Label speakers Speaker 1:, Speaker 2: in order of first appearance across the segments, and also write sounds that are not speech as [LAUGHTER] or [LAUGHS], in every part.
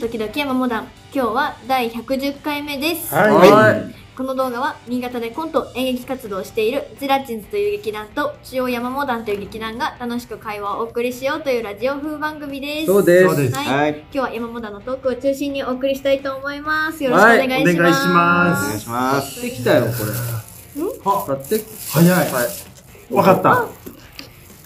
Speaker 1: 時々山モダン今日は第110回目です、
Speaker 2: はい
Speaker 3: はい
Speaker 1: この動画は新潟でコント演劇活動をしているゼラチンズという劇団と中央山モダンという劇団が楽しく会話をお送りしようというラジオ風番組です
Speaker 3: そうです
Speaker 2: そうです
Speaker 1: はい、
Speaker 3: はい。
Speaker 1: 今日は山モダンのトークを中心にお送りしたいと思いますよろしくお願いします,、
Speaker 2: はいお願いし
Speaker 3: お
Speaker 2: ま
Speaker 3: 願いします。買ってきたよ、こ
Speaker 2: あ
Speaker 3: れ。買って、
Speaker 2: 早い。
Speaker 3: はい。
Speaker 2: わかった。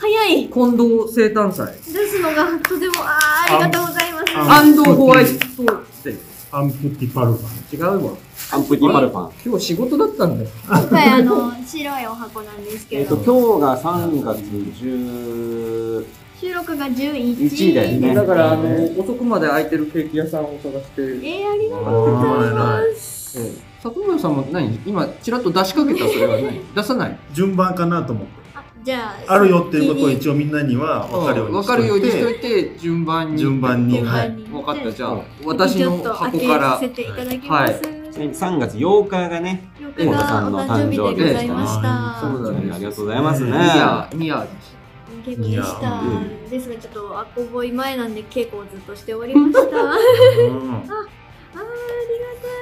Speaker 1: 早い
Speaker 3: 近藤生誕祭。
Speaker 1: 出すのがとてもあーありがとうございます
Speaker 2: あ
Speaker 3: アンドホワイトステイ。
Speaker 2: アンプティパルファン。
Speaker 3: 違うわ。
Speaker 4: アンプティパルファン。
Speaker 3: 今日仕事だったんだよ。
Speaker 1: 今回あの白いお箱なんですけ
Speaker 4: え
Speaker 1: れ
Speaker 4: っと、
Speaker 1: ど、
Speaker 4: 今日が3月11
Speaker 1: 収録が11
Speaker 4: 日だよね。
Speaker 3: だから、あの、遅くまで空いてるケーキ屋さんを探して。
Speaker 1: え
Speaker 3: え
Speaker 1: ー、ありがとうございます
Speaker 3: え里村さんも何今、ちらっと出しかけたそれは何出さない
Speaker 2: 順番かなと思って。
Speaker 1: あじゃあ
Speaker 2: あるよっていうことを
Speaker 1: 先に
Speaker 2: 一応みんなには分かるように
Speaker 3: わ
Speaker 2: し
Speaker 3: かるよ
Speaker 2: と
Speaker 3: う
Speaker 2: い
Speaker 3: にしと
Speaker 2: て。
Speaker 3: いて、順番に。
Speaker 2: 順番に。
Speaker 1: 順
Speaker 2: は
Speaker 1: 番
Speaker 2: い。
Speaker 1: に
Speaker 3: わかった、じゃ
Speaker 4: う
Speaker 3: あ
Speaker 4: ん、
Speaker 3: 私の箱
Speaker 1: ちょ
Speaker 3: から
Speaker 1: っ。と開けさせていただきます。
Speaker 3: は
Speaker 4: 3月8日がね、
Speaker 1: よくがお誕生日でございました。
Speaker 3: そうだ
Speaker 4: あり
Speaker 3: ね
Speaker 4: がとうございますね。
Speaker 3: ミヤ、ミヤです。
Speaker 1: 稽古でし
Speaker 2: いや
Speaker 1: た。ですがちょっとあこぼい前なんで稽古をずっとしておりま
Speaker 2: [LAUGHS]
Speaker 1: した。あーあ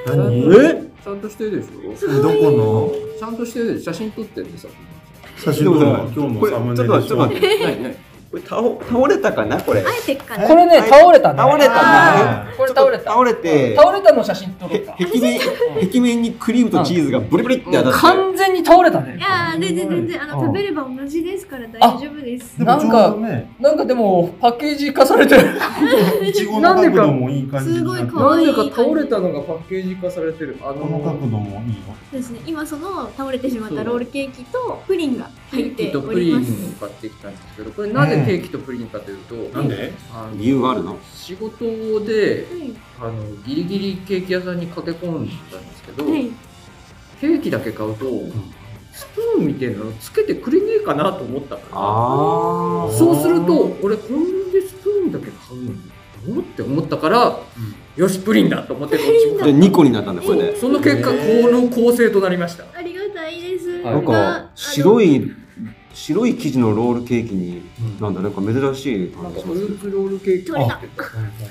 Speaker 2: 何
Speaker 3: ちゃんとしてるでしょ
Speaker 1: りがたい。
Speaker 2: どこの
Speaker 3: ちゃんとしてるで写真撮って
Speaker 1: [LAUGHS]
Speaker 3: るでさ。
Speaker 2: 写真どうも今日のサムネでしょ。
Speaker 4: て、
Speaker 3: 何何
Speaker 4: これ倒倒れたかなこれ
Speaker 1: あえてかな。
Speaker 5: これね、倒れたね。
Speaker 4: 倒れた
Speaker 2: な
Speaker 5: これ倒れた。
Speaker 4: 倒れて、
Speaker 5: 倒れたの写真撮ろうか。
Speaker 4: 壁面、
Speaker 5: [LAUGHS]
Speaker 4: 壁面にクリームとチーズがブリブリって当たって、
Speaker 5: 完全に倒れたね
Speaker 1: い。やー全然全然あの
Speaker 5: うん
Speaker 1: 食べれば同じですから大丈夫です。
Speaker 2: でもちょうどね、
Speaker 5: なんかでも、パッケージ化されてる。
Speaker 2: いちごの角度もいい感じになって
Speaker 1: すごい可
Speaker 2: こ
Speaker 1: 愛
Speaker 3: ないんでか倒れたのがパッケージ化されてる。あ
Speaker 2: の角
Speaker 3: の、
Speaker 2: 度もいいよ。
Speaker 1: そうですね。今その倒れてしまったロールケーキとプリンが入っ
Speaker 3: ケーキ
Speaker 1: て
Speaker 3: と
Speaker 1: お
Speaker 3: プ
Speaker 1: り
Speaker 3: リ
Speaker 1: ま
Speaker 3: ン
Speaker 1: す。
Speaker 3: を買ってきたんですけど、これなぜケーキとプリンかというと、
Speaker 2: なんで
Speaker 3: あ
Speaker 4: 理由
Speaker 3: の
Speaker 4: があるの
Speaker 3: 仕事で
Speaker 1: はい
Speaker 3: あのギリギリケーキ屋さんに駆け込んでたんですけど、
Speaker 1: はい。
Speaker 3: ケーキだけ買うと、スプーンみたいなのつけてくれねえかなと思ったから、
Speaker 4: あー
Speaker 3: そうすると、俺コンビニでスプーンだけ買うのどうって思ったから、よし、プリンだと思ってこっちも買った
Speaker 4: で、2個になったんだ、これで。
Speaker 3: その結果、この構成となりました。
Speaker 1: ありがたいです。
Speaker 3: な
Speaker 4: なんか、白
Speaker 1: い。
Speaker 4: い、白い生地のロールケーキに、なんだ、なんか珍しい
Speaker 3: な
Speaker 4: 感
Speaker 3: んか
Speaker 4: じし
Speaker 3: フル
Speaker 4: ますね
Speaker 3: ー。ツロールケーキ
Speaker 1: 取れた
Speaker 3: フ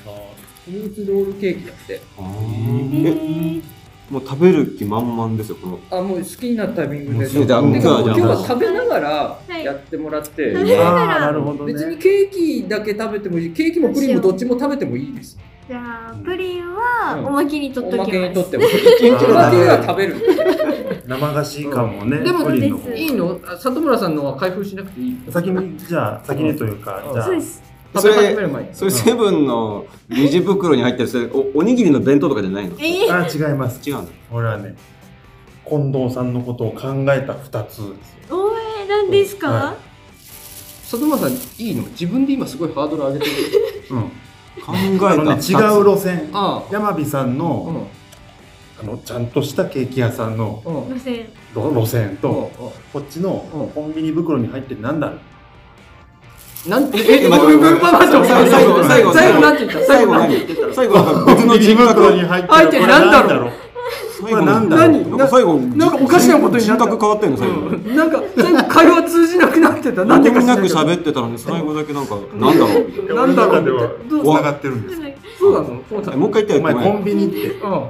Speaker 3: ルーツロールケーキだって。
Speaker 4: あ
Speaker 1: え
Speaker 4: ーえ
Speaker 1: ー
Speaker 4: もう食べる気満々ですよ、この。
Speaker 3: あ、もう好きになったタイミングで。
Speaker 2: もうじゃあ
Speaker 3: てか
Speaker 2: もう
Speaker 3: 今
Speaker 2: 今
Speaker 3: 日
Speaker 2: 日は
Speaker 3: は食べながらやってもらって、
Speaker 1: はい
Speaker 2: ああ、なるほど
Speaker 3: 別に
Speaker 2: ね。
Speaker 3: ケーキだけ食べてもいい、ケーキもプリンもどっちも食べてもいいです。
Speaker 1: じゃあプリンは
Speaker 3: うん
Speaker 1: おまけに取っ
Speaker 3: お
Speaker 1: ときま。
Speaker 3: ますけにとっても。おま
Speaker 4: 一
Speaker 3: けは食べる。
Speaker 2: 生菓子感もね。
Speaker 3: でも
Speaker 2: プリンの方
Speaker 3: いいのあ里村さんのは開封しなくていい
Speaker 2: 先に、じゃあ、先にというか、じゃあ
Speaker 1: そう、です。
Speaker 3: 食べ始める前に。
Speaker 4: それセブンのレジ袋に入ってるそれおおにぎりの弁当とかじゃないの違
Speaker 1: えー、
Speaker 2: あ違います。
Speaker 4: うの
Speaker 2: 俺はね、近藤さんのことを考えた二つですよ。
Speaker 1: 応援なんですか？
Speaker 2: は
Speaker 3: 里村さん、いいの自分で今すごいハードル上げてる。
Speaker 2: うん。
Speaker 4: 考
Speaker 2: あ
Speaker 4: え
Speaker 2: の
Speaker 4: た
Speaker 2: ね、違う路線。
Speaker 3: あ
Speaker 2: 山火さん
Speaker 3: あ。う
Speaker 2: の、
Speaker 3: ん。
Speaker 2: あの、ちゃんとしたケーキ屋さんの
Speaker 3: うん。
Speaker 1: 路線。
Speaker 2: 路路線と、
Speaker 3: う
Speaker 2: こっちの
Speaker 3: うん
Speaker 2: コンビニ袋に入ってるなんだろう。
Speaker 3: んなんて、え、
Speaker 4: 待
Speaker 3: ご
Speaker 4: って
Speaker 3: めんご [LAUGHS] めん、待って、
Speaker 2: 最後
Speaker 3: 最後、
Speaker 2: 最
Speaker 3: 最
Speaker 2: 後
Speaker 3: 後、
Speaker 2: 最
Speaker 3: 最
Speaker 2: 後
Speaker 3: 後、なんて言った
Speaker 4: 最
Speaker 3: 最
Speaker 4: 後
Speaker 3: 後、なんて言った
Speaker 4: 何言っての最後なんか別の人格
Speaker 2: [LAUGHS]
Speaker 4: に
Speaker 2: 入って
Speaker 3: 入ってる
Speaker 2: これなんだろう。
Speaker 4: 最後
Speaker 2: なんだろう
Speaker 4: 何なんか最後
Speaker 3: なんかおかしなことになった
Speaker 4: 人格変わってんの最後、
Speaker 3: たなんか、全部会話通じなくなって
Speaker 4: [LAUGHS]
Speaker 3: た。な
Speaker 4: 何
Speaker 3: ん
Speaker 4: で
Speaker 3: で
Speaker 4: も
Speaker 3: か知
Speaker 4: な
Speaker 3: らん
Speaker 4: く
Speaker 3: けど
Speaker 4: 喋ってたのに最後だけなんかなんだろうみたい
Speaker 3: なんだろうみたい
Speaker 2: 俺の
Speaker 3: な
Speaker 2: 中で
Speaker 3: どう
Speaker 2: 繋がってるんです。
Speaker 3: そうなのそうな
Speaker 4: な
Speaker 3: の
Speaker 4: もう一回言
Speaker 2: お
Speaker 4: って
Speaker 2: 前
Speaker 4: よ
Speaker 2: コンビニって、
Speaker 3: うん。うん。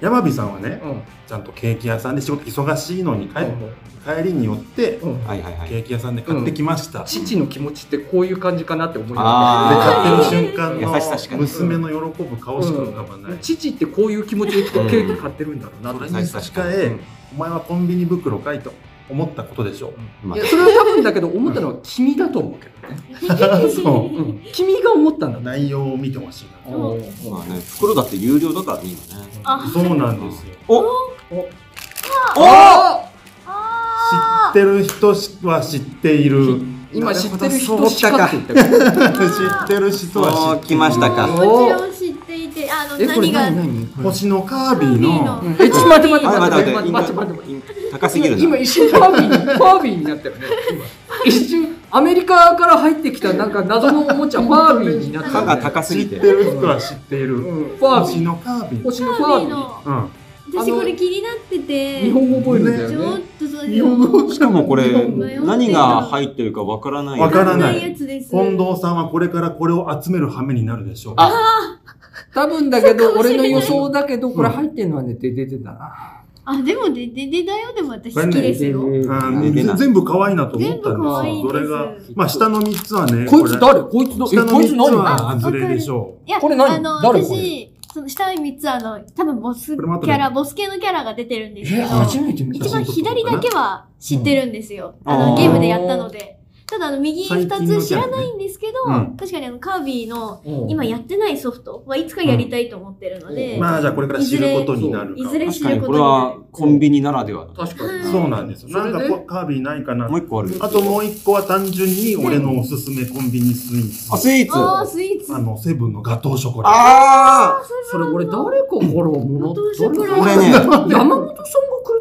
Speaker 2: 山火さんはね、
Speaker 3: うん。
Speaker 2: ちゃんとケーキ屋さんで仕事忙しいのに帰
Speaker 3: う
Speaker 2: っ
Speaker 3: ん。
Speaker 2: 帰りによって、
Speaker 3: うん。
Speaker 4: はいはいはい
Speaker 2: ケーキ屋さんで買ってきました。で、
Speaker 3: 父の気持ちってこういう感じかなって思い
Speaker 4: あ
Speaker 2: 買
Speaker 3: ま
Speaker 2: っ
Speaker 3: す
Speaker 2: てる瞬間
Speaker 4: 優しさしか
Speaker 2: の
Speaker 4: ない
Speaker 2: 娘の喜ぶ顔しか浮かばない。
Speaker 3: 父ってこういう気持ちでケーキ買ってるんだろうな
Speaker 2: そ
Speaker 3: と
Speaker 2: れに差し替え、お前はコンビニ袋かいと思ったことでしょ
Speaker 4: ま
Speaker 3: いやそれは多分だけど思ったのは君だと思うけどね、
Speaker 2: う。 [LAUGHS] そう
Speaker 3: 君が思ったんだ
Speaker 2: う。
Speaker 3: ね
Speaker 2: 内容を見てほしいな。
Speaker 1: そう
Speaker 4: あ、まあね、袋だって有料だからね今ね
Speaker 1: あ、
Speaker 2: そうなんですよ。
Speaker 3: お
Speaker 2: 知ってる人は知っている。
Speaker 3: 今知ってる人しかって言ったけど
Speaker 2: 知ってる人
Speaker 4: そ
Speaker 2: は知
Speaker 4: う
Speaker 2: って
Speaker 4: 来
Speaker 2: る。
Speaker 4: ました
Speaker 1: あ
Speaker 4: か
Speaker 1: もちろん知っていて、あの
Speaker 3: えこれ
Speaker 1: 何が
Speaker 3: 何何こ
Speaker 2: 星のカービィの。
Speaker 3: れえちょっと待って待
Speaker 4: あ
Speaker 3: っ
Speaker 4: 待って
Speaker 3: て
Speaker 4: 待って
Speaker 3: 待って待って待って待って
Speaker 4: インタイン高すぎるな
Speaker 3: 今一瞬ファービ [LAUGHS] ーにファービーになったよね今一瞬アメリカから入ってきたなんか謎のおもち [LAUGHS] ゃファービーになった
Speaker 4: 歯
Speaker 3: よ
Speaker 4: が
Speaker 3: ね
Speaker 4: 高す
Speaker 2: 知っ
Speaker 4: ぎ
Speaker 2: て
Speaker 4: て
Speaker 2: る人は知っている。
Speaker 3: うんファービ
Speaker 2: 星
Speaker 3: ー
Speaker 2: のカービィ。
Speaker 3: 星
Speaker 1: カ
Speaker 3: のフ
Speaker 1: ービィ
Speaker 3: ァービー
Speaker 1: の。
Speaker 2: うん。
Speaker 1: 私これ気になってて。
Speaker 3: 日本語覚えるんだ
Speaker 1: ち
Speaker 3: よ
Speaker 1: ょ
Speaker 3: ね
Speaker 1: っとそう
Speaker 2: 日本語
Speaker 4: しかもこれ
Speaker 1: 迷ってた
Speaker 4: 何が入ってるかわからない
Speaker 2: わからない
Speaker 1: やつです。
Speaker 2: 近藤さんはこれからこれを集める羽目になるでしょう。
Speaker 4: あ
Speaker 3: 多分だけど、俺の予
Speaker 1: そう
Speaker 3: 想だけど、これ入ってんのはね、出てたな。
Speaker 1: あ、でもデデデだよでも私好きですよ。
Speaker 2: あ
Speaker 4: なんでな
Speaker 2: ー全部可愛いなと思
Speaker 1: 全
Speaker 2: った
Speaker 1: 部可愛
Speaker 2: ん
Speaker 1: い
Speaker 2: ですよ。
Speaker 1: で
Speaker 2: それが、
Speaker 1: す。
Speaker 2: まあ下の3つはね、
Speaker 3: こい
Speaker 2: こ
Speaker 3: つ誰こいつ
Speaker 2: れ
Speaker 3: 誰
Speaker 2: 下
Speaker 3: え、
Speaker 2: の
Speaker 3: こい
Speaker 2: 3
Speaker 3: つ
Speaker 2: つ
Speaker 3: 何
Speaker 2: は外れでしょ
Speaker 1: いや、
Speaker 5: これ何
Speaker 1: あの、
Speaker 5: 誰これ
Speaker 1: 私、その下の三つは、あの、多分ボスキ
Speaker 2: これも後で
Speaker 1: ャラ、ボス系のキャラが出てるんですけ
Speaker 5: え、
Speaker 1: ど、
Speaker 5: 初めて見た
Speaker 1: 一。番左だけは知ってるんですよ。
Speaker 4: うん
Speaker 1: あ
Speaker 4: あ
Speaker 1: の、
Speaker 4: ー
Speaker 1: ゲームでやったので。ただ、あの、右二
Speaker 2: 最近の
Speaker 1: つ知
Speaker 2: キャラ
Speaker 1: ら
Speaker 2: ね
Speaker 1: ないんですけど、
Speaker 2: うん
Speaker 1: 確かにあの、カービィの、
Speaker 5: うん
Speaker 1: 今やってないソフトはいつかやりたいと思ってるので、
Speaker 3: う
Speaker 2: う。
Speaker 3: ん
Speaker 2: まあじゃあこれから知ることになるか
Speaker 1: いずれ
Speaker 4: 確
Speaker 1: 知
Speaker 4: か
Speaker 1: る
Speaker 4: に
Speaker 1: こ
Speaker 4: こと
Speaker 1: に
Speaker 4: れ
Speaker 1: な
Speaker 4: は
Speaker 1: る。
Speaker 4: コンビニならではだ
Speaker 3: 確かに。
Speaker 2: そうなんですよ。
Speaker 3: それ
Speaker 2: な
Speaker 3: で
Speaker 2: んかこうカービィないかな
Speaker 4: もう。一個ある。
Speaker 2: あともう一個は単純に俺のおすすめコンビニスイーツ。
Speaker 4: あ、スイーツ。
Speaker 1: あー、スイーツ。
Speaker 2: あの、セブンのガトーショコラ。
Speaker 4: あ
Speaker 3: それ俺誰かからもらった
Speaker 1: あ
Speaker 4: ー俺ね、
Speaker 3: 山本さんがくれ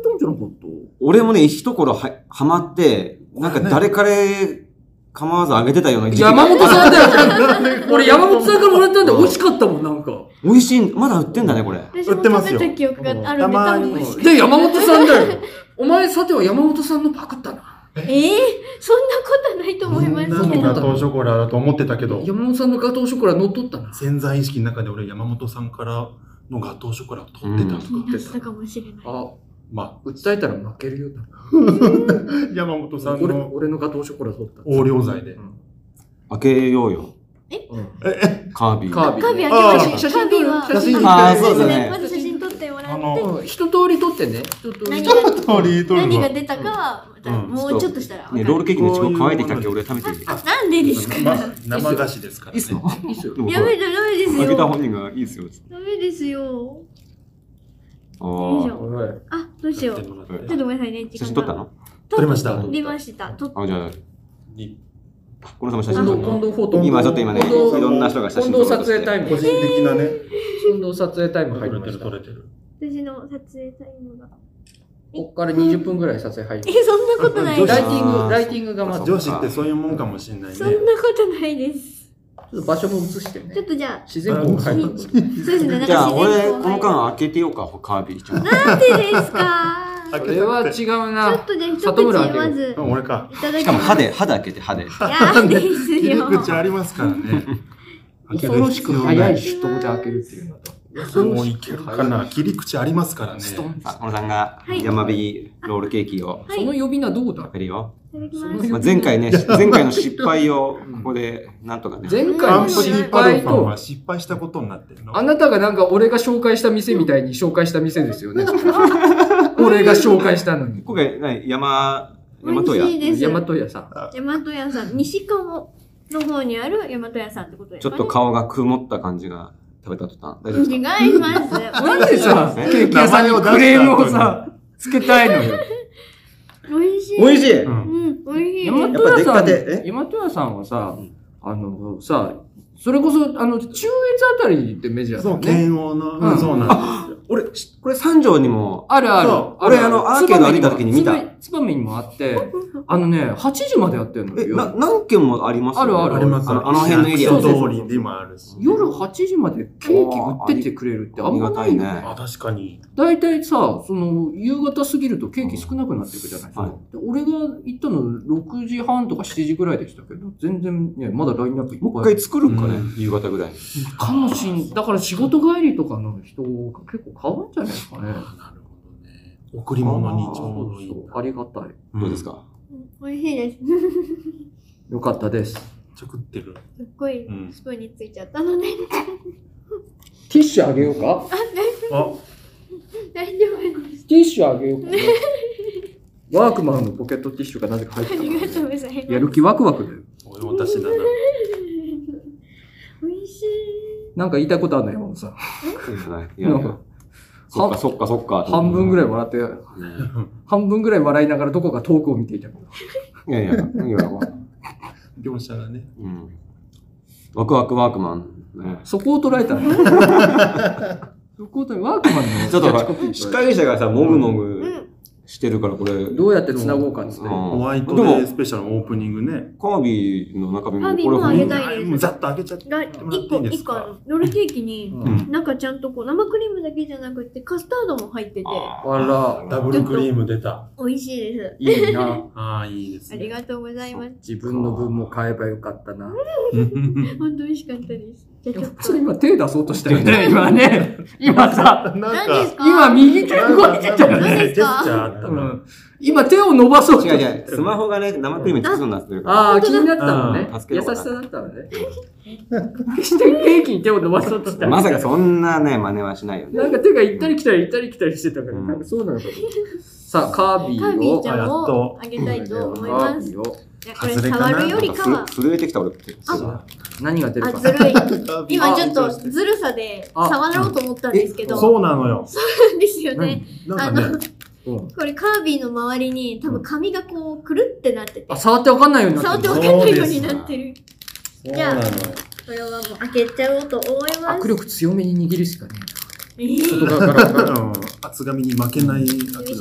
Speaker 3: たんじゃなかった
Speaker 4: 俺もね、一頃は、はまって、なんか誰彼構わずあげてたような時期
Speaker 3: 山本さんだよ。俺山本さんからもらったんで美味しかったもん、なんか。
Speaker 4: 美味しい、まだ売ってんだね、これ。
Speaker 1: 私も
Speaker 2: 売ってます
Speaker 1: 食べ
Speaker 2: よ
Speaker 1: た記憶がある
Speaker 2: た
Speaker 1: んで、多
Speaker 2: ま
Speaker 1: 分
Speaker 2: に
Speaker 1: 美味しい。
Speaker 3: で、山本さんだよ。お前さては山本さんのパクったな。
Speaker 1: ええそんなことないと思いま
Speaker 2: な
Speaker 1: すけ
Speaker 2: ん
Speaker 1: ど。
Speaker 2: ガトーショコラだと思ってたけど、
Speaker 3: 山本さんのガトーショコラ乗っ取ったな。
Speaker 2: 潜在意識の中で俺山本さんからのガトーショコラを取ってたのか。
Speaker 1: 気になってたかもしれない。
Speaker 3: あ、
Speaker 2: ま
Speaker 3: 訴えたら負けるよ。
Speaker 2: あ、山本さん
Speaker 3: 俺
Speaker 2: の
Speaker 3: 俺のガトーショコラ取った。
Speaker 2: 横領罪で。
Speaker 4: 開けようよ。
Speaker 3: うん
Speaker 4: カービィ。
Speaker 3: カービィ。
Speaker 1: カービィ
Speaker 2: あ
Speaker 1: あ
Speaker 2: ー
Speaker 1: げましょう。
Speaker 3: 写
Speaker 1: カービ
Speaker 3: 真撮
Speaker 1: ィ
Speaker 3: る
Speaker 1: は、
Speaker 3: 写真撮
Speaker 4: る
Speaker 1: まず
Speaker 4: あーそうだね
Speaker 1: まず写真撮ってもら
Speaker 2: あ
Speaker 1: って、
Speaker 2: の
Speaker 3: うん一通り撮ってね。一通り
Speaker 1: 何
Speaker 3: 撮って。
Speaker 1: が
Speaker 2: 一通り取る
Speaker 1: 何が
Speaker 2: の。
Speaker 1: 出たか、
Speaker 2: うん
Speaker 1: もうちょっとしたらわか
Speaker 4: ね、
Speaker 1: る。
Speaker 4: ロールケーキのちご乾いてきたっけ俺食べてみて。
Speaker 1: あ、なんでですか
Speaker 2: ま生菓子ですから、
Speaker 4: いいっすの
Speaker 3: いいっすよ。
Speaker 1: やめだ、ダメです
Speaker 4: 開けた
Speaker 1: よ。
Speaker 4: 本人がいいっすよ。
Speaker 1: ダメですよ。
Speaker 4: あ
Speaker 1: よいし
Speaker 4: ー
Speaker 1: ょ
Speaker 3: おい
Speaker 1: あ、どうしよう。ちょっとごめんなさいね、時
Speaker 4: 写
Speaker 1: 間が
Speaker 4: 真撮ったの
Speaker 2: 撮りました。
Speaker 1: 撮りました。撮っ
Speaker 4: あ、じゃあ、
Speaker 2: に
Speaker 4: この様写
Speaker 3: 近
Speaker 4: 真撮
Speaker 3: 藤
Speaker 4: る
Speaker 3: 近
Speaker 4: の
Speaker 3: 藤フォト。
Speaker 4: 今ちょっと今ね、い
Speaker 3: 近藤
Speaker 4: ろんな人が写真
Speaker 3: 近
Speaker 4: 撮ろ
Speaker 3: 藤
Speaker 4: うと
Speaker 3: 撮
Speaker 4: し
Speaker 3: 影
Speaker 4: て
Speaker 3: タイム。
Speaker 2: 個人的なね、
Speaker 3: 近藤撮影タイム
Speaker 2: 撮
Speaker 3: 入り
Speaker 2: れて
Speaker 3: ま
Speaker 2: る
Speaker 3: した
Speaker 2: 撮。れてる。
Speaker 1: 私の撮影タイムが。
Speaker 3: こっから20分ぐらい撮影入
Speaker 1: え、
Speaker 3: り
Speaker 1: そんなことない
Speaker 2: 女
Speaker 1: で。
Speaker 2: 子
Speaker 3: ますライ
Speaker 1: そ
Speaker 3: ティング、ライティングがまず。ちょ
Speaker 2: 女子ってそういうもんかもしれないね。
Speaker 1: んなことないです。
Speaker 3: っと場所も映してね
Speaker 1: ちょっ。とじゃあ、
Speaker 3: 自然光が入る。
Speaker 1: そうですね、なん
Speaker 4: じゃ
Speaker 1: か
Speaker 4: あ、
Speaker 1: 自
Speaker 4: 俺、
Speaker 1: 然光
Speaker 4: この
Speaker 1: が
Speaker 4: 間開けてようか、カービィちゃん。
Speaker 1: なんでですか
Speaker 2: 開
Speaker 3: こ
Speaker 2: け
Speaker 3: れは違う
Speaker 1: ちょっ
Speaker 3: な。
Speaker 1: とじゃあ一
Speaker 3: 里村
Speaker 1: 口
Speaker 3: 明
Speaker 1: まず
Speaker 2: うん俺か。
Speaker 1: いただき
Speaker 4: しかも
Speaker 1: ま
Speaker 4: 歯
Speaker 1: す。
Speaker 4: で、歯で開けて、歯で。
Speaker 1: 嫌です
Speaker 2: 切り
Speaker 1: よ。
Speaker 2: 口ありますからね。
Speaker 3: 恐ろしく早い手動で開けるっていうのと。
Speaker 2: もういけるかな。切り口ありますからね。
Speaker 3: ストン
Speaker 4: あ、小野さんが
Speaker 1: はい
Speaker 4: 山火ロールケーキを
Speaker 1: はい、い
Speaker 3: その呼び名どうだ
Speaker 4: 開けるよ。
Speaker 1: ただきます。
Speaker 4: まあ、前回ね、 [LAUGHS] 前回の失敗をここでなんとかね。
Speaker 3: 前
Speaker 2: アン
Speaker 3: 回の
Speaker 2: プシ
Speaker 3: 失
Speaker 2: ーパル
Speaker 3: 敗
Speaker 2: ファン
Speaker 3: と
Speaker 2: は、失敗したことになってるの。
Speaker 3: あなたがなんか俺が紹介した店みたいに紹介した店ですよね。それ俺が紹介したのに。
Speaker 4: 今回、何山、
Speaker 1: 美
Speaker 4: 山と
Speaker 1: 味しい
Speaker 4: や。
Speaker 1: です。
Speaker 3: 大
Speaker 1: 大
Speaker 3: 和屋さん。
Speaker 1: 和屋さん、西川の方にある大和屋さんってことで
Speaker 4: ちょ
Speaker 1: す
Speaker 4: っ
Speaker 1: か、ね。
Speaker 4: と顔が曇った感じが食べた途端。大丈夫ですか
Speaker 1: 違います。
Speaker 3: なんでさ、ケーキ屋さんにクレームをさ、つけたいのよ。
Speaker 1: 美味しい。
Speaker 4: 美味しい
Speaker 2: うん
Speaker 1: うん、美味しい。
Speaker 3: 大和
Speaker 4: やっぱ出
Speaker 3: 屋
Speaker 4: 来
Speaker 3: さ
Speaker 4: たて
Speaker 3: ん、大和屋さんはさ
Speaker 4: うん、
Speaker 3: あの、さ、それこそ、あの、中越あたりってメジャーだ
Speaker 2: そ
Speaker 3: よ
Speaker 2: う、
Speaker 3: ね。
Speaker 2: 剣王の、
Speaker 3: うん
Speaker 2: そうなんですよ。
Speaker 4: 俺、しこれ三条にも、
Speaker 3: あるある
Speaker 2: そう。
Speaker 3: るる
Speaker 4: 俺あのアーケード歩いた時に見た
Speaker 3: つばめにもあって、あのね、8時までやってんの
Speaker 4: え、な
Speaker 3: よ。
Speaker 4: 何軒もあります
Speaker 3: あるある
Speaker 2: あります
Speaker 4: あのあの辺のエリア
Speaker 2: 通りでもあるし。
Speaker 3: 夜8時までケーキ売ってってくれるってあんまないよ
Speaker 4: ありがたい
Speaker 3: ね
Speaker 4: ね。
Speaker 2: あ、確かに。
Speaker 3: だいたいさ、その、夕方過ぎるとケーキ少なくなっていくじゃないですか。
Speaker 4: はい
Speaker 3: で俺が行ったの6時半とか7時ぐらいでしたけど、全然ね、まだラインナップいっ
Speaker 4: もう
Speaker 3: ぱい
Speaker 4: 一回作るんかね、
Speaker 2: うん
Speaker 4: 夕方ぐらいに。
Speaker 3: かもしん、だから仕事帰りとかの人が結構買うんじゃないですかね。
Speaker 2: なるほどね。贈り物にちょうどいい
Speaker 3: そう。そうありがたい。
Speaker 4: どうですか
Speaker 1: 美味しいです。
Speaker 3: よかったです。
Speaker 2: ちょくってる。
Speaker 1: すっごい
Speaker 2: うん
Speaker 1: スプーンについちゃったので、 [LAUGHS]
Speaker 3: ティッシュあげようか
Speaker 2: あ、
Speaker 1: 大丈夫です。
Speaker 3: ティッシュあげようかな。 [LAUGHS] ワークマンのポケットティッシュがなぜか入っ
Speaker 1: あ
Speaker 3: てた
Speaker 1: りがとう
Speaker 3: の
Speaker 1: ございます。
Speaker 3: やる気ワクワクだよ。
Speaker 2: お用達だな。
Speaker 1: 美味しい。
Speaker 3: なんか言いたいことあるの山本さん。
Speaker 4: いやい
Speaker 3: なん
Speaker 4: や
Speaker 3: か。
Speaker 4: そっかそっかそっか。
Speaker 3: 半分ぐらい笑って、半分ぐらい笑いながらどこか遠くを見ていた。
Speaker 4: いやいや、いやいや、
Speaker 2: 業者がね。
Speaker 4: うん。ワクワクワークマン。ね
Speaker 3: そこを捉えたの。 [LAUGHS] そこを捉えワークマンの
Speaker 4: ちょっと
Speaker 3: キャッチコピー
Speaker 4: 司会者がさ、もぐもぐ
Speaker 1: うん。
Speaker 4: してるから、これ、
Speaker 3: どうやって繋ごうかっつって。
Speaker 4: うん
Speaker 2: ホワイト
Speaker 4: でも
Speaker 2: デースペシャルのオープニングね。
Speaker 4: カービィの中身
Speaker 1: カー
Speaker 4: も、
Speaker 1: ビィ
Speaker 4: これ
Speaker 1: もあげたい
Speaker 4: ほん
Speaker 1: です
Speaker 2: もうざっと開けちゃって。
Speaker 1: が
Speaker 2: もらっ
Speaker 1: 一
Speaker 2: ていい
Speaker 1: 個、
Speaker 2: です
Speaker 1: 一個、
Speaker 2: か
Speaker 1: あのロールケーキに、
Speaker 3: うん
Speaker 4: うん
Speaker 1: なんかちゃんとこう生クリームだけじゃなくてカスタードも入ってて
Speaker 4: あ
Speaker 3: あら、
Speaker 2: ダブルクリーム出た。
Speaker 1: 美味しいで
Speaker 3: いい [LAUGHS] な。
Speaker 2: ああー、いいです
Speaker 1: す。あり
Speaker 2: ね。
Speaker 1: がとうございます。
Speaker 3: 自分の分も買えばよかったな。
Speaker 1: 本当美味しかったです。じゃあじゃあちょっ
Speaker 3: そ
Speaker 1: と
Speaker 3: れ今手出そうとしたよね、 [LAUGHS] 今ね。今
Speaker 2: な
Speaker 3: さ、
Speaker 2: ん
Speaker 1: 何です
Speaker 2: か、
Speaker 1: か
Speaker 3: 今右手
Speaker 2: なん
Speaker 3: 動い
Speaker 2: か、
Speaker 3: て
Speaker 2: なん
Speaker 3: た
Speaker 2: か
Speaker 1: 何
Speaker 3: よね。
Speaker 2: ね、
Speaker 1: です
Speaker 2: ジェ
Speaker 1: か
Speaker 2: スチャーあった
Speaker 3: う
Speaker 2: な。
Speaker 3: ん今手を伸ばそうと
Speaker 4: 違う違う、スマホがね、生クリームつきそうになってるから。
Speaker 3: ああ、気になったのね
Speaker 4: うん。助
Speaker 3: 優
Speaker 4: け
Speaker 3: し
Speaker 4: ようかな
Speaker 3: さだったのね。決してケーキに手を伸ば
Speaker 1: [LAUGHS]
Speaker 3: そうとした。
Speaker 4: まさかそんなね、真似はしないよね。
Speaker 3: なんか手が行ったり来たり行ったり来たりしてたから、
Speaker 4: うん
Speaker 3: なんかそうなのかと思ったさあ、カービ
Speaker 1: カー
Speaker 3: ィ
Speaker 1: ビ
Speaker 3: を。
Speaker 1: ィちゃんをあげたいと思い
Speaker 3: カ
Speaker 1: ま
Speaker 3: ー
Speaker 1: す。
Speaker 3: ビィを。
Speaker 1: じゃあこれ触るよりか
Speaker 4: な
Speaker 1: は
Speaker 4: んか、ふ震えてきた俺って。
Speaker 3: あ何が出る
Speaker 1: あ、
Speaker 3: か。
Speaker 1: ずるい。 [LAUGHS] 今
Speaker 3: あ
Speaker 1: ちょっとずるさで触ろうと思ったんですけど、そ
Speaker 2: そうなのよ。
Speaker 1: うですよね。
Speaker 2: なんかね、
Speaker 3: うん
Speaker 1: これカービィの周りに多分髪がこうくるってなってて
Speaker 3: あ、、触ってわかんないようにな
Speaker 1: 触
Speaker 3: っ
Speaker 1: ってて
Speaker 3: る
Speaker 1: わかんないようになってる。
Speaker 2: そう
Speaker 1: じゃ
Speaker 2: な
Speaker 1: あ
Speaker 2: のよ。
Speaker 1: これはもう開けちゃおうと思います
Speaker 3: 握。力強めに握るしかね
Speaker 1: えー
Speaker 3: えな。外側から
Speaker 2: うん厚紙に負けない圧だって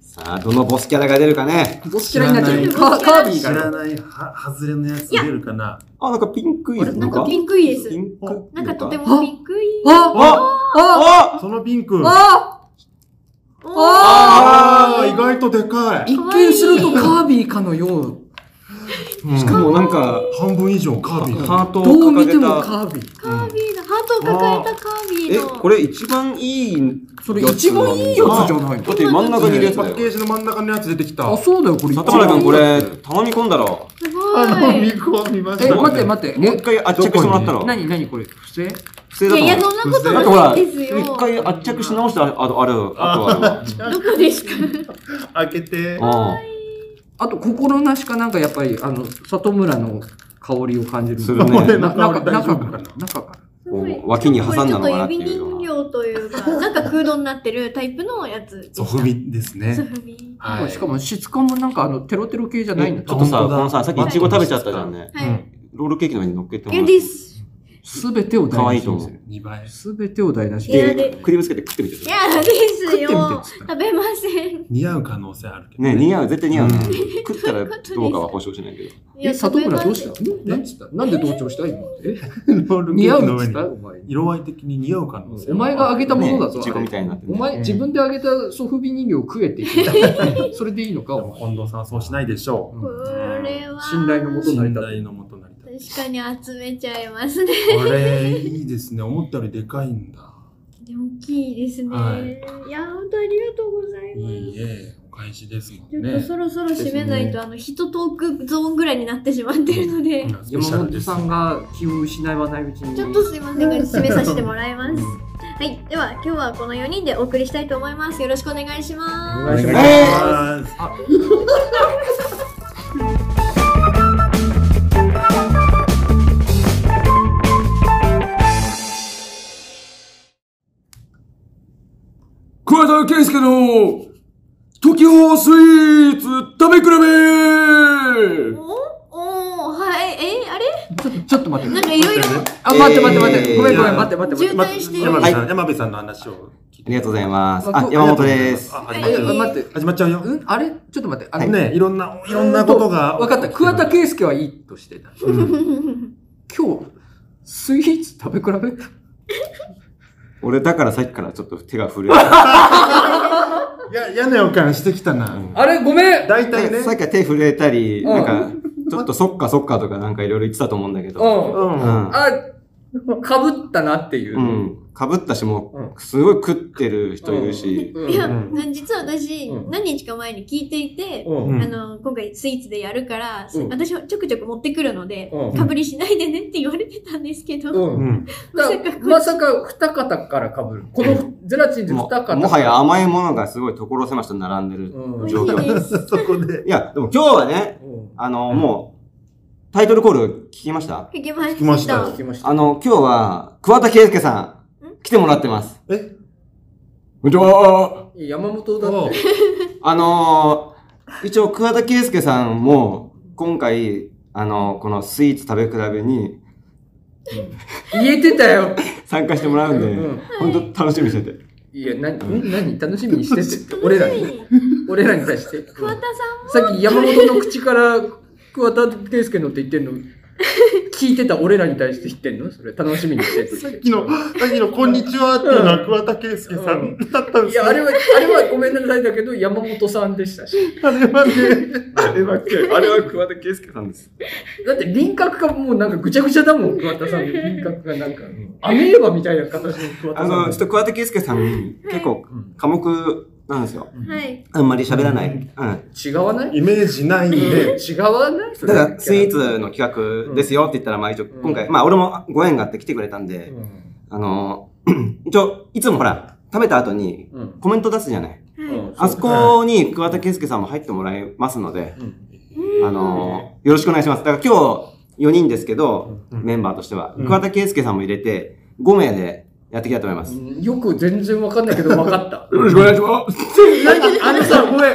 Speaker 4: さあ、どのボスキャラが出るかね。
Speaker 3: ボスキャラになっちゃ
Speaker 1: 知
Speaker 3: う。
Speaker 1: ら
Speaker 3: カ
Speaker 1: ない
Speaker 3: ーカービィ
Speaker 2: 知ら
Speaker 3: が。
Speaker 2: ないは外れのやつ出るかな。
Speaker 4: あ、なんかピンクい
Speaker 1: あれなんかピンクいです
Speaker 4: ピンク
Speaker 1: なんかとてもびっくり。
Speaker 3: あ
Speaker 4: あ
Speaker 3: あ
Speaker 4: あ
Speaker 2: そのピンク。
Speaker 3: あ
Speaker 1: おー
Speaker 2: あ
Speaker 3: あ
Speaker 2: あ、意外とでかい。
Speaker 3: 一見するとカービィかのよう。
Speaker 4: しかもなんか、
Speaker 2: 半分以上カービィだ。
Speaker 4: ハートを
Speaker 3: どう
Speaker 4: 掲
Speaker 3: 見て
Speaker 4: げ
Speaker 3: も
Speaker 4: た。
Speaker 3: カービィ。
Speaker 1: カービィの、ハートを抱えたカービ
Speaker 4: え、
Speaker 1: ィの。
Speaker 4: これ一番いい。
Speaker 3: それ一番いいやつじゃない
Speaker 4: だって真ん中にいるやつ
Speaker 2: パ
Speaker 4: だ
Speaker 2: ッケー
Speaker 4: よ。
Speaker 2: ジの真ん中のやつ出てきた。
Speaker 3: あ、そうだよ、これ一
Speaker 4: 里村
Speaker 3: 番い
Speaker 4: 君
Speaker 3: い
Speaker 4: これ、頼み込んだろ。
Speaker 1: す
Speaker 2: あの、
Speaker 1: ご
Speaker 2: 見
Speaker 1: い。
Speaker 2: 込みました
Speaker 3: え、
Speaker 2: ね。
Speaker 3: 待って待って。
Speaker 4: もう一回圧着してもらったろ。
Speaker 3: 何何これ不正
Speaker 4: 不正
Speaker 1: い
Speaker 4: だ
Speaker 1: や
Speaker 4: と
Speaker 1: い
Speaker 4: 思
Speaker 1: や、
Speaker 4: う
Speaker 1: そんなこと
Speaker 4: なんかほ
Speaker 1: な
Speaker 4: ら、
Speaker 1: いですよ。
Speaker 4: 一回圧着し直したああとある、あとあるわ。
Speaker 1: どこですか
Speaker 2: 開けて。
Speaker 4: う
Speaker 3: あと心なしかなんかやっぱりあの里村の香りを感じる
Speaker 4: するね
Speaker 3: なな中
Speaker 2: 俺の香
Speaker 3: 中
Speaker 2: り
Speaker 3: か
Speaker 2: 大
Speaker 3: ら中から
Speaker 4: こう脇に挟んだのかなっていう
Speaker 1: ちょっと指人形というか、なんか空洞になってるタイプのやつ。
Speaker 2: ソフビです
Speaker 1: ソ
Speaker 2: ね。
Speaker 1: フビ。
Speaker 2: はい。
Speaker 3: しかも質感もなんかあのテロテロ系じゃないんだ
Speaker 4: んちょっとさ、
Speaker 2: あ
Speaker 4: こ
Speaker 2: 本当だ
Speaker 4: のさ、さっきイチゴ食べちゃったじゃんね。
Speaker 1: は
Speaker 2: う
Speaker 1: い。
Speaker 2: ん
Speaker 4: ロールケーキの上に乗っけてもら
Speaker 1: 嫌
Speaker 4: って
Speaker 1: です。
Speaker 3: すべてを
Speaker 4: 可愛
Speaker 3: 台
Speaker 4: いと
Speaker 3: 無し
Speaker 4: 思
Speaker 3: に
Speaker 4: う。
Speaker 2: 二倍。
Speaker 3: するべてを台無し
Speaker 1: 嫌
Speaker 3: に
Speaker 1: で
Speaker 4: クリームつけて食ってみてください。
Speaker 1: 嫌です
Speaker 3: 食
Speaker 1: よ。
Speaker 3: ってみて
Speaker 1: 食べません。
Speaker 2: 似合う可能性あるけど。
Speaker 4: ね似合う、絶対似合うね
Speaker 2: う。
Speaker 4: 食ったらどうかは保証しないけど。
Speaker 1: い
Speaker 3: え
Speaker 1: や
Speaker 3: 里村どうした
Speaker 1: 食
Speaker 3: んなんつったなんで同調した今え
Speaker 2: ロールケ
Speaker 3: 似合
Speaker 2: ーキ
Speaker 3: う
Speaker 2: の
Speaker 3: っ
Speaker 2: 上
Speaker 3: つっ
Speaker 2: に
Speaker 3: た。お前
Speaker 2: 色合い的に似合う可能性
Speaker 3: お前があげたものだぞ
Speaker 4: ねいちごみたいになってね
Speaker 3: お前自分であげたソフビ人形を食えって言ってたそれでいいのか
Speaker 2: で
Speaker 3: お
Speaker 2: も近藤さんはそうしないでしょ
Speaker 1: べませ
Speaker 3: 前
Speaker 1: んこれは。
Speaker 3: 信頼のも
Speaker 2: う。
Speaker 3: と成
Speaker 2: 信
Speaker 3: り立って
Speaker 2: 頼のもと成り立
Speaker 1: 確かに集めちゃいますね。
Speaker 2: つ。これ、いいですね。思ったよりでかいんだ。
Speaker 1: 大きいですね。、
Speaker 2: はい
Speaker 1: や、本当ありがとうございます。
Speaker 2: いいえ、お返しですもん
Speaker 1: ちょっと
Speaker 2: ね。
Speaker 1: そろそろ締めないと、
Speaker 2: で
Speaker 1: あの、人トークゾーンぐらいになってしまってるので、
Speaker 2: うんスペシャ
Speaker 3: 山
Speaker 2: ルです
Speaker 3: 本さんが気を失わないうちに
Speaker 1: ちょっとすいませんが、締めさせてもらいます。はい、では今日はこの4人でお送りしたいと思います。よろしくお願いします。
Speaker 3: お願いし
Speaker 2: お
Speaker 3: ます
Speaker 2: 願いします。
Speaker 6: 桑田佳祐の、時報スイーツ食べ比べ
Speaker 1: おおーはい、えー、あれ
Speaker 3: ちょっとちょっと待って
Speaker 1: なんかいろいろ
Speaker 3: あ、待って待って待って。ごめんごめん、待って待って
Speaker 1: 渋
Speaker 3: 待っ
Speaker 1: 滞してる。
Speaker 2: 山
Speaker 1: は
Speaker 2: 部
Speaker 1: い、
Speaker 2: さん、山部さんの話を聞い
Speaker 4: ありがとうござい
Speaker 2: ま
Speaker 4: ます。
Speaker 3: あ
Speaker 4: あ
Speaker 3: こ、
Speaker 4: 山本です。
Speaker 2: あ、
Speaker 1: す
Speaker 2: 始まっちゃ
Speaker 3: て。
Speaker 2: う
Speaker 3: あ
Speaker 2: よ。
Speaker 3: 待って。
Speaker 2: 始まっちゃうよ。
Speaker 3: うんあれちょっと待って。あの、
Speaker 2: ね、いろんな、いろんなことが。
Speaker 3: 分かった。桑田佳祐はいいとしてた。
Speaker 2: うん
Speaker 3: 今日、スイーツ食べ比べ
Speaker 4: 俺だからさっきからちょっと手が震え
Speaker 2: い
Speaker 4: て
Speaker 2: や、嫌な予感してきたな。
Speaker 5: あれ、ごめん。
Speaker 2: 大体
Speaker 4: る。
Speaker 2: ね
Speaker 4: さっ。きは手震えたり、
Speaker 5: うん
Speaker 4: なんか、ちょっとそっかそっかとかなんかいろいろ言ってたと思うんだけ
Speaker 5: う
Speaker 4: ど。
Speaker 5: ん。
Speaker 2: うん。
Speaker 5: あ、かぶったなっていうう。
Speaker 4: ん。かぶったしも
Speaker 5: う、
Speaker 4: すごい食ってる人いるし。
Speaker 5: う
Speaker 1: [LAUGHS]
Speaker 5: ん
Speaker 1: いや
Speaker 2: う、
Speaker 1: 実は私、
Speaker 5: うん
Speaker 1: 何日か前に聞いていて、
Speaker 5: うん。
Speaker 2: うん
Speaker 1: あの、今回スイーツでやるから、
Speaker 5: うん
Speaker 1: 私はちょくちょく持ってくるので、
Speaker 5: うん
Speaker 1: かぶりしないでねって言われてたんですけど、
Speaker 5: うん
Speaker 2: うん。
Speaker 5: だまさか二方から被る。このゼラチンで二
Speaker 4: も
Speaker 5: 方。
Speaker 4: もはや甘いものがすごい所狭しと並んでる。
Speaker 5: う
Speaker 1: 美
Speaker 5: ん。
Speaker 1: 味しいです。
Speaker 2: [LAUGHS] そこで。
Speaker 4: いや、でも今日はね、あの、もう、タイトルコール聞きました
Speaker 1: 聞きま
Speaker 2: きまし
Speaker 1: したた
Speaker 2: よ。
Speaker 5: 聞きました。
Speaker 4: あの、今日は、桑田佳祐さん、来てもらってます。
Speaker 2: え
Speaker 6: こんにちは
Speaker 5: 山本だ
Speaker 2: お
Speaker 5: っ
Speaker 2: う
Speaker 5: て。
Speaker 4: あのー、一応、桑田佳祐さんも、今回、あのこのスイーツ食べ比べに
Speaker 5: 言えてたよ。
Speaker 4: 参加してもらうんで、
Speaker 5: ん。
Speaker 4: ほんと楽しみにしてて。
Speaker 5: いや、な、ん何楽しみにしてって。俺らに。俺らに対して。
Speaker 1: 桑田さん
Speaker 5: さっき山本の口から桑田圭介のって言ってんの、
Speaker 3: 聞いてた俺らに対して言ってんのそれ楽しみにしてって。さっ
Speaker 2: きの、さっきのこんにちはっていうのは桑田佳祐さんだったんで
Speaker 3: い
Speaker 2: すよ。
Speaker 3: や、あれは、あれはごめんなさいだけど、山本さんでしたし。
Speaker 2: あれはね、
Speaker 4: あれは、あれは桑田佳祐さんです。
Speaker 3: だって輪郭がもうなんかぐちゃぐちゃだもん、桑田さんの輪郭がなんか、アメーバみたいな形の桑田さ
Speaker 4: あ
Speaker 3: ん。
Speaker 4: の、ちょっと桑田佳祐さん、結構
Speaker 3: うん
Speaker 4: 寡黙なんですよ。
Speaker 1: はい。
Speaker 4: あんまり喋らない。うん。だ
Speaker 3: 違わない
Speaker 2: イメージないんで、
Speaker 3: 違わないそれ
Speaker 4: から、スイーツの企画ですよって言ったら、まあ一応、今回、まあ俺もご縁があって来てくれたんで、
Speaker 3: うん
Speaker 4: あの、 [CLEARS THROAT] 一応、いつもほら、食べた後に
Speaker 3: うん。
Speaker 4: コメント出すじゃない。
Speaker 3: うん
Speaker 4: あそこに桑田佳祐さんも入ってもらいますので、
Speaker 3: うん
Speaker 4: あの、よろしくお願いします。だから今日4人ですけど、
Speaker 2: うん
Speaker 4: メンバーとしては、
Speaker 2: うん
Speaker 4: 桑田佳祐さんも入れて、5名でやっていきたいと思います。
Speaker 3: よく全然わかんないけど、わかった。
Speaker 7: よろしくお願いします。
Speaker 3: 何あのさ、ごめん。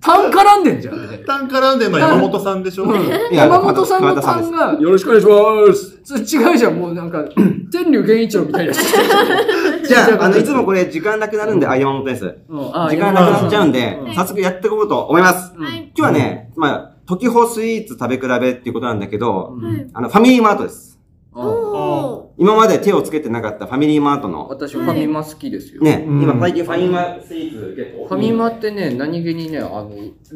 Speaker 5: 単絡ん
Speaker 3: [LAUGHS]
Speaker 5: でんじゃん。
Speaker 2: 単絡んでるのは山本さんでしょ
Speaker 4: いや
Speaker 5: 山本さんの
Speaker 4: 桑田さん
Speaker 5: 単
Speaker 4: で
Speaker 5: が、
Speaker 7: よろしくお願いします。
Speaker 5: それ違うじゃん、もうなんか、天竜源一郎みたいな人。
Speaker 4: す。じゃあ、あの、いつもこれ時間なくなるんで、あ、山本です。
Speaker 3: うん
Speaker 4: 時間なくなっちゃうんで
Speaker 3: う、
Speaker 1: ん
Speaker 4: 早速やっていこうと思います。
Speaker 1: はい。
Speaker 4: 今日はね、まあ、時報スイーツ食べ比べっていうことなんだけど、
Speaker 1: は
Speaker 3: ん
Speaker 1: い。
Speaker 4: あの、ファミリーマートです。
Speaker 1: おー。
Speaker 4: 今まで手をつけてなかったファミリーマートの、
Speaker 3: 私、ファミマ好きですよ。
Speaker 4: ね、
Speaker 2: うん
Speaker 4: 今最近ファミマスイーツ結構
Speaker 3: ファミマってね、何気にね、あの、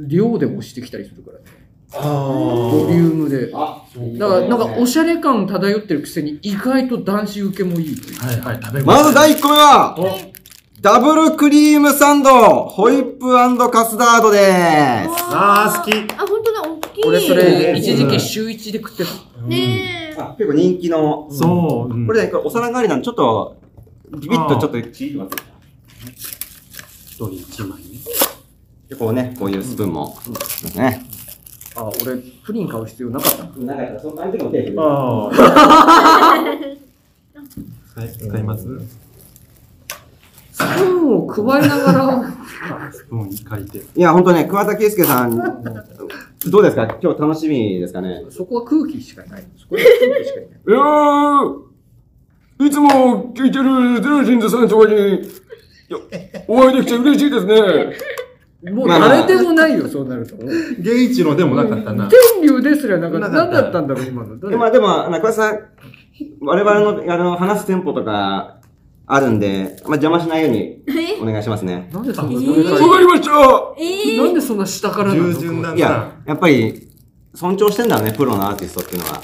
Speaker 3: 量で押してきたりするからね。
Speaker 2: ああ
Speaker 3: ボリュームで。
Speaker 4: あ、
Speaker 3: だから、なんか、おしゃれ感漂ってるくせに、意外と男子受けもいいという。
Speaker 2: はいはい、食べ
Speaker 4: ま
Speaker 2: だ
Speaker 4: ず第1個目は、ダブルクリームサンド、ホイップカスタードです。
Speaker 2: あー好き
Speaker 1: あ、本当だ、大きい。
Speaker 3: 俺、そ
Speaker 2: い
Speaker 3: れ、
Speaker 2: い
Speaker 3: 一時期週一で食ってた。
Speaker 1: ねえ。
Speaker 4: あ結構人気の、
Speaker 2: そう、うん
Speaker 4: これね、これお皿代わりなんで、ちょっと、ビビッとちょっとちぎってます。
Speaker 2: 一人一枚ね。
Speaker 4: でこうね、こういうスプーンも。ですね。
Speaker 3: あ、俺、プリン買う必要なかったな。
Speaker 4: なんか、その時も手振る
Speaker 2: ああ。 [LAUGHS] はい、使います
Speaker 3: スプーンを加えながら、 [LAUGHS]
Speaker 2: スプーンに書いて。
Speaker 4: いや、ほんとね、桑田佳祐さん、どうですか今日楽しみですかね
Speaker 3: そこは空気しかない。そこは空気しかいない。
Speaker 7: いやー、いつも聞いてるゼラチンズさんとかに、いやお会いできて嬉しいですね。
Speaker 3: もう誰でもないよ、そうなると。
Speaker 2: ゲイチのでもなかったな。
Speaker 3: [LAUGHS] 天竜ですら、なんか、
Speaker 2: なか
Speaker 3: 何
Speaker 2: った
Speaker 3: だったんだろう、今の。
Speaker 4: でまあでも、あの桑田さん、我々の、あの、話すテンポとか、あるんで、まあ邪魔しないように、お願いしますね。
Speaker 3: [LAUGHS] なんでそんな
Speaker 1: えー
Speaker 7: わかりました
Speaker 1: ええ。
Speaker 3: なんでそんな下からなの
Speaker 2: 従順なん
Speaker 4: いや
Speaker 2: だ。、
Speaker 4: やっぱり、尊重してんだろうね、プロのアーティストっていうのは。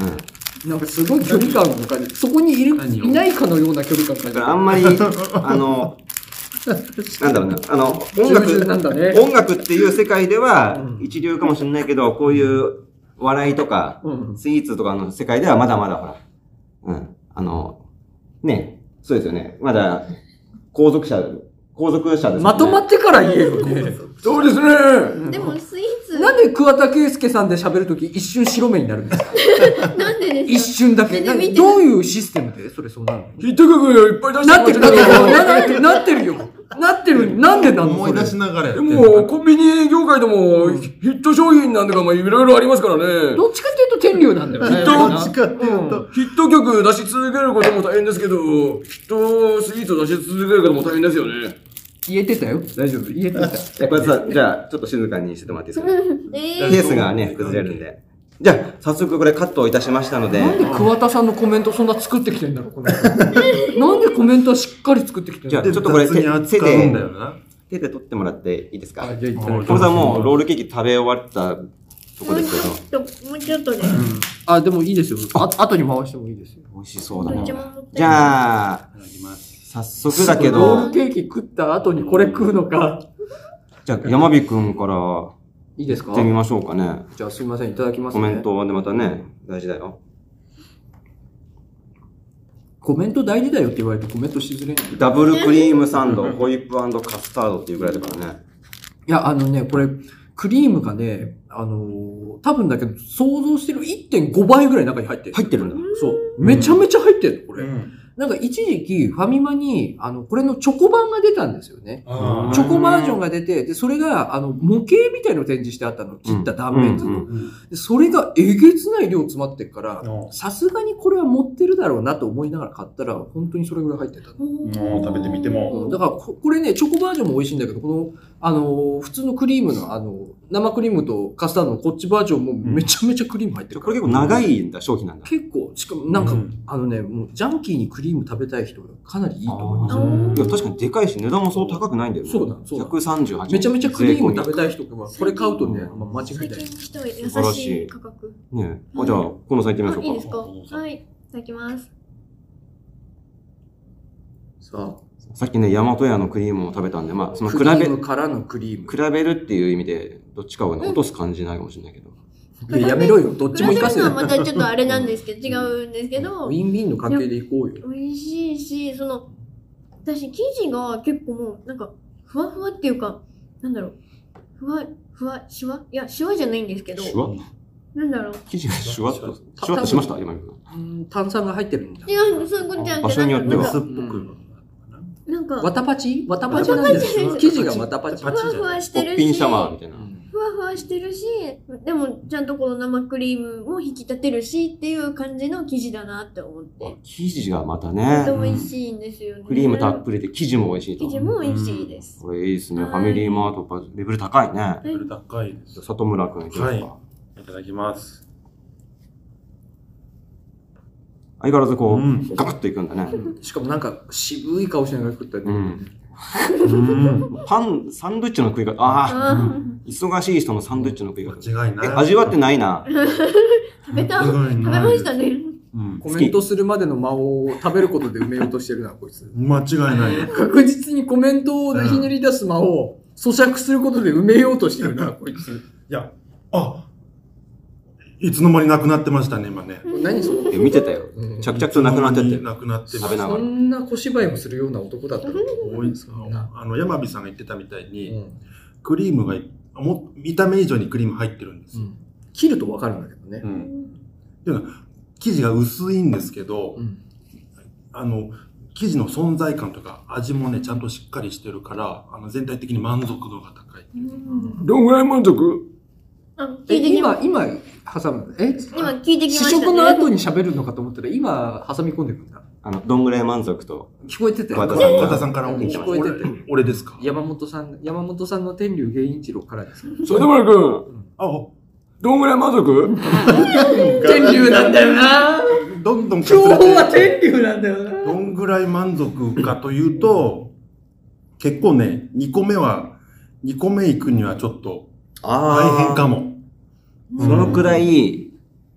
Speaker 4: うん。
Speaker 3: なんかすごい距離感を感じるそこにいる、
Speaker 2: 何を
Speaker 3: いないかのような距離感を
Speaker 4: だから
Speaker 3: 感
Speaker 4: あんまり、あの、なんだろうな、あの、
Speaker 3: じる。
Speaker 4: 音
Speaker 3: 従順な
Speaker 4: 楽、
Speaker 3: んだね。
Speaker 4: 音楽っていう世界では一流かもしれないけど、こういう笑いとか、
Speaker 3: うん。
Speaker 4: スイーツとかの世界ではまだまだほら、うん、あの、ね、そうですよね、まだ、後続者、後続者ですもんね。
Speaker 3: まとまってから言えよね。
Speaker 7: そうですね
Speaker 1: でもスイーツ
Speaker 3: なんで桑田佳祐さんで喋るとき一瞬白目になるんですか
Speaker 1: なんでで
Speaker 3: 一
Speaker 1: す
Speaker 3: 瞬だけ。
Speaker 1: 全然見
Speaker 3: な
Speaker 1: てない
Speaker 3: どういうシステムでそれそうなるの
Speaker 7: ヒット曲いっぱい出して
Speaker 3: なってる、なってる
Speaker 7: もら、
Speaker 3: なってる、なってるよ。なってるのに、なんでなの
Speaker 2: 思い出しながらやっ
Speaker 7: で
Speaker 2: てる
Speaker 7: も、コンビニ業界でも、ヒット商品なんとかもいろいろありますからね。
Speaker 3: どっちかっていうと天竜なんだよね。
Speaker 2: どっちかっていうと、
Speaker 7: ヒット曲出し続けることも大変ですけど、ヒットスイーツ出し続けることも大変ですよね。
Speaker 3: 言えてたよ。大丈夫。言えてた。
Speaker 4: えこれさ、じゃあ、ちょっと静かにしてもらっていいですか
Speaker 1: え
Speaker 4: ケースがね、崩れるんで。じゃあ、早速これカットをいたしましたので、
Speaker 3: なんで桑田さんのコメントそんな作ってきてんだろう、この人なんでコメントはしっかり作ってきてん
Speaker 4: じゃあ、
Speaker 3: だろ
Speaker 4: ちょ
Speaker 3: う
Speaker 4: っとこれ
Speaker 2: 雑に
Speaker 4: 手手
Speaker 2: 扱うんだよ
Speaker 4: で、
Speaker 2: な。
Speaker 4: 手で取ってもらっていいですか
Speaker 3: あじゃあ一
Speaker 2: あ
Speaker 3: 回
Speaker 4: トムさんもうロールケーキ食べ終わったと
Speaker 1: も
Speaker 4: こ
Speaker 1: う
Speaker 4: で
Speaker 1: ち
Speaker 4: すけど、
Speaker 1: ょっともうちょっとで
Speaker 3: あ、でもいいですよ。あ後に回してもいいですよ。
Speaker 4: 美味しそうだ
Speaker 1: ど
Speaker 4: な
Speaker 1: っち。も持って
Speaker 4: じゃあ、早速だけ
Speaker 3: ロー
Speaker 4: ど
Speaker 3: ル、ケーキ食った後にこれ食うのか。
Speaker 4: じゃあ山火くんから行
Speaker 3: いいですか
Speaker 4: ってみましょうかね。
Speaker 3: じゃあすいません、いただきます
Speaker 4: コ
Speaker 3: ね。
Speaker 4: メン。トでまたね、大事だよ。
Speaker 3: コメント大事だよって言われてコメントしづれない。い
Speaker 4: ダブルクリームサンド、ホイップカスタードっていうぐらいだからね。
Speaker 3: や、あのね、これ、クリームがね、あのー多分だけど、想像してる1.5倍ぐらい中に入ってる。
Speaker 4: 入ってるんだ。
Speaker 3: そう。めちゃめちゃ入ってる、こ
Speaker 2: う
Speaker 3: れ。
Speaker 2: ん。
Speaker 3: なんか一時期、ファミマに、あの、これのチョコ版が出たんですよね。
Speaker 2: あー
Speaker 3: チョコバージョンが出て、で、それが、あの、模型みたいのを展示してあったの。切った断面図
Speaker 4: うんう
Speaker 3: の。
Speaker 4: ん
Speaker 2: うん
Speaker 3: でそれがえげつない量詰まってるから、
Speaker 2: も
Speaker 3: さすがにこれは持ってるだろうなと思いながら買ったら、本当にそれぐらい入ってた。
Speaker 1: も
Speaker 2: う食べてみても。
Speaker 3: だからこ、これね、チョコバージョンも美味しいんだけど、この、あの、普通のクリームの、あの、生クリームとカスタードのこっちバージョンもめちゃめちゃクリーム入ってるか
Speaker 4: こ
Speaker 3: ら。
Speaker 4: れ結構長いんだ、商品なんだ。
Speaker 3: 結構、しかもなんか、
Speaker 2: うん
Speaker 3: あのね、もうジャンキーにクリーム食べたい人がかなりいいと思います。
Speaker 4: いや、確かにでかいし、値段もそう高くないんだよね。
Speaker 3: そうだそうだ
Speaker 4: 138円。
Speaker 3: めちゃめちゃクリーム食べ
Speaker 4: べ
Speaker 3: たい人が、これ買うとね、まあ、間違い
Speaker 1: 最
Speaker 3: ない
Speaker 1: 近。の人は
Speaker 4: 素晴
Speaker 1: 優
Speaker 4: ら
Speaker 1: し
Speaker 4: し
Speaker 1: い
Speaker 4: い
Speaker 1: 価格。
Speaker 4: ねえあ、じゃあ、この際行ってみまし
Speaker 1: あ
Speaker 4: ょうか。
Speaker 1: いいです
Speaker 2: どう
Speaker 1: か
Speaker 2: ぞ
Speaker 1: はい。いただきます。
Speaker 3: さあ、
Speaker 4: さっきね、大和屋のクリームを食べたんで、まあ、その比
Speaker 3: クリーム
Speaker 4: べ、
Speaker 3: からのクリーム。
Speaker 4: 比べるっていう意味で、どっちかをね、落とす感じないかもしれないけど。
Speaker 3: いややめろよ。どっ
Speaker 1: 比
Speaker 3: ち
Speaker 1: べ
Speaker 3: も
Speaker 1: る
Speaker 3: 行かせ
Speaker 1: の
Speaker 3: よ
Speaker 1: は。またちょっとあれなんですけど、違うんですけど
Speaker 3: ウ、ィンウィンの関係で行こうよ。
Speaker 1: 美味しいし、その、私、生地が結構もう、なんか、ふわふわっていうか、なんだろう。ふわ、ふわ、しわいや、しわじゃないんですけど、
Speaker 4: シュワッ
Speaker 1: なんだろう。
Speaker 4: 生地がシュワッと、
Speaker 3: た
Speaker 4: シュワッとしました今見た
Speaker 3: うん炭酸が入ってるんだ。
Speaker 1: 違う、そういうことじゃなく
Speaker 4: 場
Speaker 1: て、
Speaker 4: 所によ
Speaker 1: な
Speaker 4: っ
Speaker 1: ん
Speaker 4: て
Speaker 1: か
Speaker 4: は
Speaker 2: 薄っぽ
Speaker 3: うん
Speaker 2: く。
Speaker 1: なんか、
Speaker 3: わたぱちわたぱちなんです
Speaker 1: わたぱ
Speaker 3: よ。
Speaker 1: ち
Speaker 3: 生
Speaker 1: です
Speaker 3: 地がわたぱち。
Speaker 1: ふわふわし
Speaker 4: ポ
Speaker 1: て
Speaker 4: ッ
Speaker 1: る
Speaker 4: ピン
Speaker 1: し、
Speaker 4: シャ
Speaker 1: ふ
Speaker 4: ワー
Speaker 1: わ
Speaker 4: みたいな。
Speaker 1: ふわしてるし、でも、ちゃんとこの生クリームも引き立てるしっていう感じの生地だなって思って、
Speaker 4: 生地がまた
Speaker 1: と
Speaker 4: ね
Speaker 1: て、も美味しいんですよね。
Speaker 4: クリームたっぷりで生地も美味しいと
Speaker 1: 生。地も美味しいです。
Speaker 4: これいいですね。
Speaker 1: はい
Speaker 4: ファミリーマートやっぱレベル高いね。
Speaker 2: レベル高いです。
Speaker 4: 里村くんいきますか。
Speaker 2: いただきます。
Speaker 4: 相変わらずこ
Speaker 2: うん
Speaker 4: う、ガバッといくんだね。
Speaker 3: しかもなんか渋い顔しながら食ったよ
Speaker 4: う
Speaker 3: ね。
Speaker 4: ん。
Speaker 2: うん。
Speaker 4: パン、サンドイッチの食い方、ああ、
Speaker 1: あ
Speaker 4: 忙しい人のサンドイッチの食い方。
Speaker 2: 間違いない。
Speaker 4: え、味わってないな。
Speaker 1: ー食べた、食
Speaker 2: 間違
Speaker 1: べ
Speaker 2: い
Speaker 1: ま
Speaker 2: ない
Speaker 1: したね。
Speaker 2: うん。
Speaker 3: コメントするまでの間を食べることで埋めようとしてるな、こいつ。
Speaker 2: 間違いない。
Speaker 3: 確実にコメントでひねり出す間を咀嚼することで埋めようとしてるな、こいつ。
Speaker 2: いや、あいつの間になくなってましたね、今ね。
Speaker 3: 何その
Speaker 4: え、見てたよ。着々となくなっちゃってる。
Speaker 2: なくなってま
Speaker 4: 食べな
Speaker 2: す。
Speaker 3: そ
Speaker 4: がら。
Speaker 3: んな小芝居もするような男だったの
Speaker 2: 多いですかあの、山火さんが言ってたみたいに、
Speaker 3: うん
Speaker 2: クリームが、も見た目以上にクリーム入ってるんですよ。
Speaker 3: 切るとわかるんだけどね
Speaker 2: う。ん。っていうのは、生地が薄いんですけど、
Speaker 3: うん
Speaker 2: あの、生地の存在感とか味もね、ちゃんとしっかりしてるから、あの、全体的に満足度が高い。
Speaker 7: どんぐらい満足
Speaker 1: あ、聞
Speaker 3: え
Speaker 1: いてきま
Speaker 3: 今、今、挟む。え
Speaker 1: 今聞いてきま
Speaker 3: 試
Speaker 1: したね。
Speaker 3: 食の後に喋るのかと思ったら、今、挟み込んでくんだ。
Speaker 4: あの、どんぐらい満足と。
Speaker 3: 聞こえてたよ
Speaker 4: 桑田さん
Speaker 2: 桑田さんから
Speaker 3: 聞こえてたよ
Speaker 2: 俺俺ですか
Speaker 3: 山本さん、山本さんの天竜源一郎からです。
Speaker 7: 里村くん、
Speaker 2: あ、
Speaker 7: どんぐらい満足
Speaker 3: 天竜なんだよな
Speaker 2: どんどんかすれ
Speaker 3: 今
Speaker 2: て
Speaker 3: 日は天竜なんだよな
Speaker 2: どんぐらい満足かというと、結構ね、2個目は、2個目行くにはちょっと大変かも。
Speaker 4: そのくら
Speaker 2: い
Speaker 4: い、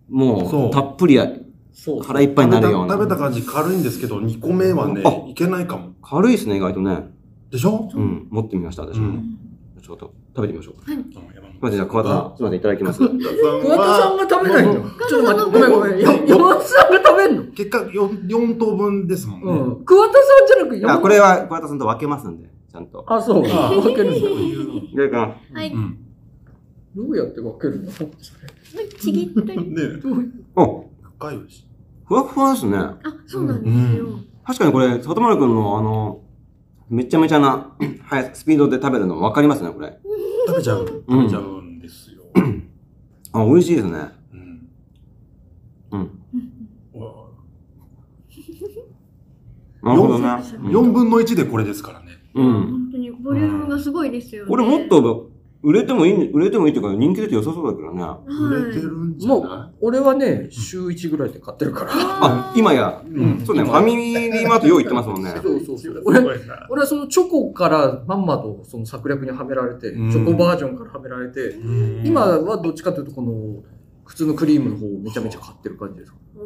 Speaker 4: も、
Speaker 2: そうう
Speaker 4: たっぷりや
Speaker 3: そう。
Speaker 4: 腹いっぱいになるような。
Speaker 2: 食べた感じ軽いんですけど、2個目はね、
Speaker 4: あ
Speaker 2: いけないかも。
Speaker 4: 軽いですね、意外とね。
Speaker 2: でしょ
Speaker 4: うん、持ってみました、私
Speaker 2: う
Speaker 4: も。
Speaker 2: ん
Speaker 4: ちょっと食べてみましょうか。す
Speaker 2: 山
Speaker 4: いません、じゃあ、桑田さん、すいません、いただ
Speaker 2: [LAUGHS]
Speaker 4: きます。い
Speaker 3: 桑田さん
Speaker 2: は
Speaker 3: が食べないの
Speaker 2: も
Speaker 3: ちょっと待って、ごめんごめん。や山本さんが食べんの
Speaker 2: 結果 4, 4等分ですもんね。
Speaker 3: うん。桑田さんじゃなく山
Speaker 4: や、
Speaker 3: 本
Speaker 4: これは桑田さんと分けますんで、ちゃんと。
Speaker 3: あ、そう。
Speaker 2: あ
Speaker 3: 分けるんだ。
Speaker 4: いただきま
Speaker 1: はい。
Speaker 2: う
Speaker 1: も
Speaker 2: ん。
Speaker 3: どうやって分けるの
Speaker 1: うちぎったり。
Speaker 2: ね
Speaker 3: どう
Speaker 4: すお、
Speaker 2: 仲良し。
Speaker 4: ふわっふわですね。
Speaker 1: あ、そうなんですよ。
Speaker 4: 確かにこれ、里丸くんのあの、めちゃめちゃな、 [CLEARS THROAT] はい、スピードで食べるの分かりますね、これ。
Speaker 2: 食べちゃう。
Speaker 4: うん
Speaker 2: 食べちゃうんですよ。
Speaker 4: あ、美味しいですね。
Speaker 2: うん。
Speaker 4: うん。
Speaker 2: わ
Speaker 4: なるほどね。
Speaker 2: 4分の1でこれですからね。
Speaker 4: うん。
Speaker 1: 本当にボリュームがすごいですよね。
Speaker 4: これもっと、売れてもいい、売れてもいいっていうか、人気出て良さそうだけどね。
Speaker 1: はい、
Speaker 2: 売れてるんじゃ
Speaker 3: も
Speaker 2: な
Speaker 3: う、俺はね、週1ぐらいで買ってるから。
Speaker 4: あ、今や。
Speaker 2: いうん。
Speaker 4: そうね、ファミリーマート用意行ってますもんね。
Speaker 3: そうそうそう。俺、俺はそのチョコからまんまとその策略にはめられて、チ
Speaker 2: うん
Speaker 3: ョコバージョンからはめられて、
Speaker 2: うん
Speaker 3: 今はどっちかというとこの、普通のクリームの方をめちゃめちゃ買ってる感じです。
Speaker 1: う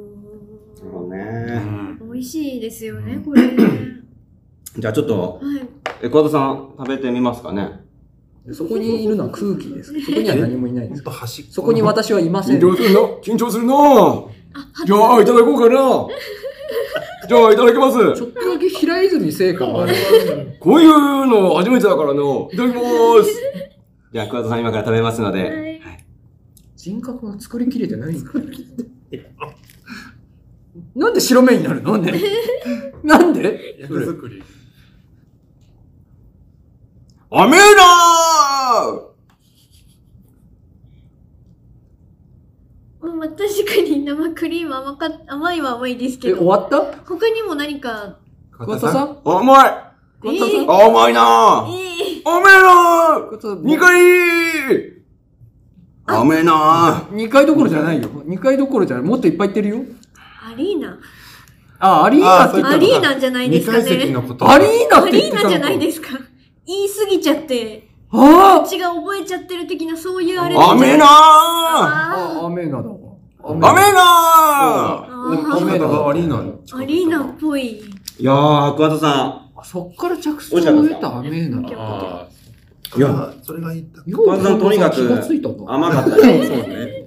Speaker 4: そう
Speaker 2: う
Speaker 4: ね。
Speaker 2: ん
Speaker 1: ん美味しいですよね、これ。は
Speaker 4: じゃあちょっと、
Speaker 1: い。
Speaker 4: え、桑田さん食べてみますかね。
Speaker 3: でそこにいるのは空気です。そこには何もいないん
Speaker 2: ほ
Speaker 3: で
Speaker 2: ん
Speaker 3: す。
Speaker 2: と端っこ。
Speaker 3: そこに私はいませ
Speaker 7: 緊
Speaker 3: ん。
Speaker 7: 張するな緊張するな
Speaker 1: あ、は
Speaker 7: じゃあ、いただこうかなじゃあ、いただきます
Speaker 3: ちょっとだけ平泉成果がある。
Speaker 7: こういうの初めてだからな。いただきます
Speaker 4: じゃあ桑田さん今から食べますので。
Speaker 1: い。
Speaker 3: 人格が作りきれてないんかね。 [LAUGHS] なんで白目になるのなんで
Speaker 1: [LAUGHS]
Speaker 3: なんで
Speaker 2: 役作り。
Speaker 4: アメーラ
Speaker 1: うんまあ確かに生クリーム甘かっ甘いは甘いですけ
Speaker 3: え、終
Speaker 1: ど、
Speaker 3: わった
Speaker 1: 他にも何か、
Speaker 3: 桑田さん
Speaker 4: ー甘
Speaker 1: え
Speaker 4: い
Speaker 3: 桑田さん
Speaker 1: ー
Speaker 4: 甘いな
Speaker 1: えー
Speaker 7: おめえの
Speaker 3: 2
Speaker 7: !2 回
Speaker 4: おめえな
Speaker 3: 二回どころじゃないよ。二回どころじゃない。もっといっぱい行ってるよ。
Speaker 1: アリーナ。
Speaker 3: あ、アリーナって言っ
Speaker 1: ア
Speaker 3: た
Speaker 1: リ
Speaker 3: の
Speaker 1: ーナじゃないで
Speaker 2: 二
Speaker 1: すか
Speaker 2: 階席
Speaker 1: ね。
Speaker 2: のこと。
Speaker 3: か。アリーナ
Speaker 1: ア
Speaker 3: って
Speaker 1: リ
Speaker 3: 言っ
Speaker 1: ー
Speaker 3: て
Speaker 1: ナ
Speaker 3: たの
Speaker 1: じゃないですか。言いすぎちゃって、
Speaker 3: あ
Speaker 1: 口が覚えちゃってる的なそういうあれ
Speaker 4: おめえな
Speaker 3: あ
Speaker 1: あ
Speaker 3: あ、アメーナだわ。ア
Speaker 4: おめえ
Speaker 1: ー
Speaker 4: な
Speaker 1: あ
Speaker 2: ア
Speaker 3: 雨
Speaker 2: メ
Speaker 3: だ
Speaker 2: ダがアリーナに
Speaker 1: ーアリーナっぽい。
Speaker 4: いやー、桑田さ
Speaker 3: そっから着想を得たアメーナだ。
Speaker 2: ああ。
Speaker 4: いや
Speaker 2: それがいいった。
Speaker 3: よう
Speaker 4: 桑田さんとにかく
Speaker 3: 気がついた
Speaker 4: ん、
Speaker 3: の。
Speaker 4: 甘 [LAUGHS] かったね。
Speaker 2: そうね。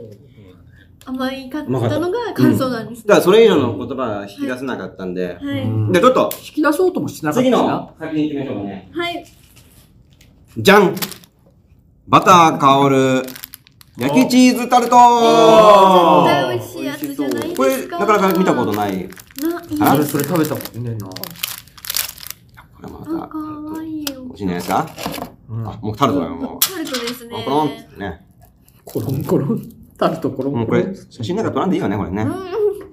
Speaker 1: 甘いかったのが感想なんですね。
Speaker 4: だからそれ以上の言葉は引き出せなかったんで。
Speaker 1: はい。
Speaker 4: じゃあちょっと、
Speaker 3: 引き出そうともしなかった
Speaker 4: 次
Speaker 3: しな。
Speaker 4: の先に行きましょうかね。
Speaker 1: はい。
Speaker 4: じゃんバター香る焼きチーズタルト
Speaker 1: 絶
Speaker 4: こ
Speaker 1: 対美味しいやつじゃないですか。
Speaker 4: れ、なかなか見たことない。
Speaker 1: な、いい
Speaker 4: あ
Speaker 3: あ
Speaker 1: で
Speaker 3: れ、
Speaker 1: す。
Speaker 3: それ食べたことねえな。
Speaker 4: これも
Speaker 1: あ、
Speaker 4: ま
Speaker 1: かわ
Speaker 4: た、
Speaker 1: いいよ
Speaker 4: 美味。しいんじゃないですかあ、もうタルトだよ、も
Speaker 1: タルトです
Speaker 4: う。
Speaker 1: ね
Speaker 4: コ。ロンってね。
Speaker 3: コロンコロン。タルトコロン
Speaker 4: もう
Speaker 3: コ
Speaker 4: こ
Speaker 3: ロ
Speaker 4: れ
Speaker 3: ン。、
Speaker 4: 写真なんか撮らんでいいよね、これね。うん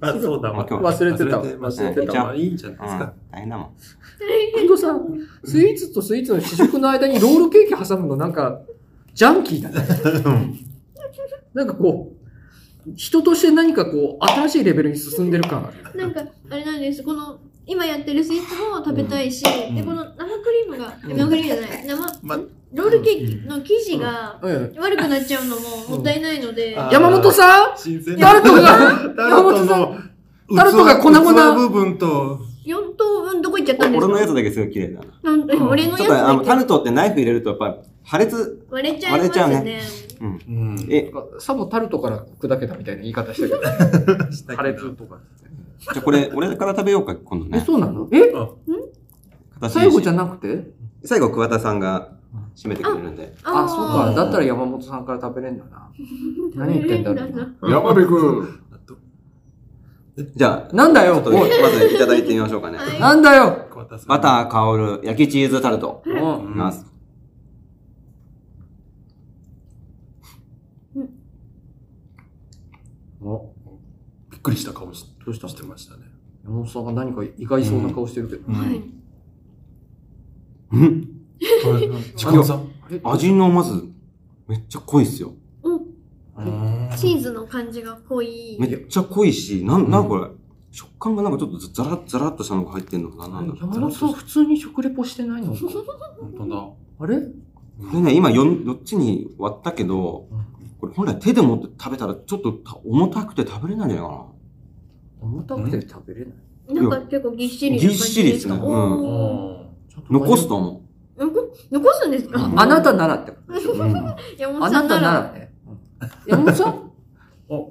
Speaker 2: あ、そうだわ。
Speaker 3: 忘れてた
Speaker 2: 忘れてた。まあいいんじゃないですか。
Speaker 4: 大変だもん。
Speaker 3: ほんとさ、スイーツとスイーツの試食の間にロールケーキ挟むのなんか、ジャンキーだね。なんかこう、人として何かこう、新しいレベルに進んでる感ある。
Speaker 1: なんか、あれなんです。この、今やってるスイーツも食べたいし、
Speaker 2: ん
Speaker 1: で、この生クリームが、生クリームじゃない、生、
Speaker 2: ま
Speaker 1: ロールケーキの生地が
Speaker 3: うん
Speaker 1: 悪くなっちゃうのももったいないので、
Speaker 2: あ
Speaker 3: 山本さん
Speaker 2: 新鮮
Speaker 3: タルト
Speaker 2: タ
Speaker 3: が
Speaker 2: ルトの器、
Speaker 3: タルトが粉々
Speaker 2: 器部分と、
Speaker 1: 4等分どこ行っちゃったんです
Speaker 4: 俺
Speaker 1: か
Speaker 4: のやつだけすごい綺麗だな。
Speaker 1: なんで俺のや
Speaker 4: ちょ
Speaker 1: つ
Speaker 4: っと、あの、タ
Speaker 1: だ
Speaker 4: ルトってナイフ入れるとやっぱ破裂。
Speaker 1: け割れちゃいま
Speaker 4: 割れちゃう
Speaker 1: す
Speaker 4: ね
Speaker 1: ね。
Speaker 4: うん。
Speaker 2: うん。
Speaker 4: え、
Speaker 3: さもタルトから砕けたみたいな言い方したけど。 [LAUGHS]
Speaker 2: タルト。
Speaker 3: とか。
Speaker 4: じゃあこれ、俺から食べようか、今度
Speaker 3: え、
Speaker 4: ね。
Speaker 3: そうなのえ
Speaker 4: 形に
Speaker 3: 最後じゃなくて
Speaker 4: 最後、桑田さんが締めてくれるんで。
Speaker 3: あ、そうか。
Speaker 1: ー
Speaker 3: だったら山本さんから食べれんだな。何言ってんだろうな。
Speaker 7: 山部君。
Speaker 4: じゃあ、
Speaker 3: なんだ
Speaker 4: ちょ
Speaker 3: よ
Speaker 4: っ、と、ま
Speaker 3: おい。
Speaker 4: ずいただいてみましょうかね。
Speaker 1: はい
Speaker 3: なんだよ。
Speaker 4: バター香る焼きチーズタルト。
Speaker 3: う
Speaker 4: い
Speaker 3: ん
Speaker 4: きます。
Speaker 3: お
Speaker 2: びっくりした顔し
Speaker 3: どうした
Speaker 2: してましたね。
Speaker 3: 山本さんが何か意外そうな顔してるけど。
Speaker 1: はい。
Speaker 4: うん
Speaker 2: ちくわさん。
Speaker 3: あれ
Speaker 4: 味のまず、めっちゃ濃いっすよ。
Speaker 1: チーズの感じが濃い。
Speaker 4: めっちゃ濃いし、なん、なんこれ。食感がなんかちょっとずザラッザラッとしたのが入ってんのかななんだろ
Speaker 3: 山本さん普通に食レポしてないの
Speaker 2: 本当
Speaker 3: あれ
Speaker 4: う。これね、今 4, 4つに割ったけど、これ本来手で持って食べたらちょっとた重たくて食べれないんじゃないか
Speaker 3: 重たくて食べれない。
Speaker 1: なんか結構ぎっしりな感じ
Speaker 4: ぎっしりですね
Speaker 1: か
Speaker 4: うん
Speaker 2: だ。
Speaker 1: おー
Speaker 3: ちょっと
Speaker 4: な。残すと思
Speaker 1: 残残すんですか
Speaker 3: あなたならってことでしょ。
Speaker 1: 山
Speaker 3: あ
Speaker 1: 本さ
Speaker 3: なん
Speaker 1: な
Speaker 3: たな
Speaker 1: ら
Speaker 3: らね。山本さ [LAUGHS] ん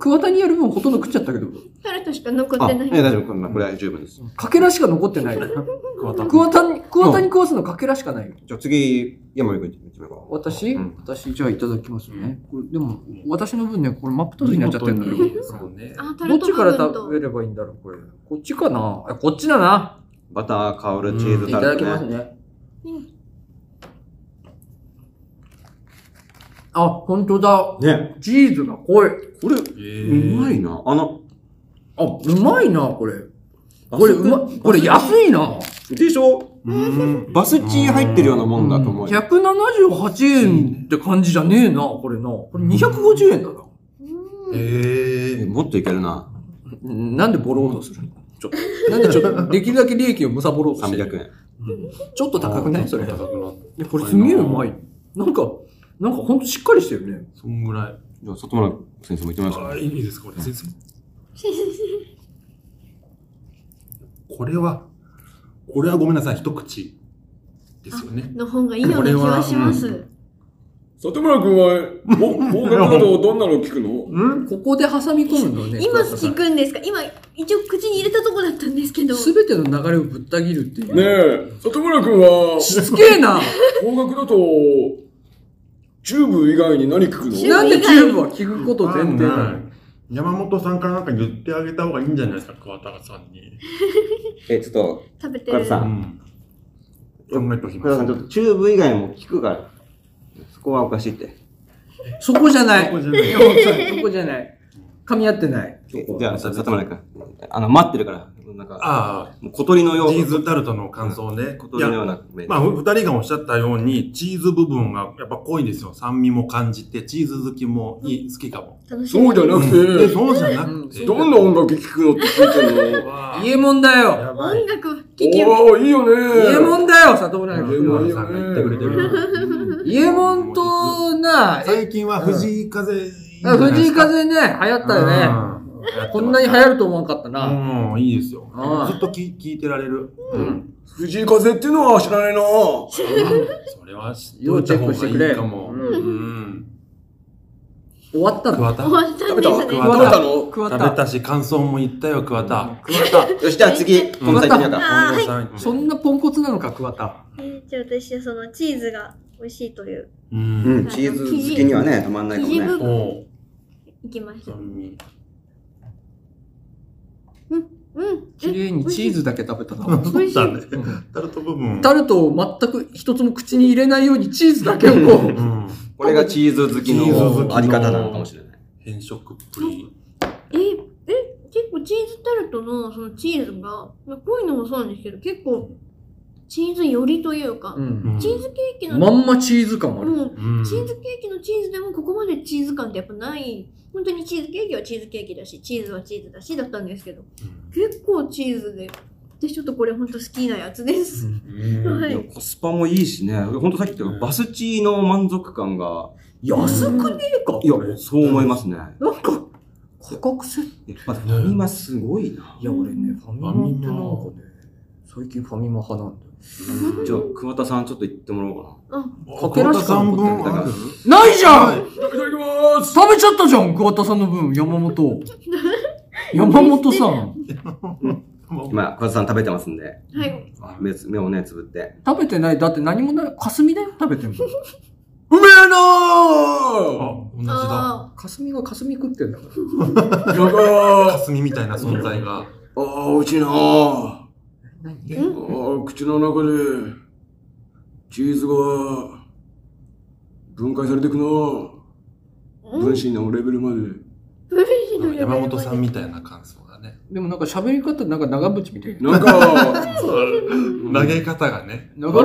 Speaker 3: 桑田にやる分ほとんど食っちゃったけど、
Speaker 1: タルトしか
Speaker 4: う。
Speaker 1: 残っ
Speaker 4: あ、
Speaker 1: て
Speaker 4: え
Speaker 1: ない。
Speaker 4: え大丈夫。これこれは十分です。
Speaker 3: かけらしか残ってない。
Speaker 2: 桑田
Speaker 3: 桑田に、桑田に食わすのかけらしかないよ。
Speaker 4: じゃあ次、山井君行ってみようか。
Speaker 3: 私、
Speaker 4: うん
Speaker 3: 私、じゃあいただきますね。これでも、私の分ね、これ真っ二つになっちゃってるんだよ。
Speaker 2: そうね。
Speaker 1: あ、タ
Speaker 3: ど
Speaker 1: ル
Speaker 3: っ
Speaker 1: ト
Speaker 3: ち
Speaker 1: 部
Speaker 3: から
Speaker 1: 分
Speaker 3: 食
Speaker 1: と
Speaker 3: べ。ればいいんだろう、これ。こっちかなあこっちだな。
Speaker 4: バター香るチーズ
Speaker 3: い
Speaker 4: タ
Speaker 3: ただ
Speaker 4: ル
Speaker 3: きます
Speaker 4: トね。
Speaker 3: ね
Speaker 1: うん。
Speaker 3: あ、本当だ。
Speaker 4: ね、
Speaker 3: チーズが濃い。
Speaker 4: これ、う
Speaker 2: う
Speaker 4: まいな。あの、
Speaker 3: あ、うまいな、これ。これ、うま、これ安いな。
Speaker 4: でしょ
Speaker 2: うん。
Speaker 4: バスチー入ってるようなもんだと思うよ。
Speaker 3: 178円って感じじゃねえな、これな。これ250円だな。
Speaker 1: うん
Speaker 4: え
Speaker 2: ええ。
Speaker 4: もっといけるな。
Speaker 3: なんでボロードするのちょっと。なんでちょっと、できるだけ利益をむさぼろうとしてる。
Speaker 4: 300円。
Speaker 3: ちょっと高くないそれ。い
Speaker 2: 高くなった。
Speaker 3: やこれすげえうまい。なんか、なんかほんとしっかりしてるね。
Speaker 2: そんぐらい。
Speaker 4: じゃあ、里村先生も行ってみましょう
Speaker 2: あ
Speaker 4: か。
Speaker 2: いいです、これ。先生。これは、これはごめんなさい、一口ですよね。
Speaker 1: の方がいいような気はします。
Speaker 7: 里村君は、ぼ方角などどんなの聞くの
Speaker 3: ここで挟み込むのね。
Speaker 1: 今聞くんですか今、一応口に入れたとこだったんですけど。
Speaker 3: すべての流れをぶった切るっていう。
Speaker 7: ねえ、里村君は、
Speaker 3: しつけ
Speaker 1: [LAUGHS]
Speaker 3: えな
Speaker 7: 方角だと、チューブ以外に何聞くの
Speaker 1: チュー
Speaker 3: なんでチューブは聞くこと前提なの
Speaker 2: 山本さんからなんか言ってあげた方がいいんじゃないですか、桑田さんに。
Speaker 4: え、ちょっと、
Speaker 1: 食べて
Speaker 4: 桑
Speaker 1: る
Speaker 4: 田。さ、
Speaker 2: うんん。考えておき
Speaker 4: 桑
Speaker 2: ま
Speaker 4: 田
Speaker 2: す
Speaker 4: さん、ちょっとチューブ以外も聞くから、そこはおかしいって。
Speaker 3: そこじゃない。
Speaker 2: ここじゃない
Speaker 3: そこじゃない。噛み合ってない。
Speaker 4: えじゃあ、さ里村君。あの、待ってるから。なんか、
Speaker 2: あ
Speaker 4: もう小鳥の
Speaker 2: あ、
Speaker 4: よ
Speaker 2: チ
Speaker 4: う
Speaker 2: ーズ
Speaker 4: な。
Speaker 2: タルトの感想ね。
Speaker 4: 小
Speaker 2: い
Speaker 4: 鳥のよう
Speaker 2: や、
Speaker 4: な目で。
Speaker 2: まあ、ふ二人がおっしゃったように、チーズ部分がやっぱ濃いんですよ。酸味も感じて、チーズ好きもいい好きかも。
Speaker 1: 楽し
Speaker 7: そうじゃな
Speaker 2: うんえ
Speaker 7: く
Speaker 2: そうじゃなく
Speaker 7: て、
Speaker 2: て。
Speaker 7: どんな音楽聴くのって聞いてんの
Speaker 2: わあ
Speaker 3: 家もんだよ
Speaker 2: やばい
Speaker 1: 音。楽を聴きよ
Speaker 7: おー、いいよね。
Speaker 3: 家もんだよ里村
Speaker 2: 上
Speaker 3: 君。
Speaker 2: 村さんが言ってくれてる。
Speaker 3: 家もんとな、え
Speaker 2: 最近は藤井風いいんじゃないで
Speaker 3: 藤井
Speaker 2: すか。
Speaker 3: 風ね、流行ったよね。
Speaker 2: ね
Speaker 3: こんなに流行ると思わなかったな。
Speaker 2: うん、いいですよ
Speaker 3: うん。
Speaker 2: ずっとき聞いてられる。うん。
Speaker 7: 藤井風っていうのは知らないな。
Speaker 2: それは知っておいた方がいいかも。
Speaker 3: 要チェックしてくれ
Speaker 2: うん。
Speaker 3: 終わったの
Speaker 2: 桑田
Speaker 1: 終わったん
Speaker 7: 食
Speaker 1: で
Speaker 7: べた
Speaker 1: す
Speaker 7: 食
Speaker 1: ね
Speaker 7: べ
Speaker 2: わ
Speaker 7: たの
Speaker 5: 食わっ
Speaker 2: 食べ
Speaker 5: た。
Speaker 2: たし、感想も言ったよ、桑田。
Speaker 5: 食わった。
Speaker 4: よし、じゃあ次、この先にやった。
Speaker 1: あーはい
Speaker 2: はい
Speaker 3: そんなポンコツなのか、桑田。
Speaker 1: えーじゃあ私はそのチーズが美味しいという
Speaker 2: う。
Speaker 4: うんん、チーズ漬けにはね、たまんない
Speaker 1: 生
Speaker 4: かも
Speaker 1: 地
Speaker 4: ね。
Speaker 1: 部分
Speaker 2: おう
Speaker 1: いきました。
Speaker 2: 酸味。
Speaker 1: うん。
Speaker 3: 綺麗にチーズだけ食べたな。
Speaker 1: 美味しい
Speaker 2: だねタルト部分。
Speaker 3: タルトを全く一つも口に入れないようにチーズだけをこう。
Speaker 2: うん。
Speaker 4: これがチーズ好き
Speaker 2: チーズ好き
Speaker 4: の
Speaker 2: の
Speaker 4: あり方なのかもしれない。
Speaker 2: 変色っぷり。
Speaker 1: えー、え、結構チーズタルトのそのチーズが、まあ、濃いのもそうなんですけど、結構チーズ寄りというか、
Speaker 3: うん
Speaker 1: チーズケーキの、
Speaker 3: まんまチーズ感ある。
Speaker 1: もう
Speaker 2: うん
Speaker 1: チーズケーキのチーズでもここまでチーズ感ってやっぱない。本当にチーズケーキはチーズケーキだし、チーズはチーズだしだったんですけど、結構チーズで。私ちょっとこれ本当好きなやつです。
Speaker 2: うん
Speaker 1: はい
Speaker 4: いやコスパもいいしね、ほんとさっき言ったバスチーの満足感が、
Speaker 3: 安くねえか
Speaker 4: いや、そう思いますね。
Speaker 3: なんか、価格設定。
Speaker 4: えまずファミマすごいな。
Speaker 3: いや、俺ね、ファミマってなんかね、最近ファミマ派なんだよ。
Speaker 4: じゃあ、桑田さんちょっと言ってもらおうかな。
Speaker 3: かけらしか
Speaker 2: 三
Speaker 3: 残って
Speaker 2: 分
Speaker 3: ない
Speaker 2: ある
Speaker 3: ないじゃ
Speaker 2: は
Speaker 3: ん食べちゃったじゃん桑田さんの分、山 [LAUGHS] 本。山本さん。
Speaker 4: 今、桑田さん食べてますんで、
Speaker 1: はい。
Speaker 4: 目つ目をね、つぶって。
Speaker 3: 食べてない。だって何もない。霞だよ、食べても。
Speaker 7: うめえな
Speaker 2: あ、
Speaker 7: ー
Speaker 2: 同じだ。
Speaker 1: あ
Speaker 3: 霞が霞食ってんだから。
Speaker 7: なんか、
Speaker 2: 霞みたいな存在が。
Speaker 7: あー、美味しいなー。
Speaker 3: 何
Speaker 1: あ、ん
Speaker 7: あー口の中でチーズが分解されていくな分子のレベルまで
Speaker 1: ブリーのレベルま
Speaker 2: 山
Speaker 1: で
Speaker 2: 本さんみたいな感想だね。
Speaker 3: でもなんか喋り方なんか長渕みたいな。
Speaker 7: なんか
Speaker 2: 投げ方がね。
Speaker 3: 長渕。
Speaker 7: あ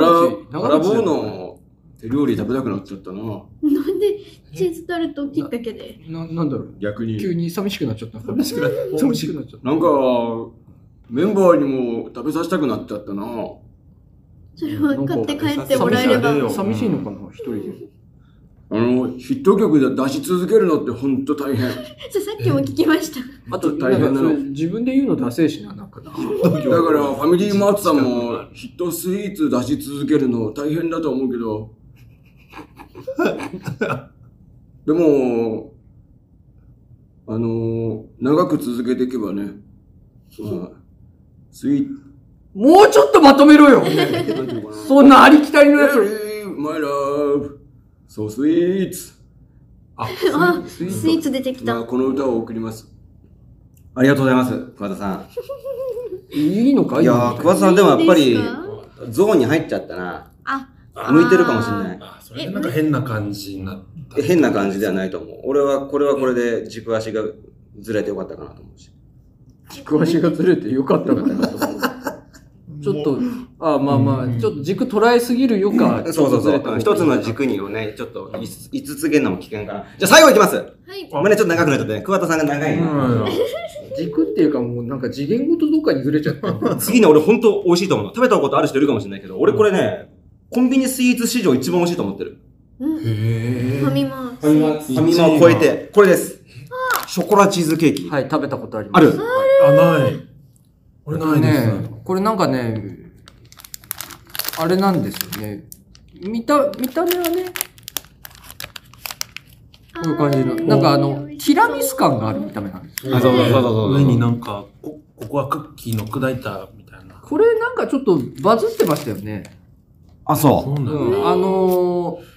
Speaker 3: 長
Speaker 7: らぼ
Speaker 3: 渕
Speaker 7: う
Speaker 3: だよ。
Speaker 7: の手料理食べたくなっちゃったな
Speaker 1: なんでチーズタルトを切ったけで。
Speaker 3: な、なんだろう。
Speaker 7: 逆に
Speaker 3: 急に寂しくなっちゃった。寂
Speaker 2: しくなった
Speaker 3: しくなっちゃった。
Speaker 7: なんかメンバーにも食べさせたくなっちゃったな
Speaker 1: それは買って帰ってもらえれば。
Speaker 2: なんか
Speaker 3: 寂しいのかな一人で。
Speaker 7: あのヒット曲で出し続けるのってほんと大変
Speaker 1: そうさっきも聞きました。
Speaker 7: あと大変
Speaker 3: な
Speaker 7: な
Speaker 3: ん
Speaker 7: の
Speaker 3: かそれ自分で言うのダセえしな、なんかな。
Speaker 7: だからファミリーマートさんもヒットスイーツ出し続けるの大変だと思うけどでもあの長く続けていけばね、まあ、スイーツ
Speaker 3: もうちょっとまとめろよ
Speaker 7: なんていうのかな
Speaker 3: [LAUGHS] そんなありきたりのやつ。
Speaker 7: Hey, my love, so sweet
Speaker 1: あ、
Speaker 3: スイ
Speaker 1: スイーツ出てきた。
Speaker 7: まあこの歌を送ります
Speaker 4: ありがとうございます、桑田さ
Speaker 3: いいのか
Speaker 4: ん。いやー、桑田さんでもやっぱ
Speaker 1: いい
Speaker 4: り
Speaker 1: ですか、
Speaker 4: ゾーンに入っちゃったな。
Speaker 1: あ、
Speaker 4: 向いてるかもしれない。
Speaker 2: あ、それでなんか変な感じになった。
Speaker 4: 変な感じではないと思う。俺は、これはこれで軸足がずれてよかったかなと思うし。
Speaker 3: 軸足がずれてよかったかなと思う。ちょっと、あまあまあ、ちょっと軸捉えすぎるよか、ち
Speaker 4: [LAUGHS] そ
Speaker 3: ょ
Speaker 4: う
Speaker 3: っと
Speaker 4: そうそ
Speaker 3: ずれ
Speaker 4: う
Speaker 3: た方
Speaker 4: う
Speaker 3: が
Speaker 4: ん。一つの軸にをね、ちょっといつ5つげるのも危険かな。じゃあ最後いきます
Speaker 1: はい。
Speaker 4: まあね、ちょっと長くなっちゃったね。桑田さんが長いな。
Speaker 3: 軸っていうかもうなんか次元ごとどっかにずれちゃ [LAUGHS] った。
Speaker 4: 次ね、俺本当美味しいと思うの。食べたことある人いるかもしれないけど、俺これね、コンビニスイーツ史上一番美味しいと思ってる。
Speaker 1: うん。
Speaker 2: へ
Speaker 1: ファミマ。
Speaker 4: ファミマ、ファミマを超えて、これです。ショコラチーズケーキ。
Speaker 3: はい、食べたことありま
Speaker 4: あ
Speaker 3: す。
Speaker 4: る。
Speaker 2: あ、ない。俺
Speaker 3: こ
Speaker 2: な
Speaker 3: れ
Speaker 2: いで
Speaker 3: ね
Speaker 2: す。、
Speaker 3: これなんかね、あれなんですよね。見た、見た目はね、こういう感じの、なんかあの、ティラミス感がある見た目なんですよ。
Speaker 4: あ、そうそうそうそう。
Speaker 2: 上になんか、こ、ここはクッキーの砕いたみたいな。
Speaker 3: これなんかちょっとバズってましたよね。
Speaker 4: あ、
Speaker 2: そ
Speaker 4: そう
Speaker 2: なんだ。
Speaker 3: う
Speaker 2: 本
Speaker 3: ん、あのー、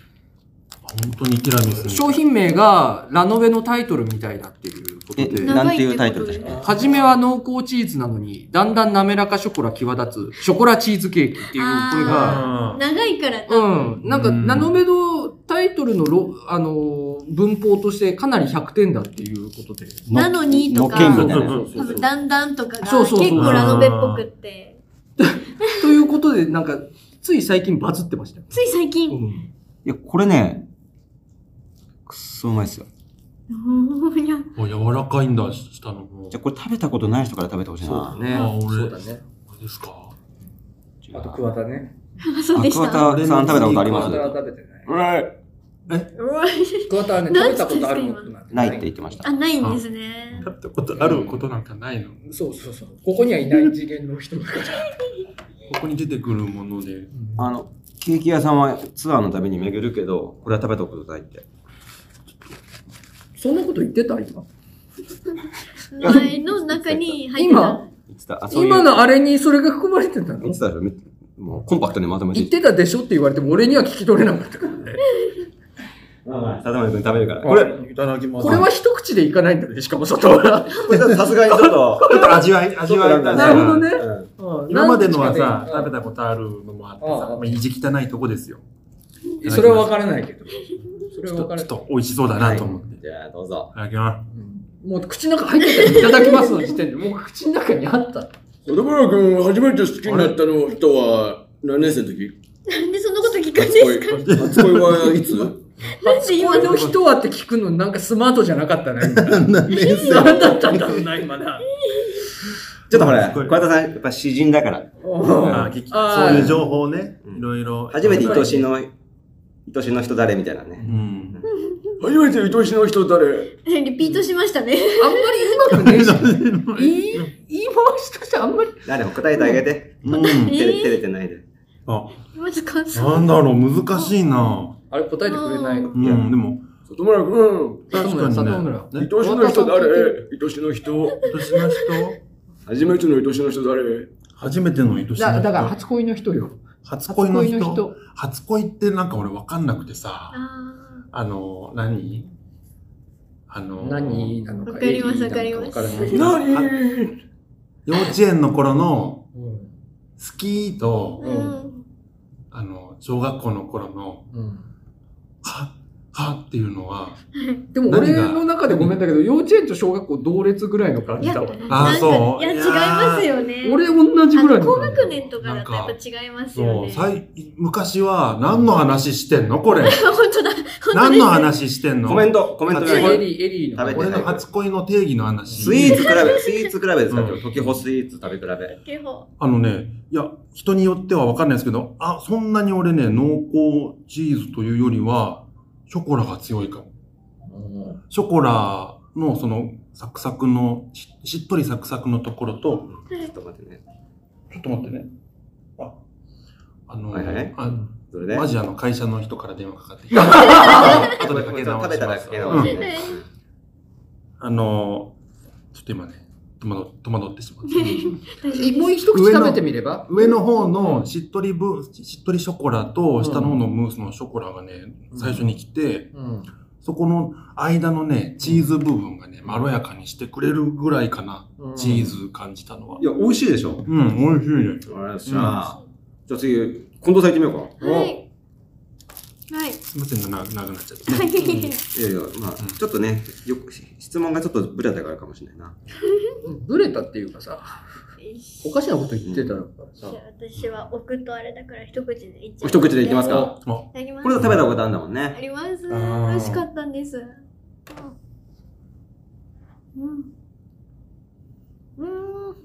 Speaker 2: 当にティラミスみたい。
Speaker 3: 商品名がラノベのタイトルみたいだっていうこと
Speaker 4: う。え、
Speaker 3: で、
Speaker 4: なんていうタイトルでしたっ
Speaker 1: 長
Speaker 4: け
Speaker 3: はじめは濃厚チーズなのに、だんだん滑らかショコラ際立つ、ショコラチーズケーキっていうこれが、
Speaker 2: あ
Speaker 1: 長いから [LAUGHS]
Speaker 3: うん、なんか
Speaker 2: うん
Speaker 3: ラノベのタタイトルのロ、あのー文法としてかなり100点だっていうことで。
Speaker 1: なのにとか
Speaker 4: のっけんみたいな。
Speaker 2: そう
Speaker 1: 多分だんだんとかが
Speaker 3: そう
Speaker 1: 結
Speaker 3: そうそう
Speaker 1: 構ラノベっぽくって。
Speaker 3: ということで、なんか、つい最近バズってましたよ。
Speaker 1: つい最近。
Speaker 4: いや、これね、くっそうまいっすよ。
Speaker 1: うんいや
Speaker 2: あ柔らかいんだ、下の方。
Speaker 4: じゃあこれ食べたことない人から食べてほしい
Speaker 3: そうだ
Speaker 4: な。
Speaker 3: ね。
Speaker 2: あ俺
Speaker 3: そうだね。
Speaker 2: これですか
Speaker 4: あと
Speaker 5: ワタね。
Speaker 1: そうでした。
Speaker 4: 桑田さん食べたことあります
Speaker 5: は食べてない。
Speaker 4: うん
Speaker 1: うわ
Speaker 5: クワタはね、食べたことあるものなんて
Speaker 4: ないって言ってました
Speaker 1: あ、。ないんですね。
Speaker 2: 食べたことあることなんかないの。
Speaker 5: そうそうそう。ここにはいない次元の人だから。
Speaker 2: ここに出てくるもので。
Speaker 4: あの、ケーキ屋さんはツアーのために巡るけど、これは食べたことないって。
Speaker 3: そんなこと言ってた今。
Speaker 1: 前の中に入って
Speaker 3: 今
Speaker 1: た。
Speaker 4: 言ってた。あ、そういう。
Speaker 3: 今のあれにそれが含まれてたの
Speaker 4: 言ってたでしょみもうコンパクトにまとめて
Speaker 3: 言ってたでしょって言われても俺には聞き取れなかったからね。
Speaker 4: た。ただま君食べるから。これ、こ
Speaker 8: いただきます。
Speaker 3: これは一口でいかないんだね、しかも外は。
Speaker 4: れさすがにちょっ [LAUGHS] と、ちょっと味わい、味わいだ
Speaker 3: なるほどね
Speaker 4: うん
Speaker 2: 今までのはさ、
Speaker 5: 何
Speaker 2: 食べたことあるのもあってさ、
Speaker 5: ああ
Speaker 2: まあ、意地汚いとこですよ。
Speaker 5: それは分からないけど。それ
Speaker 2: ち
Speaker 5: は
Speaker 2: ょっと
Speaker 5: 分
Speaker 2: ちょ
Speaker 5: から
Speaker 2: っ
Speaker 5: ない。
Speaker 2: と美味しそうだなと思って。い
Speaker 4: じゃあ、どうぞ。
Speaker 2: ただきます。
Speaker 3: もう口の中入ってたらいただきますの時点で、もう口の中にあった。
Speaker 7: 小田原君、初めて好きになったの人は、何年生の時
Speaker 1: なんでそんなこと聞くんですか
Speaker 7: 恋。初恋はいつ
Speaker 1: [LAUGHS] なんで今
Speaker 3: 今の
Speaker 1: の
Speaker 3: 人はって聞くのなんかスマートじゃなかったね。今
Speaker 8: 何年生
Speaker 3: 何だったんだろうな、今な。
Speaker 4: ちょっとほら、
Speaker 2: これ
Speaker 4: 桑田さん、やっぱ詩人だから。
Speaker 2: あー聞きそういう情報ね、いろいろ。
Speaker 4: 初めて愛しの、愛しの人誰みたいな
Speaker 2: う
Speaker 4: ね。
Speaker 2: ん。
Speaker 7: 初めて愛しの人誰
Speaker 1: [LAUGHS] リピートしましたね。
Speaker 3: あんまりうまくねえし。言い、言い回しとしてあんまり。
Speaker 4: 誰も答えてあげて。
Speaker 2: うん。
Speaker 4: 照れ照れてないで。
Speaker 2: あ、
Speaker 1: まず感想。
Speaker 2: なんだろう、難しいな。
Speaker 3: あれ答えてくれない。
Speaker 2: うん、でも、
Speaker 7: 里村君、
Speaker 2: 確かに
Speaker 3: 里
Speaker 2: ね。
Speaker 3: 村
Speaker 2: ね
Speaker 7: 愛しの人誰愛しの人。
Speaker 2: 年の人
Speaker 7: 初めての愛しの人誰
Speaker 2: 初めての愛しの人。
Speaker 3: だだから初恋の人よ。
Speaker 2: 初恋の
Speaker 3: 初恋の
Speaker 2: 人
Speaker 3: 人。
Speaker 2: 初恋ってなんか俺わかんなくてさ、
Speaker 1: あ
Speaker 2: あの、何あの、
Speaker 3: 何なのか。
Speaker 1: わかります
Speaker 3: AD なの
Speaker 1: わか
Speaker 3: わ
Speaker 1: り
Speaker 3: からない。
Speaker 7: 何
Speaker 2: 幼稚園の頃の
Speaker 3: うん
Speaker 2: スキー
Speaker 1: ー
Speaker 2: と、
Speaker 1: うん。
Speaker 2: あの、小学校の頃の、
Speaker 3: うん
Speaker 2: は、はっていうのは、
Speaker 3: でも
Speaker 2: 何
Speaker 3: 俺
Speaker 2: が
Speaker 3: の中でごめんだけど、幼稚園と小学校同列ぐらいの感
Speaker 1: い
Speaker 3: じ
Speaker 1: や、
Speaker 3: だ
Speaker 1: な
Speaker 3: わ。
Speaker 1: ん
Speaker 2: あ
Speaker 1: か
Speaker 2: そう
Speaker 1: いや、
Speaker 2: い
Speaker 1: 違
Speaker 2: や
Speaker 1: い
Speaker 2: ー
Speaker 1: ますよね。
Speaker 3: 俺同じ
Speaker 1: あ
Speaker 3: ぐらい
Speaker 1: の
Speaker 3: の
Speaker 1: 高
Speaker 3: 感じ
Speaker 1: 学年とかだとやっぱ違いますよ
Speaker 2: そう、
Speaker 1: ね。
Speaker 2: さい昔は何の話してんのこれ。
Speaker 1: 本当だ。本当
Speaker 2: 何
Speaker 1: です
Speaker 2: の話してんの
Speaker 4: コメント、コメント
Speaker 2: 初
Speaker 4: が
Speaker 2: 恋
Speaker 3: エリー、エリーの。
Speaker 4: 食べて
Speaker 2: 俺の初恋の定義の話。
Speaker 4: スイーツ比べ、スイーツ比べですか
Speaker 2: うん
Speaker 4: 時穂スイーツ食べ比べ。
Speaker 1: 警報
Speaker 2: あのね、いや、人によってはわかんないですけど、あ、そんなに俺ね、濃厚チーズというよりは、ショコラが強いかも。ショコラのそのサクサクの、ししっとりサクサクのところと、
Speaker 4: ちょっと待ってね。
Speaker 2: ちょっと待ってね。あ、あの、
Speaker 4: はいはい
Speaker 2: あ
Speaker 4: それで。
Speaker 2: マ
Speaker 4: ジ
Speaker 2: ジあの会社の人から電話かかってきた。
Speaker 4: [LAUGHS]
Speaker 2: 後でかけ直します
Speaker 4: 食べたらかけ
Speaker 2: う
Speaker 4: 直
Speaker 2: ん
Speaker 4: しね。
Speaker 2: あの、ちょっと今ね、戸惑戸惑ってしまった。
Speaker 1: 大丈夫
Speaker 3: もう一口食べてみれば
Speaker 2: 上の方のしっとりブしっとりショコラと、下の方のムースのショコラがね、最初に来て、
Speaker 3: うん。
Speaker 2: そこの間のね、チーズ部分がね、まろやかにしてくれるぐらいかな、チーズ感じたのは。
Speaker 4: いや、美味しいでしょ。
Speaker 2: うん、美味しいね。
Speaker 4: よっしゃ。じゃあ次、近藤さん行ってみようか。
Speaker 1: はい。はい。
Speaker 2: すいません、な長くなっちゃった。
Speaker 1: はい
Speaker 4: やいや、まあ、ちょっとね、よく質問がちょっとブレたからかもしれないな。
Speaker 3: ブレたっていうかさ、
Speaker 1: い。
Speaker 3: おかしなこと言ってたから
Speaker 1: じ
Speaker 3: さ
Speaker 1: ゃあ。私は置くとあれだから一口でいっちゃう。
Speaker 4: 一口でいきますか。
Speaker 1: いただきます。
Speaker 4: これ食べたことあるんだもん
Speaker 1: あ
Speaker 4: ね。
Speaker 1: ります。美
Speaker 2: ー
Speaker 1: 味しかったんです。うん。うん。うん。
Speaker 3: う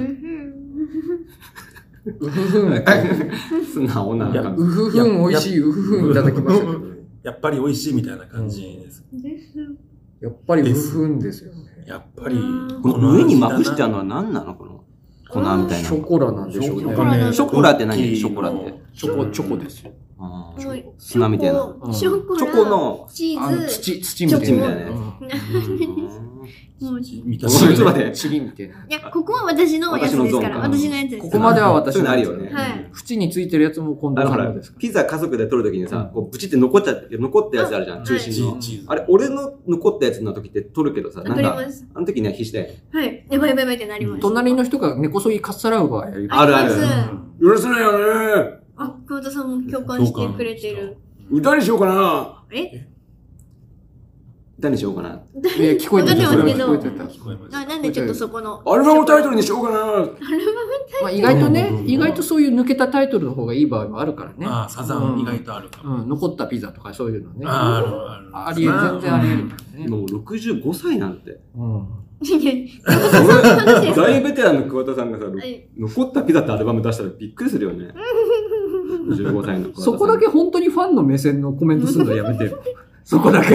Speaker 3: ふふん。
Speaker 4: [LAUGHS] 素直な感
Speaker 3: うふふん、美味しい、うふふんいただきましたけど。
Speaker 2: やっぱり美味しいみたいな感じです。
Speaker 1: です。
Speaker 3: やっぱりうふふんですよね。
Speaker 2: やっぱり
Speaker 1: うん、
Speaker 4: この上にまぶしてあ
Speaker 2: あ
Speaker 4: るのは何なのこの粉みたい
Speaker 3: シ
Speaker 4: な。
Speaker 3: ョコラなんでしょう
Speaker 1: ショ
Speaker 3: ね
Speaker 1: コ。ラなんだ
Speaker 4: ショコラって何ショコラって。
Speaker 3: チョコ、チョコですよ。
Speaker 4: あー
Speaker 1: はい
Speaker 4: 砂みたいな。
Speaker 1: ショコラ。
Speaker 4: チョコ。の、
Speaker 1: チ
Speaker 3: あの
Speaker 1: ーズ。
Speaker 3: 土、土みたいな
Speaker 4: 土みたいな
Speaker 3: ね。
Speaker 1: もうい
Speaker 2: みた
Speaker 4: う
Speaker 2: い
Speaker 4: ん
Speaker 2: な。
Speaker 4: ちょっと待って
Speaker 3: チリみたいな。
Speaker 1: や、ここは私のやつですから。私
Speaker 4: 私のゾーンか
Speaker 1: のやつです。
Speaker 3: ここまでは私
Speaker 4: そういうのある
Speaker 3: よ
Speaker 4: よね。
Speaker 1: はい
Speaker 3: 縁についてるやつも今
Speaker 4: あ
Speaker 3: 度
Speaker 4: のほ
Speaker 3: の
Speaker 4: ら
Speaker 3: ですか、
Speaker 4: ピザ家族で撮るときにさ、こうブチって残っちゃって、残ったやつあるじゃん、
Speaker 1: あ
Speaker 4: 中心
Speaker 2: チ
Speaker 4: の。
Speaker 2: ーチーズ。
Speaker 4: あれ、俺の残ったやつの時って撮るけどさ、
Speaker 1: わ
Speaker 4: なん
Speaker 1: かり
Speaker 4: か、
Speaker 1: ます。
Speaker 4: あの時ね、必死で。
Speaker 1: はい。やばいやばいやばいってなります。
Speaker 3: 隣の人が根こそぎかっさらう場合ありま
Speaker 4: あるある
Speaker 1: ります
Speaker 7: 許せないよね
Speaker 1: あ、久保田さんも共感してくれてる。
Speaker 7: 歌にしようかな。
Speaker 1: え
Speaker 4: 歌にしようかな。
Speaker 1: 誰
Speaker 3: いや聞こえて
Speaker 1: わ
Speaker 3: た
Speaker 1: かんないけ
Speaker 3: 聞こえ
Speaker 1: ど
Speaker 3: てた
Speaker 2: 聞こえました。
Speaker 1: ななんでちょっとそこの。
Speaker 7: アルバムタイトルにしようかな。
Speaker 3: まあ、意外とね
Speaker 2: うんうんう、ん
Speaker 3: 意外とそういう抜けたタイトルの方がいい場合もあるからね。
Speaker 2: ああ、サザン意外とあるかも。
Speaker 3: うん、残ったピザとかそういうのね。
Speaker 2: ああ、
Speaker 3: あ
Speaker 2: あるある。
Speaker 3: りえる、全然ありえるからね。
Speaker 4: 今もう65歳なん
Speaker 1: [LAUGHS]
Speaker 4: て。
Speaker 3: うん。
Speaker 4: 俺、大ベテランの桑田さんがさ、
Speaker 1: い
Speaker 4: 残ったピザってアルバム出したらびっくりする
Speaker 1: [LAUGHS]
Speaker 4: よね。15歳の桑田さん。
Speaker 3: そこだけ本当にファンの目線のコメントするのやめてよ。そこだけ。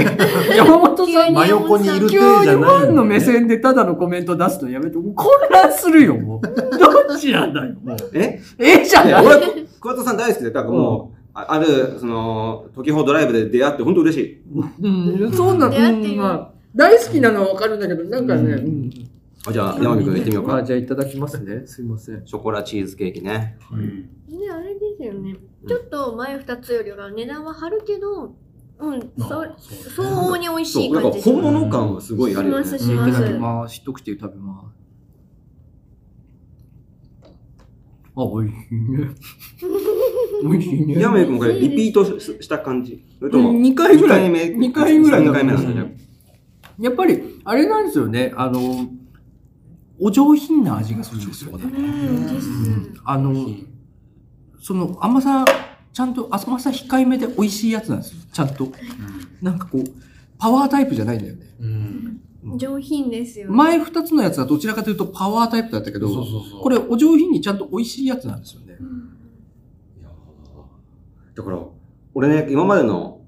Speaker 3: 山本さん、
Speaker 2: 真横にいる
Speaker 3: 急
Speaker 2: 手
Speaker 3: に
Speaker 2: じゃない
Speaker 3: ファンの目線でただのコメント出すのやめて。混乱するよ、もう。どっちなんだよ、もう。
Speaker 4: え
Speaker 3: ええじゃ
Speaker 4: ね
Speaker 3: ない。
Speaker 4: 俺、桑田さん大好きで、だからもう、あある、その、時ほどライブで出会って本当嬉しい。
Speaker 3: うん、そうなの、
Speaker 1: 出会って
Speaker 3: う
Speaker 1: み
Speaker 3: ん、
Speaker 1: よう
Speaker 3: まあ、大好きなのはわかるんだけど、なんかね、うん。
Speaker 4: あじゃあ、山見くん行ってみよう
Speaker 3: あ
Speaker 4: か。
Speaker 3: じゃあいただきますね。すいません。
Speaker 4: ショコラチーズケーキね。
Speaker 2: うん
Speaker 1: で、あれですよね。ちょっと前二つよりは値段は張るけど、うん、
Speaker 2: まあ
Speaker 1: そ
Speaker 2: そうね
Speaker 1: 相応に美味し
Speaker 4: そ、
Speaker 1: いう
Speaker 4: だか
Speaker 1: 感
Speaker 4: ら
Speaker 1: じ
Speaker 4: 本物感はすごいあるよね。
Speaker 1: します
Speaker 2: う
Speaker 1: し
Speaker 2: ん
Speaker 1: ま
Speaker 3: いた
Speaker 1: す
Speaker 3: だき。ます。一口で食べます。あ、美味しいね。美味しいね。
Speaker 4: 山見くんこれリピートしした感じ。それとも、
Speaker 3: 2回ぐらい。
Speaker 4: 二回目
Speaker 3: 二回ぐらいだ
Speaker 4: 三回目なんだ
Speaker 3: う
Speaker 4: ね
Speaker 3: ん。やっぱり、あれなんですよね。あの、お上品な味がするんですよね。
Speaker 1: うん、です。
Speaker 3: あの、その甘さ、ちゃんと甘さ控えめで美味しいやつなんですよ。ちゃんと。なんかこう、パワータイプじゃないんだよね。
Speaker 2: うん。
Speaker 1: 上品ですよね。
Speaker 3: 前二つのやつはどちらかというとパワータイプだったけ
Speaker 2: そ
Speaker 3: ど、
Speaker 2: うそうそう。
Speaker 3: これお上品にちゃんと美味しいやつなんですよね。
Speaker 4: だから、俺ね、今までの、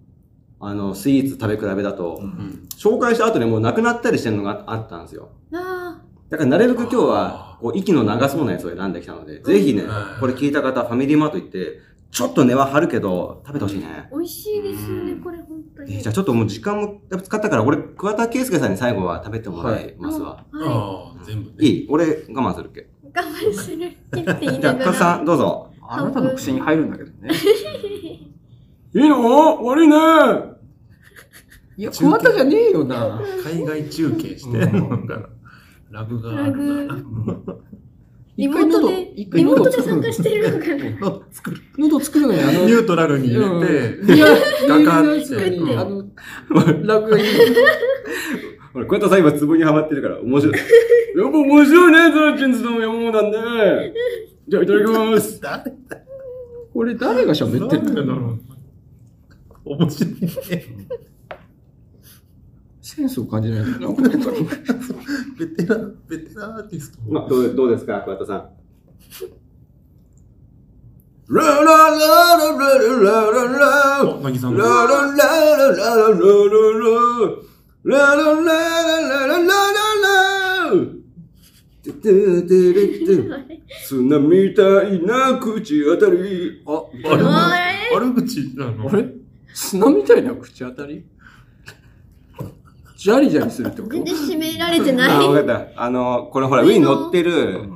Speaker 4: あの、スイーツ食べ比べだと、
Speaker 2: うん、
Speaker 4: 紹介した後でもうなくなったりしてるのがあったんですよ。
Speaker 1: あ
Speaker 4: だからなるべく今日は、こう、息の長そうなやつを選んできたので、ぜひね
Speaker 2: うん、
Speaker 4: これ聞いた方、ファミリーマート行って、ちょっと値は張るけど、食べてほしいね
Speaker 1: あ、。美味しいですよ
Speaker 2: う
Speaker 1: ね、
Speaker 2: ん
Speaker 1: これ本当
Speaker 4: えー
Speaker 1: に。
Speaker 4: じゃあちょっともう時間も使ったから、俺、桑田佳祐さんに最後は食べてもらいますわ。
Speaker 1: は
Speaker 2: ああ、全部ね。
Speaker 4: いい俺、我慢するっけ。
Speaker 1: い。我慢するって言って言い
Speaker 4: じゃあ、
Speaker 1: なが
Speaker 4: 桑田さ
Speaker 1: [LAUGHS] ら。
Speaker 4: ん、どうぞ。
Speaker 3: あなたの口に入るんだけどね。
Speaker 7: いいの悪いね。あ
Speaker 3: いや、桑田じゃねえよな。
Speaker 2: 海外中継して、
Speaker 3: うん
Speaker 2: ラグがあるな。
Speaker 1: ラリ
Speaker 3: 一
Speaker 1: モ
Speaker 3: 回
Speaker 1: ート
Speaker 3: 喉、
Speaker 1: で、
Speaker 3: 一回
Speaker 1: リモー
Speaker 3: 喉
Speaker 1: トで参
Speaker 3: 作
Speaker 1: 加
Speaker 3: る。
Speaker 1: してるのかな。
Speaker 3: 喉作るのにあの
Speaker 2: ニ、ュートラルに入れて、
Speaker 3: いや、
Speaker 2: ガカン
Speaker 3: い
Speaker 2: っ
Speaker 3: やい
Speaker 2: て
Speaker 3: やあの、楽がいい。
Speaker 4: 俺、桑田さん今、ツボにはまってるから、面白
Speaker 8: [LAUGHS]
Speaker 4: い。
Speaker 7: やっぱ面白いね、ザラチンズの山本なんで。じゃあ、いただきます。
Speaker 3: これ誰が喋ってる
Speaker 2: なんでだ
Speaker 3: の
Speaker 2: ろう面白いね。
Speaker 3: センスを感じないんだな。
Speaker 2: ベテラン、ベテランアーティスト。
Speaker 4: まあ、どうどうですか、桑田さん。
Speaker 7: ラララララララララ。
Speaker 2: なぎさん
Speaker 7: ラ
Speaker 2: が。
Speaker 7: ララララララララララララララララトゥトゥトゥルトゥ砂みたいな口当たり
Speaker 3: あ、
Speaker 2: 悪口
Speaker 1: あ
Speaker 2: 悪口なの
Speaker 3: あれ砂みたいな口当たりジャリジャリするってこ
Speaker 1: 全
Speaker 3: と
Speaker 1: 然締められてない。
Speaker 4: あ、わかった。あの、これほら、上に乗ってる、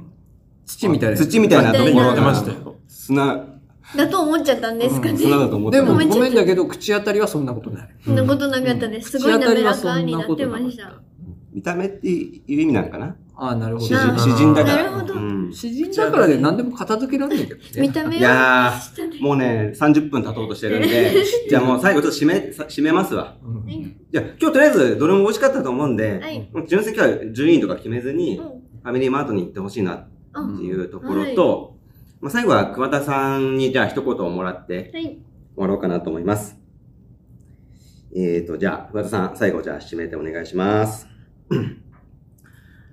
Speaker 3: 土みたいな。
Speaker 4: 土みたいなところ
Speaker 1: 乗
Speaker 4: が
Speaker 1: って
Speaker 2: ましたよ
Speaker 4: 砂、
Speaker 1: だと思っちゃったんですかね。
Speaker 4: 砂だと思って
Speaker 3: で
Speaker 4: た
Speaker 3: も、
Speaker 1: めん
Speaker 3: ごめんだけど、口当たりはそんなことない。
Speaker 1: そんなことなかったです。すごい滑らかになってました。。
Speaker 4: 見た目っていう意味なのかな
Speaker 3: ああ、なるほ
Speaker 4: 詩
Speaker 3: ど。
Speaker 1: なる
Speaker 4: 人
Speaker 1: ほど
Speaker 4: 詩人だか
Speaker 1: な
Speaker 4: ら。
Speaker 1: るほど
Speaker 4: う。ん
Speaker 3: 詩人だからで何でも片付けられないけど
Speaker 1: 見
Speaker 3: ね。
Speaker 1: た目
Speaker 4: い
Speaker 1: は。
Speaker 4: やー、もうね、30分経とうとしてるんで、じゃあもう最後ちょっと締め、さ締めますわ。
Speaker 1: はい
Speaker 4: じゃあ今日とりあえずどれも美味しかったと思うんで、
Speaker 1: はい。
Speaker 4: 純粋に今日は順位とか決めずに、
Speaker 1: う
Speaker 4: フ
Speaker 1: ん
Speaker 4: ァミリーマートに行ってほしいなって
Speaker 1: あ
Speaker 4: いうところと、まあ最後は桑田さんにじゃあ一言をもらって
Speaker 1: はい。
Speaker 4: 終わろうかなと思います。えーと、じゃあ桑田さん、最後じゃあ締めてお願いします。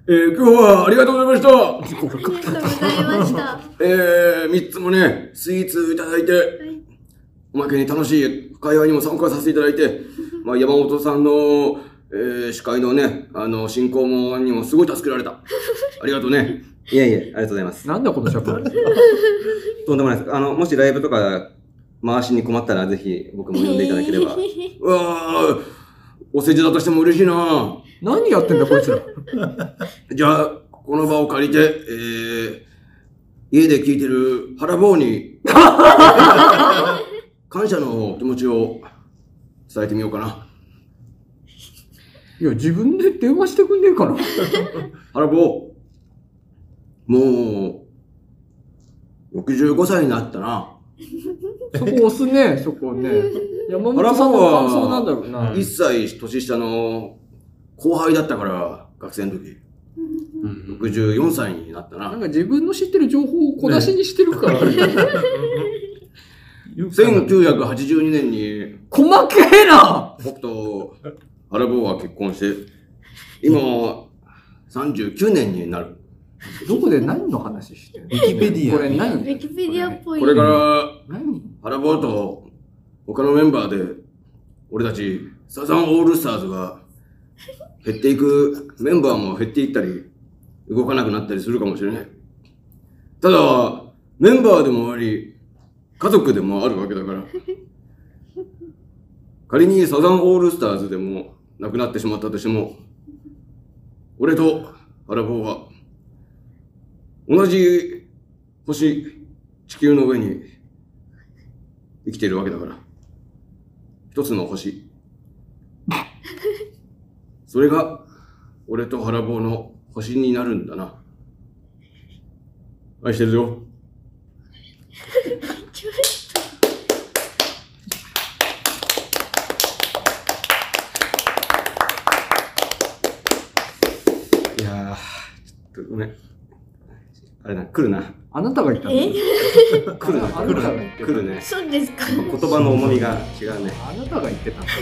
Speaker 7: えー、今日はありがとうございました
Speaker 1: ありがとうございました。
Speaker 7: えー、3つもね、スイーツいただいて、おまけに楽しい会話にも参加させていただいて、まあ、山本さんの、えー、司会のね、あの、進行もにもすごい助けられた。ありがとうね。
Speaker 4: いやいや、ありがとうございます。
Speaker 3: なんだこのシャー
Speaker 4: とんでもないです。あの、もしライブとか回しに困ったら、ぜひ僕も呼んでいただければ。
Speaker 7: [LAUGHS] うわあ、お世辞だとしても嬉しいな。
Speaker 3: 何やってんだこいつら。
Speaker 7: じゃあ、この場を借りて、えー、家で聞いてる腹棒に、感謝の気持ちを伝えてみようかな。
Speaker 3: いや、自分で電話してくんねえ [LAUGHS] かな。
Speaker 7: 腹棒、もう、65歳になったな。
Speaker 3: [LAUGHS] そこ押すね、そこね。山本さんの感想なんだろうな。
Speaker 2: うん
Speaker 7: 一歳年下の後輩だったから、学生の時。
Speaker 2: うん
Speaker 7: 64歳になった
Speaker 3: な
Speaker 7: な。
Speaker 3: んか自分の知ってる情報を小出しにしてる [LAUGHS] から。
Speaker 7: 1982年に
Speaker 3: 細けえな
Speaker 7: 僕とアラボーは結婚して、今、39年になる。
Speaker 3: どこで何の話してるの
Speaker 2: ウィキペディア
Speaker 3: これ
Speaker 1: ウィ
Speaker 3: 何
Speaker 1: キペディアっぽい。
Speaker 7: これから、
Speaker 3: 何
Speaker 7: アラボーと他のメンバーで、俺たちサザンオールスターズが減っていく、メンバーも減っていったり、動かなくなったりするかもしれない。ただ、メンバーでもあり、家族でもあるわけだから。仮にサザンオールスターズでもなくなってしまったとしても、俺とアラボーは、同じ星、地球の上に生きているわけだから。一つの星。それが、俺と腹棒の星になるんだな。愛してるよ。
Speaker 4: いやー、ちょっとごめん。あれな、来るな。
Speaker 3: あなたが言ったの
Speaker 1: え
Speaker 4: 来るな、
Speaker 3: あ
Speaker 4: 来
Speaker 3: な
Speaker 4: る
Speaker 3: た
Speaker 4: な
Speaker 3: が言って、た
Speaker 4: 来るね。
Speaker 1: そうですか。
Speaker 4: 言葉の重みが違うね。
Speaker 3: あなたが言ってたの
Speaker 2: す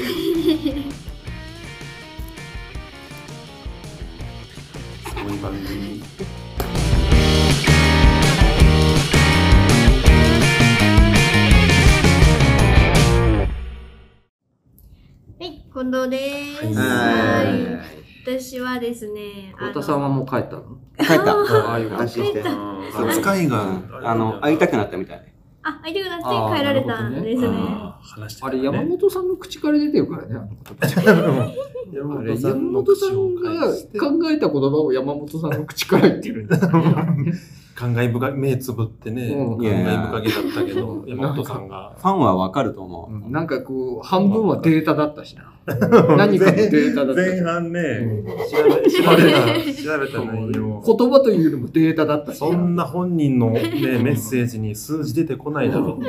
Speaker 2: ごい番組。
Speaker 1: はい、近藤です。
Speaker 4: は
Speaker 1: はい。私はですね、
Speaker 3: 太田さんはもう帰ったの
Speaker 4: い。帰った。
Speaker 3: ああいう
Speaker 4: 安心して。
Speaker 2: うん扱いが、
Speaker 4: あの、会いたくなったみたい。
Speaker 1: あ、相手が夏に帰られたんですね。
Speaker 2: あー話して
Speaker 3: あ
Speaker 2: たね
Speaker 3: れ山本さんの口から出てる [LAUGHS] からね、あの言葉。
Speaker 2: 山
Speaker 3: あれ山本さんが考えた言葉を山本さんの口から言ってるんだ。
Speaker 2: 感慨深い、目つぶってね、
Speaker 3: うん
Speaker 2: 感
Speaker 4: いやい
Speaker 2: 慨
Speaker 4: や
Speaker 2: 深げだったけど、山本さんが
Speaker 4: フ。ァンはわかると思う。
Speaker 3: なんかこう、半分はデータだったし [LAUGHS] な。何かのデータだったし。
Speaker 2: 前半ね、調べ調べた、調べた内容。
Speaker 3: 言葉というよりもデータだったし
Speaker 2: そんな本
Speaker 1: [LAUGHS]
Speaker 2: 人の、ね、メッセージに数字出てこないだろう。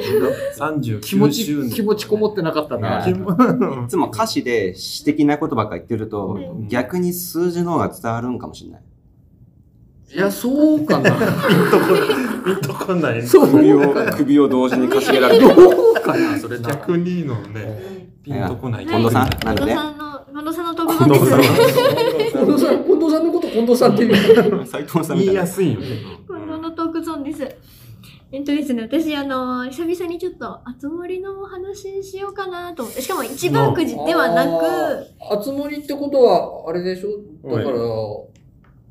Speaker 2: 39
Speaker 3: 気持
Speaker 2: 周
Speaker 3: ち、
Speaker 2: 年。
Speaker 3: 気持ちこもってなかった
Speaker 4: は
Speaker 3: な。
Speaker 2: 気持
Speaker 4: いつも歌詞で詩的なことばっか言ってると
Speaker 1: う、
Speaker 4: 逆に数字の方が伝わるんかもしれない。
Speaker 3: いや、そうかな。
Speaker 2: ピンとこ [LAUGHS] ない。
Speaker 3: [LAUGHS] そう
Speaker 4: [LAUGHS] 首を、首を同時にかしげられて。
Speaker 3: どうかな、それな。
Speaker 2: 逆にのね、ピンとこない。
Speaker 1: 近藤
Speaker 4: さんな
Speaker 1: 近
Speaker 4: んで
Speaker 1: 藤
Speaker 4: ね
Speaker 1: さんの、近藤さんの特番
Speaker 2: 近
Speaker 1: で
Speaker 2: 藤さ
Speaker 1: す。
Speaker 2: ん
Speaker 1: 近
Speaker 3: 近藤さん、近藤さんのこと近藤さんっていう。
Speaker 4: 斎藤さ
Speaker 2: 言
Speaker 4: ん
Speaker 2: い
Speaker 4: みたいな
Speaker 2: や。すいよね。
Speaker 1: 藤のトークゾーンです。えっとですね、私、あの、久々にちょっと、あつ森のお話ししようかなと思って、しかも一番くじではなく、
Speaker 3: あつ森ってことは、あれでしょだから、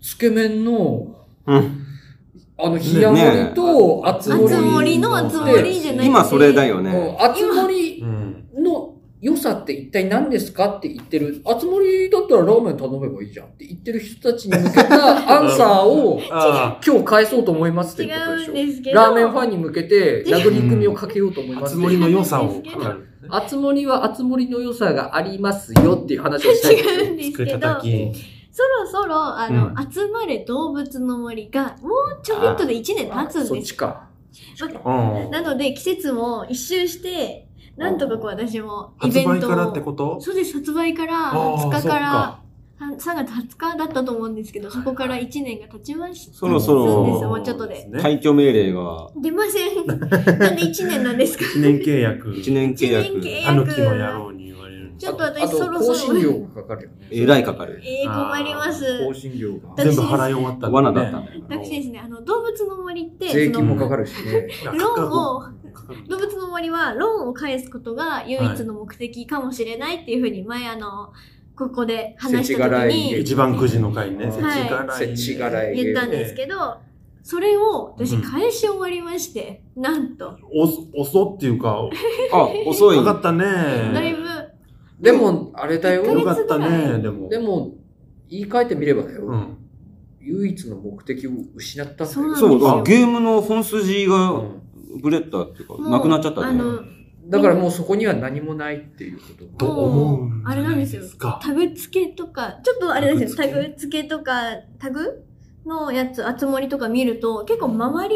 Speaker 3: つけ麺の、
Speaker 4: うん。
Speaker 3: あの、冷や盛りと、あつ
Speaker 1: あ
Speaker 3: 森。
Speaker 1: つ森のあつ森じゃない
Speaker 4: 今それだ
Speaker 1: よ。
Speaker 4: よね。
Speaker 3: あつ森
Speaker 2: うん。
Speaker 3: の良さって一体何ですかって言ってる、あつ森だったらラーメン頼めばいいじゃんって言ってる人たちに向けた [LAUGHS] アンサーを、
Speaker 2: あ
Speaker 3: 今日返そうと思いますって
Speaker 1: 違
Speaker 3: いうことでし
Speaker 1: うん
Speaker 3: ょ。
Speaker 1: ですけど。
Speaker 3: ラーメンファンに向けて、殴り組みをかけようと思い
Speaker 2: あ、
Speaker 3: ま
Speaker 2: 熱
Speaker 3: す。
Speaker 2: 盛の良さを語る。
Speaker 3: あつ森はあつ森の良さがありますよっていう話をしたいんで
Speaker 1: [LAUGHS]
Speaker 3: す
Speaker 1: 違
Speaker 3: よ。
Speaker 1: うんです
Speaker 2: 作り
Speaker 1: け
Speaker 2: 叩
Speaker 1: ど、
Speaker 2: き。
Speaker 1: そろそろ、あの、
Speaker 2: う
Speaker 1: 集まれ動物の森が、もうちょびっとで1年経つん
Speaker 3: そっ
Speaker 1: です
Speaker 3: ちか。
Speaker 2: うん。
Speaker 1: なので季節も一周して、なんとかこう私もイ
Speaker 2: 発
Speaker 1: ベン
Speaker 2: 売
Speaker 1: トを
Speaker 2: からってこと
Speaker 1: そうです、発売から
Speaker 2: あー
Speaker 1: 20日から
Speaker 2: そ、
Speaker 1: は3月20日だったと思うんですけど、そこから1年が経ちました。
Speaker 4: そろそ
Speaker 1: そうですもう
Speaker 4: ろ、
Speaker 1: ちょっとで
Speaker 2: 1
Speaker 4: 退去命令が、
Speaker 1: 出ませ
Speaker 3: [LAUGHS]
Speaker 1: ん。なんで1年なんですか
Speaker 2: 年契約。
Speaker 4: 1年契
Speaker 1: 一年契
Speaker 4: 約、
Speaker 1: 約
Speaker 2: あの木の野郎に言われる。
Speaker 1: ちょっと私
Speaker 3: あと
Speaker 1: そろ
Speaker 3: 更
Speaker 1: そ
Speaker 3: 新料
Speaker 1: ろ。
Speaker 3: がかかるよね。
Speaker 4: えらいかかる。
Speaker 1: えー、困ります。
Speaker 3: 更新料が。
Speaker 2: 全部払い終わった
Speaker 4: 罠だったんだよ。
Speaker 1: 私ですね、あの、動物の森って、
Speaker 3: 税
Speaker 1: そ
Speaker 3: 金
Speaker 1: の
Speaker 3: もかかるしね。
Speaker 1: ローンを、動物の森はローンを返すことが唯一の目的かもしれないっていうふうに前あの、ここで話した時に
Speaker 2: 一番くじの回ね。
Speaker 3: せちが
Speaker 2: い。
Speaker 3: らい。
Speaker 1: 言ったんですけど、それを私返し終わりまして、なんと、
Speaker 2: おそっていうか、
Speaker 4: あ、遅い
Speaker 2: よ。かったね。
Speaker 1: だいぶ、
Speaker 3: でも、あれだ
Speaker 1: 一ヶ
Speaker 3: よ
Speaker 2: よ
Speaker 1: 月。
Speaker 2: かったね、でも。
Speaker 3: でも、言い換えてみればだよ。
Speaker 2: うん。
Speaker 3: 唯一の目的を失ったんだ
Speaker 1: そうなん
Speaker 3: よ。
Speaker 1: です
Speaker 4: そう、あ
Speaker 1: よ。
Speaker 4: ゲームの本筋がブレったっていうか、
Speaker 1: もう
Speaker 4: なくなっちゃった
Speaker 1: あ
Speaker 4: ね。
Speaker 1: の、
Speaker 3: だからもうそこには何もないっていうこ
Speaker 2: と。
Speaker 3: と
Speaker 2: 思う。か。
Speaker 1: タグ付けとか、ちょっとあれですよ、タグ付けとか、タグのやつ、あつ森とか見ると、結構周り、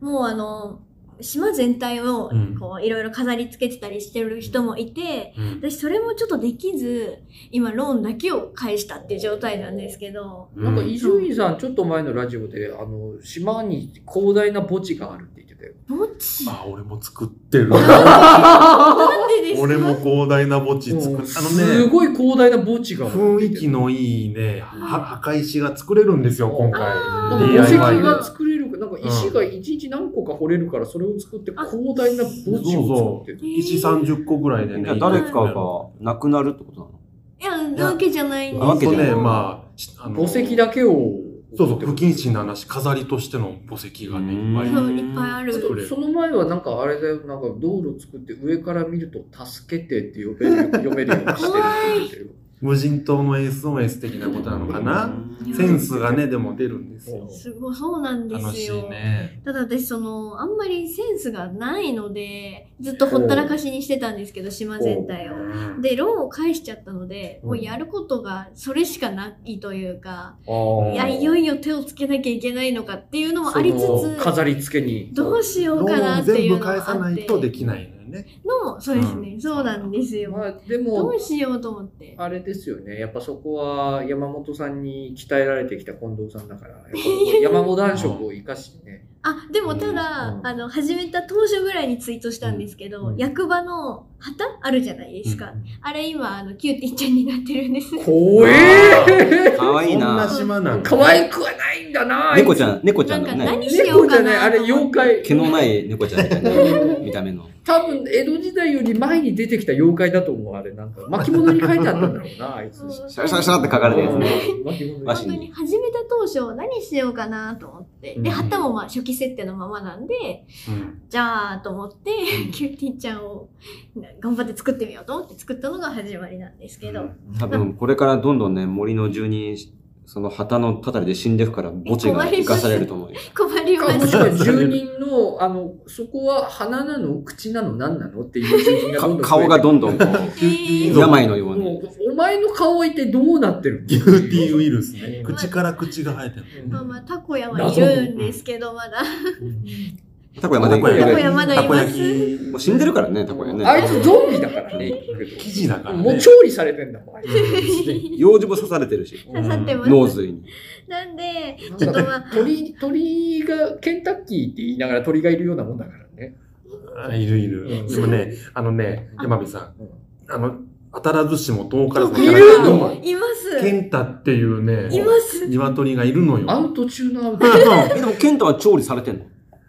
Speaker 1: もうあの、島全体を
Speaker 2: うん
Speaker 1: こういろいろ飾り付けてたりしてる人もいて、
Speaker 2: うん
Speaker 1: 私それもちょっとできず、今ローンだけを返したっていう状態なんですけど、
Speaker 3: なんか伊集院さん、ちょっと前のラジオで、あの、島に広大な墓地があるって言ってたよ。
Speaker 1: 墓地
Speaker 2: あ、俺も作ってる。
Speaker 1: なんでですか
Speaker 2: 俺も広大な墓地作る
Speaker 3: もう。
Speaker 2: あ
Speaker 3: す
Speaker 2: のね、
Speaker 3: ごい広大な墓地があるって
Speaker 2: 雰
Speaker 3: 言
Speaker 2: 囲
Speaker 3: ってた
Speaker 2: 気のいいね、は墓石が作れるんですよ、今
Speaker 1: あ
Speaker 3: な
Speaker 1: ー
Speaker 3: ん
Speaker 2: 回。
Speaker 3: か墓石
Speaker 2: DIY で。
Speaker 3: が作れる、なんか石が一日何個か掘れるから、それを作って広大な墓地を作ってる。
Speaker 2: 石30個ぐらいで
Speaker 4: じ
Speaker 2: ね
Speaker 4: ゃあ。誰か
Speaker 2: いい
Speaker 4: が
Speaker 2: ね
Speaker 4: 亡くなるってことなの
Speaker 1: いや、なわけじゃないんで
Speaker 2: あ
Speaker 1: す
Speaker 2: と
Speaker 1: け
Speaker 2: ね、
Speaker 1: ど、
Speaker 2: まあし、あの
Speaker 3: 墓石だけを。
Speaker 2: そうそう、不謹慎な話、飾りとしての墓石がね、
Speaker 4: う
Speaker 2: いっ
Speaker 4: ん
Speaker 2: ぱい。
Speaker 1: そういっぱいあ
Speaker 3: あ
Speaker 1: る。
Speaker 3: とその前はなんかあれだよ、なんか道路作って上から見ると助けてって呼べる [LAUGHS] 読めるようにしてるって言ってるよ。
Speaker 2: 無人島の SOS 的なことなのかな。センスがね、でも出るんですよ。
Speaker 1: すごい、そうなんですよ。
Speaker 2: 楽しいね。
Speaker 1: ただ私そのあんまりセンスがないのでずっとほったらかしにしてたんですけど島全体を。でローンを返しちゃったのでもうやることがそれしかないというか、いやいよいよ手をつけなきゃいけないのかっていうのもありつ
Speaker 3: その
Speaker 1: つ
Speaker 3: 飾り付けに。
Speaker 1: どうしよ
Speaker 2: ロ
Speaker 1: うか
Speaker 2: ー
Speaker 1: な
Speaker 2: ン
Speaker 1: って
Speaker 2: 全
Speaker 1: いう
Speaker 2: 部
Speaker 1: のもあっ
Speaker 2: 返
Speaker 1: て
Speaker 2: さないとできないのよね。
Speaker 1: のそうですね、そうなんですよ、
Speaker 3: まあで
Speaker 1: ど
Speaker 3: も
Speaker 1: う、しようと思って。
Speaker 3: あれですよね。やっぱそこは山本さんに鍛えられてきた近藤さんだから、やっぱこう山本男色を生かしてね。
Speaker 1: あ、でもただ、
Speaker 3: うん
Speaker 1: あの、始めた当初ぐらいにツイートしたんですけど、役場の旗あるじゃないですか。あれ今、あの、キューティーちゃんになってるんです。
Speaker 3: 怖
Speaker 4: え
Speaker 3: え
Speaker 4: かわいい
Speaker 2: そんな
Speaker 4: な。
Speaker 2: 島なんだ
Speaker 3: 可愛くはないんだな
Speaker 4: 猫ち
Speaker 3: ん。
Speaker 4: ゃん、猫ち
Speaker 1: な
Speaker 4: ゃん
Speaker 1: ん
Speaker 4: だ
Speaker 1: か
Speaker 4: よね。
Speaker 1: 何してよ
Speaker 3: 猫
Speaker 1: う
Speaker 3: じゃ
Speaker 1: か
Speaker 3: ない、
Speaker 1: な
Speaker 3: あれ妖怪。
Speaker 4: 毛のない猫ちゃんみたいな見た目の。
Speaker 3: 多分、江戸時代より前に出てきた妖怪だと思う、あれ。なんか、巻物に書いてあったんだろうな、あいつ。
Speaker 1: うん
Speaker 4: シャラシャラシャラって書かれてるやつね。
Speaker 3: うん巻物に
Speaker 4: わ
Speaker 1: 本当に始めた当初何しようかなと思って、
Speaker 3: うん
Speaker 1: で旗もまあ初期設定のままなんで
Speaker 2: うん
Speaker 1: じゃあと思って、キューティーちゃんを頑張って作ってみようと思って作ったのが始まりなんですけど、
Speaker 4: 多分これからどんどんね、森の住人、その旗のたたりで死んでいくから墓地が生かされると思うよ。
Speaker 1: 困りま
Speaker 3: も
Speaker 1: し
Speaker 3: しくは住人の、あの、そこは鼻なの口なの何なのっていう住人がどんどん増えてくる
Speaker 4: か顔がどんどんこ
Speaker 1: え
Speaker 4: う、
Speaker 1: ー
Speaker 4: 病のように。
Speaker 3: もうお前の顔は一体どうなってるの
Speaker 2: ギューテ
Speaker 3: [LAUGHS]
Speaker 2: ィーウイルスね。口から口が生えてる。
Speaker 1: まあまあタコヤはいるんですけどまだ
Speaker 4: たこやまだい
Speaker 2: たこ
Speaker 1: タコヤ
Speaker 4: る。
Speaker 1: まだ
Speaker 2: た
Speaker 1: い
Speaker 2: こ
Speaker 1: ま
Speaker 2: 焼
Speaker 1: す
Speaker 2: き
Speaker 4: もう死んでるからね、たこや
Speaker 3: あい
Speaker 4: ね。
Speaker 3: つゾンビだからね。
Speaker 2: 生地だから
Speaker 3: もう
Speaker 2: ね。
Speaker 3: 調理されてんだもん、あい
Speaker 1: [LAUGHS]
Speaker 3: つ。[LAUGHS]
Speaker 4: 幼児も刺されてるし、
Speaker 1: 刺さってます
Speaker 4: 脳髄に。
Speaker 1: なんで
Speaker 3: なん
Speaker 1: ちょ
Speaker 3: か
Speaker 1: っとまあ
Speaker 3: 鳥、鳥が、ケンタッキーって言いながら鳥がいるようなもんだからね。
Speaker 2: あいるいる。
Speaker 3: うん
Speaker 2: でもね、あのね、山火さん
Speaker 3: うん、
Speaker 2: あの、当たらずしも遠からず
Speaker 3: い
Speaker 2: キャ
Speaker 3: る
Speaker 2: ラク
Speaker 3: の
Speaker 1: います
Speaker 2: ターケンタっていう
Speaker 1: い
Speaker 2: ね、
Speaker 1: ます
Speaker 2: 鶏がいるのよ。
Speaker 3: アウト中のアウト。
Speaker 4: えでも、ケンタは調理されてんの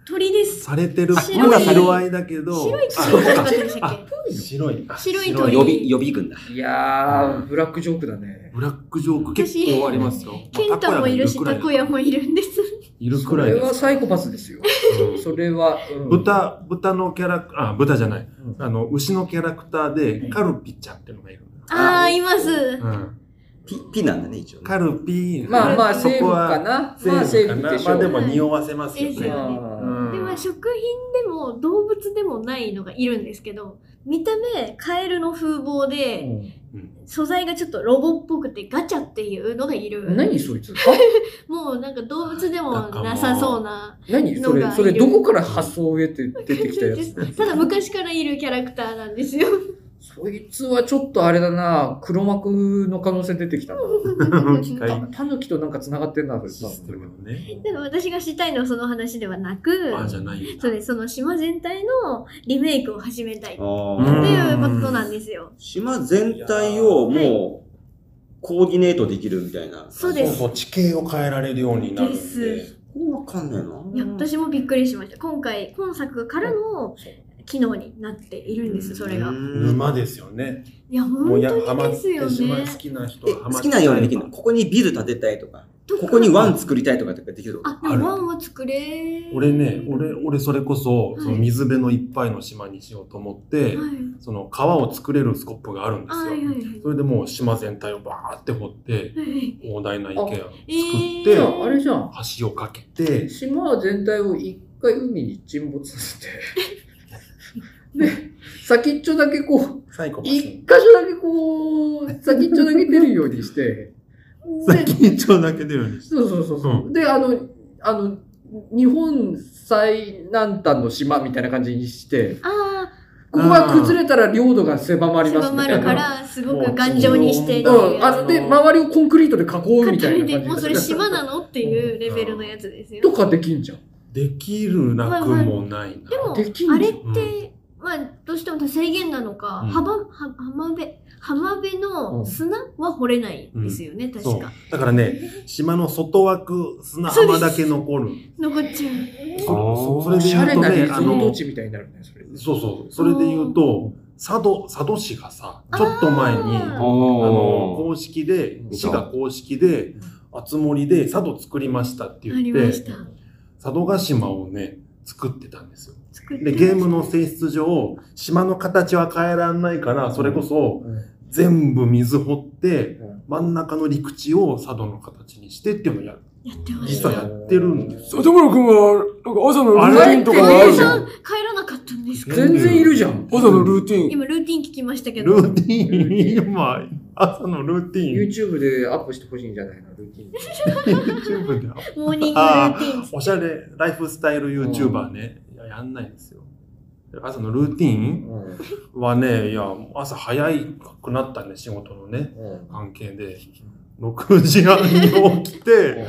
Speaker 1: 鳥です
Speaker 2: [LAUGHS] されてるっぽい
Speaker 1: 白い
Speaker 2: 色合いだけど、
Speaker 1: 白い
Speaker 2: あ
Speaker 1: 鳥じゃなかったでしたっけ
Speaker 2: 白い。あ
Speaker 1: 白い
Speaker 4: 予
Speaker 1: 鳥
Speaker 4: 備、予備軍だ。
Speaker 3: いやー、ブラックジョークだね。
Speaker 2: ブラックジョーク結構ありますよ。
Speaker 1: ケンタもいるし
Speaker 2: まあ
Speaker 1: タコヤもいるんです
Speaker 2: いる
Speaker 3: そ
Speaker 2: くらい
Speaker 3: れ
Speaker 2: です
Speaker 3: はサイコパスですよ。
Speaker 2: うん
Speaker 3: それは。うん
Speaker 2: 豚、豚のキャラク、あ、豚じゃない。
Speaker 3: うん
Speaker 2: あの、牛のキャラクターで、カルピちゃんっていうのがいる。
Speaker 1: ああいます
Speaker 2: うん。
Speaker 4: ピ、ピなんだね、一応ね。
Speaker 2: カルピ、
Speaker 3: まあまあ、
Speaker 2: そ
Speaker 3: セー
Speaker 2: こ
Speaker 3: ブか
Speaker 2: は、
Speaker 3: な。
Speaker 2: セ
Speaker 3: まあ、セ
Speaker 2: ーブ
Speaker 3: ーブ
Speaker 2: か
Speaker 3: で
Speaker 2: な。
Speaker 3: し
Speaker 2: ま
Speaker 3: ょ
Speaker 2: あ
Speaker 3: う。
Speaker 2: でも匂わせますよ
Speaker 1: ですよ
Speaker 2: ね。
Speaker 1: ね
Speaker 3: うん
Speaker 1: でまあ食品でも動物でもないのがいるんですけど見た目カエルの風貌で素材がちょっとロボっぽくてガチャっていうのがいる
Speaker 3: 何そいつ
Speaker 1: もうなんか動物でもなさそうな
Speaker 3: 何そ
Speaker 1: のが
Speaker 3: れ、
Speaker 1: いる
Speaker 3: それどこから発想を得て出て
Speaker 1: [LAUGHS]
Speaker 3: きたやつ
Speaker 1: ただ昔からいるキャラクターなんですよ
Speaker 3: そいつはちょっとあれだな、黒幕の可能性出てきたな。
Speaker 2: は
Speaker 3: たタヌキとなんか繋がってんな、そいつ
Speaker 2: シ
Speaker 3: は。
Speaker 2: ステムのね。
Speaker 1: だから私がしたいのはその話ではなく
Speaker 2: あ、じゃないんだ
Speaker 1: そうですその島全体のリメイクを始めたいっ
Speaker 4: あ
Speaker 1: て
Speaker 4: ー
Speaker 1: いうことなんですよ
Speaker 4: 島全体をもう、コーディネートできるみたいな。
Speaker 1: そうです
Speaker 2: そうそう、地形を変えられるようになるん
Speaker 1: で
Speaker 2: で。
Speaker 4: こうわかんないない
Speaker 1: や私もびっくりしました今回今作からの機能になっているんですそれが
Speaker 2: 沼ですよね。
Speaker 1: いや本
Speaker 2: もうや、
Speaker 1: 当
Speaker 2: ハマ
Speaker 1: に
Speaker 2: っ
Speaker 1: で
Speaker 2: て
Speaker 1: すよ
Speaker 2: しまう。
Speaker 1: ね
Speaker 2: 好きな人
Speaker 4: え
Speaker 2: はハ
Speaker 4: 好
Speaker 2: マっ
Speaker 4: きなようにできるのここにビル建てたいとか、ここに湾作りたいとかってできるとか。
Speaker 1: あでもワンは作れ
Speaker 2: 俺ね、俺、俺それこそ、その水辺のいっぱいの島にしようと思って、
Speaker 1: はい
Speaker 2: その川を作れるスコップがあるんで
Speaker 1: あ
Speaker 2: す
Speaker 1: はい
Speaker 2: よ。
Speaker 1: はいはい
Speaker 2: それでもう島全体をバーって掘って、
Speaker 1: はい
Speaker 2: 広大な池を作っ
Speaker 1: えー
Speaker 2: て、
Speaker 3: じゃあ、あれじゃん。
Speaker 2: 橋を架けて、
Speaker 3: 島全体を一回海に沈没さ
Speaker 1: [LAUGHS]
Speaker 3: せて、で、先っちょだけこう、
Speaker 2: 最後
Speaker 3: 一箇所だけこう、先っちょだけ出るようにして、で、
Speaker 2: 緊張だけ出るようにし
Speaker 3: そうそうそうそう、で、あの、あの、日本最南端の島みたいな感じにして、
Speaker 1: ああ、
Speaker 3: ここが崩れたら領土が狭まります
Speaker 1: 狭
Speaker 3: み
Speaker 1: ま
Speaker 3: たい
Speaker 1: るか
Speaker 3: な。
Speaker 1: ら、すごく頑丈にしてって
Speaker 3: う、
Speaker 1: いうん
Speaker 3: あで周りをコンクリートで囲うみたいな
Speaker 1: で、
Speaker 3: 感じ
Speaker 1: もうそれ島なのっていうレベルのやつです
Speaker 3: と
Speaker 1: よ。
Speaker 3: かできんじゃん。
Speaker 2: できるなくもないな。
Speaker 1: でも、
Speaker 3: できんの
Speaker 1: あれって、まあ、どうしても制限なのか、
Speaker 2: うん
Speaker 1: 浜は浜辺、浜辺の砂は掘れないんですよね、
Speaker 2: そ
Speaker 1: 確
Speaker 2: う
Speaker 1: か。。
Speaker 2: だからね、島の外枠、砂浜だけ残る。
Speaker 1: 残っちゃう。
Speaker 2: そそれ
Speaker 3: お
Speaker 2: で
Speaker 3: しゃれ
Speaker 2: 言う
Speaker 3: な
Speaker 2: と
Speaker 3: リ
Speaker 2: ね、
Speaker 3: ゾ
Speaker 2: あ
Speaker 3: ート
Speaker 2: の、
Speaker 3: 地みたいになるね、それ。
Speaker 2: そうそう。それで言うと、佐渡、佐渡市がさ、ちょっと前に、
Speaker 1: あー
Speaker 2: あの、
Speaker 4: おー。
Speaker 2: 公式で、
Speaker 4: た
Speaker 2: 市が公式で、あつ森で佐渡作りましたって
Speaker 1: あり
Speaker 2: 言っ
Speaker 1: ま
Speaker 2: て
Speaker 1: し、た。
Speaker 2: 佐渡島をね、作ってたんですよ。
Speaker 1: 作って
Speaker 2: で、ゲームの性質上、島の形は変えらんないから、それこそ、全部水掘って、真ん中の陸地を佐渡の形にしてっていうのをやる。
Speaker 1: やってまし
Speaker 2: 実
Speaker 1: た。
Speaker 2: はやってるんですよ。
Speaker 8: 里村くんは、なんか朝のルーティンとか
Speaker 1: お
Speaker 8: があ
Speaker 1: 客
Speaker 8: るじ
Speaker 1: さ
Speaker 8: ゃ
Speaker 1: ん
Speaker 8: ん。
Speaker 1: 帰らなかったんですか
Speaker 3: 全然いるじゃん。
Speaker 8: 朝のルーティン。
Speaker 1: 今ルーティン聞きましたけど。
Speaker 2: ルーティーン、今、朝のルーティーン、
Speaker 3: YouTube でアップしてほしいんじゃないのルーティン。
Speaker 2: YouTube で。
Speaker 1: モーニングルーティン。
Speaker 2: おしゃれ、ライフスタイル YouTuber ね、いややんないんですよ。朝のルーティーンはね、いや、朝早くなったね、仕事のね、関係で。6時半に起きて、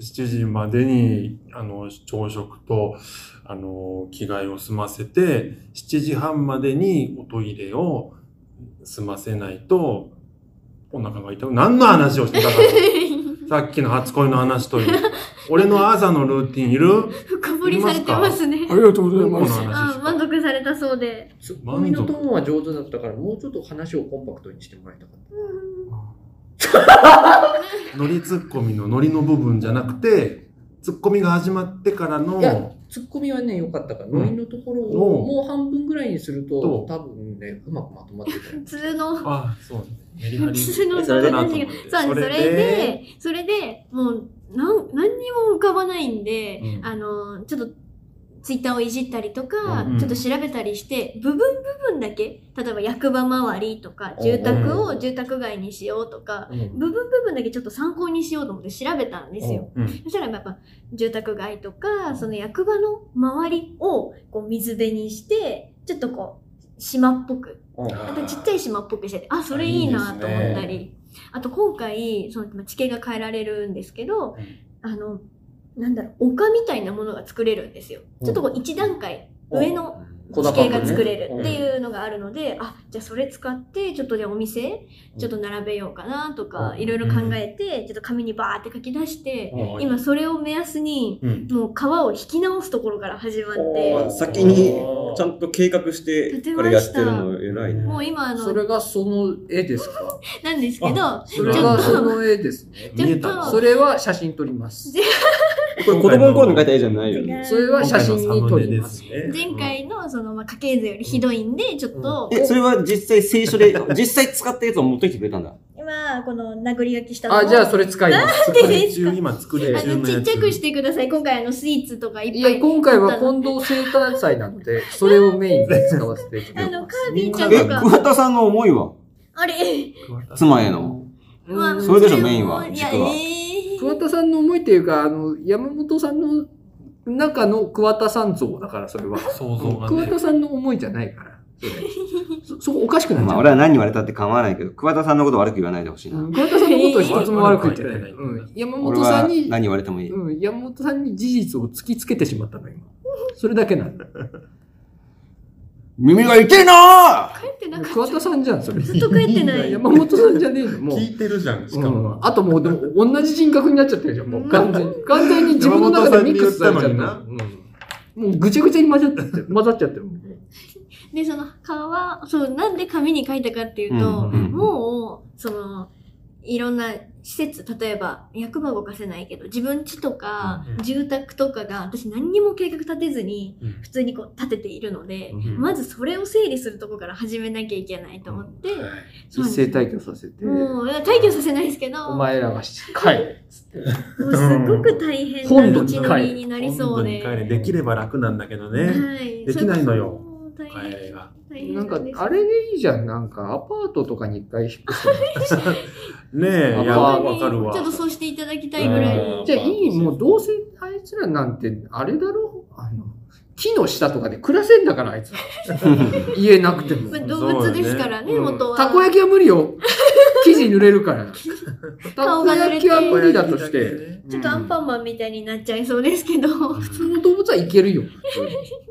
Speaker 2: 7時までに、あの、朝食と、あの、着替えを済ませて、7時半までにおトイレを済ませないと、お腹が痛く、何の話をしてたかさっきの初恋の話という。俺の朝のルーティンいる
Speaker 1: 深掘りされてますね。
Speaker 8: ありがとうござい
Speaker 2: この
Speaker 8: ます。
Speaker 2: 話
Speaker 1: あ
Speaker 2: しか
Speaker 1: 満足されたそうで。
Speaker 3: ツッコミのトーンは上手だったから、もうちょっと話をコンパクトにしてもらいたかった。
Speaker 2: ノリツッコミのノリの部分じゃなくて、ツッコミが始まってから
Speaker 3: いや
Speaker 2: の、
Speaker 3: ツッコミはね、良かったから、
Speaker 2: うん
Speaker 3: ノリのところ
Speaker 2: おう
Speaker 3: をもう半分ぐらいにする
Speaker 2: ど
Speaker 3: と
Speaker 2: う、
Speaker 3: 多分ね、うまくまとまってたよ。
Speaker 1: 通の、
Speaker 2: ああ、そうね。メリハ
Speaker 1: 普
Speaker 2: リ。
Speaker 1: 通の
Speaker 2: それで
Speaker 1: 話が。そうです。それで、それで、もう、なん、何にも浮かばないんで、
Speaker 2: うん
Speaker 1: あの、ちょっと、ツイッターをいじったりとか、
Speaker 2: うん
Speaker 1: ちょっと調べたりして、部分部分だけ、例えば役場周りとか、住宅を住宅街にしようとか、部分部分だけちょっと参考にしようと思って調べたんですよ。
Speaker 2: うん
Speaker 1: そしたらやっぱ住宅街とか、その役場の周りをこう水辺にして、ちょっとこう、島っぽく。あとちっちゃい島っぽくしてて、あ、それいいなと思ったり。あと今回、そのまあ地形が変えられるんですけど、あの、なんだろう、丘みたいなものが作れるんですよ。ちょっとこう一段階上の
Speaker 3: 小
Speaker 1: 地形
Speaker 3: 高くね
Speaker 1: が作れるっていうのがあるので、あじゃあそれ使ってちょっとでお店ちょっと並べようかなとかいろいろ考えてちょっと紙にバーって書き出して
Speaker 2: うん
Speaker 1: 今それを目安に
Speaker 2: うん
Speaker 1: もう皮を引き直すところから始まっ
Speaker 4: お
Speaker 1: て
Speaker 4: 先に、ちゃんと計画して
Speaker 1: 立て、ました
Speaker 4: これやってるの偉いね。
Speaker 1: もう今あ
Speaker 3: そ
Speaker 1: の
Speaker 3: れがその絵ですか
Speaker 1: なんですけど
Speaker 3: それがその絵ですね。
Speaker 1: ちょっと
Speaker 2: 見えた
Speaker 3: それは写真撮ります。
Speaker 4: これ子供の頃の描いた絵じゃないよね。
Speaker 3: それは写真に撮ります。
Speaker 1: 前回のそのまあ家系図よりひどいんでちょっと
Speaker 4: え、それは実際聖書で、実際使ったやつを持ってきてくれたんだ。
Speaker 1: 今この殴り書きしたのを
Speaker 3: あ、じゃあそれ使います。
Speaker 1: でですか
Speaker 2: 中今作れ
Speaker 1: あ
Speaker 2: 中
Speaker 1: の
Speaker 2: の
Speaker 1: ち
Speaker 2: や
Speaker 1: っ
Speaker 2: つ
Speaker 1: ちゃくしてください今回あのスイーツとかい
Speaker 3: い
Speaker 1: っぱ
Speaker 3: や、
Speaker 1: い
Speaker 3: 今回は近藤生誕祭なので、それをメインで使わせていた
Speaker 1: あ
Speaker 3: だき
Speaker 1: の
Speaker 3: ま
Speaker 1: カ
Speaker 3: す。
Speaker 1: ービィちゃん
Speaker 4: え、
Speaker 1: とか
Speaker 4: 桑田さんの思いは
Speaker 1: あれ
Speaker 4: 妻への。
Speaker 1: まあ
Speaker 4: それでしょメイン
Speaker 1: も
Speaker 4: はい
Speaker 1: やえ
Speaker 4: 軸は
Speaker 1: ー
Speaker 3: 桑田さんの思いっていうか、あの、山本さんの中の桑田さん像だから、それは。
Speaker 2: 想像が
Speaker 3: 桑
Speaker 2: ね。
Speaker 3: 田さんの思いじゃな
Speaker 1: [LAUGHS]
Speaker 3: いから。それそそこおかしくなっち
Speaker 4: ま
Speaker 3: ゃ
Speaker 4: あ、
Speaker 3: う。
Speaker 4: 俺は何言われたって構わないけど、桑田さんのこと悪く言わないでほしいな。
Speaker 3: 桑田さんのことは一つも悪く言ってない。うん、山
Speaker 4: 俺
Speaker 3: 本さ
Speaker 4: は
Speaker 3: んに、
Speaker 4: 何言われてもいい。
Speaker 3: うん、山本さんに事実を突きつけてしまったの、今。それだけなんだ。
Speaker 8: 耳が痛いな
Speaker 1: 帰ってなかった
Speaker 3: 桑田さんじゃん、それ。
Speaker 1: ずっと帰ってない
Speaker 3: 山本さんじゃねえの、もう。
Speaker 2: 聞いてるじゃん、しか
Speaker 3: う
Speaker 2: も。
Speaker 3: んあともう、でも、同じ人格になっちゃってるじゃん、もう、完全に。完全に自分の中でミックスされちゃった。
Speaker 2: 山本
Speaker 3: うんもう、ぐちゃぐちゃに混ざっちゃってる、混ざっちゃってる。
Speaker 1: で、その川、そう、なんで紙に書いたかっていうと、
Speaker 4: うんうんうん
Speaker 1: もう、その、いろんな施設、例えば、役場動かせないけど、自分家とか
Speaker 2: うんう、ん
Speaker 1: 住宅とかが、私何にも計画立てずに
Speaker 2: うん、
Speaker 1: 普通にこう、立てているので、
Speaker 2: ん
Speaker 1: まずそれを整理するとこから始めなきゃいけないと思って、そうなん
Speaker 3: 一
Speaker 1: です
Speaker 3: 斉退去させて、
Speaker 1: もう、退去させないですけど、
Speaker 3: お
Speaker 1: もう
Speaker 3: 前らが帰れ。
Speaker 1: すごく大変
Speaker 3: 本
Speaker 1: な道
Speaker 3: 土に帰る
Speaker 1: のりになり
Speaker 2: 今
Speaker 1: そ
Speaker 2: 度
Speaker 1: う
Speaker 2: に帰
Speaker 1: で。
Speaker 2: れ、できれば楽なんだけどね。
Speaker 1: はい
Speaker 2: できないのよ。
Speaker 1: そう大変
Speaker 2: 帰れが。
Speaker 1: 大変
Speaker 3: なんか
Speaker 1: で、す
Speaker 3: あれでいいじゃん。なんか、アパートとかに一回引っ
Speaker 1: [LAUGHS]
Speaker 3: 越してもらって。
Speaker 2: ねえ、いや、
Speaker 3: あ
Speaker 2: わかるわ
Speaker 1: ちょ。っとそうしていただきたいぐらい。
Speaker 3: じゃあいい、もうどうせあいつらなんて、あれだろあの、木の下とかで暮らせんだから、あいつら。家なくても
Speaker 1: まあ、。動物ですからね、
Speaker 2: そうね
Speaker 1: 元は。
Speaker 3: たこ焼きは無理
Speaker 1: [LAUGHS]
Speaker 3: よ。生地濡れるから。た
Speaker 1: 顔
Speaker 3: こ
Speaker 1: が濡れて
Speaker 3: 焼きは無理だとして。。
Speaker 1: ちょっとアンパンマンみたいになっちゃいそうですけど。
Speaker 3: 普通の動物はいけるよ。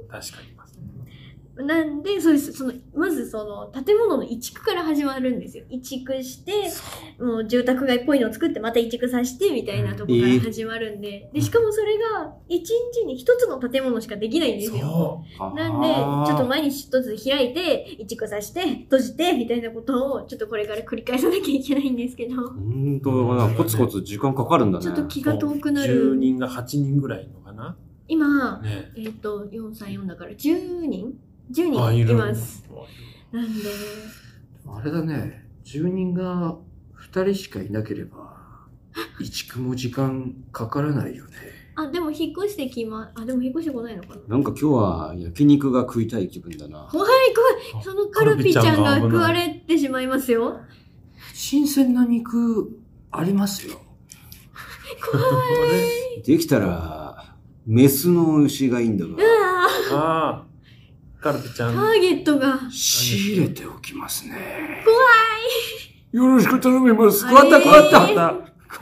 Speaker 2: 確かに。
Speaker 1: なんで、そうです。その、まずその、建物の移築から始まるんですよ。移築して、もう住宅街っぽいのを作って、また移築させて、みたいなとこから始まるんで。で、しかもそれが、一日に一つの建物しかできないんですよ。
Speaker 2: そう。
Speaker 1: なんで、ちょっと毎日一つ開いて、移築させて、閉じて、みたいなことを、ちょっとこれから繰り返さなきゃいけないんですけど。
Speaker 4: 本当だな、コツコツ時間かかるんだね。
Speaker 1: ちょっと気が遠くな
Speaker 2: 10
Speaker 1: る。
Speaker 2: 人が8人ぐらいいるのかな。
Speaker 1: 今、
Speaker 2: ね
Speaker 1: えっ、と、4、3、4だから、10人 ?10
Speaker 2: あ、
Speaker 1: 人
Speaker 2: い
Speaker 1: い
Speaker 2: る。
Speaker 1: ます。なんで、
Speaker 3: あれだね、住人が2人しかいなければ、移築も時間かからないよね。
Speaker 1: あ、でも引っ越してきま、あ、でも引っ越してこないのかな。はい、
Speaker 4: なんか今日は焼肉が食いたい気分だな。
Speaker 1: 怖い。そのカルピちゃんが食われてしまいますよ。
Speaker 3: 新鮮な肉ありますよ。
Speaker 1: 怖い。
Speaker 4: できたら、メスの牛がいいんだが
Speaker 1: う、わ
Speaker 2: ああ、カルピちゃ
Speaker 1: ータ
Speaker 2: ん。
Speaker 1: ーゲットが。
Speaker 3: 仕入れておきますね。
Speaker 8: よろしく頼みます。
Speaker 1: あれー
Speaker 2: た、
Speaker 3: こうや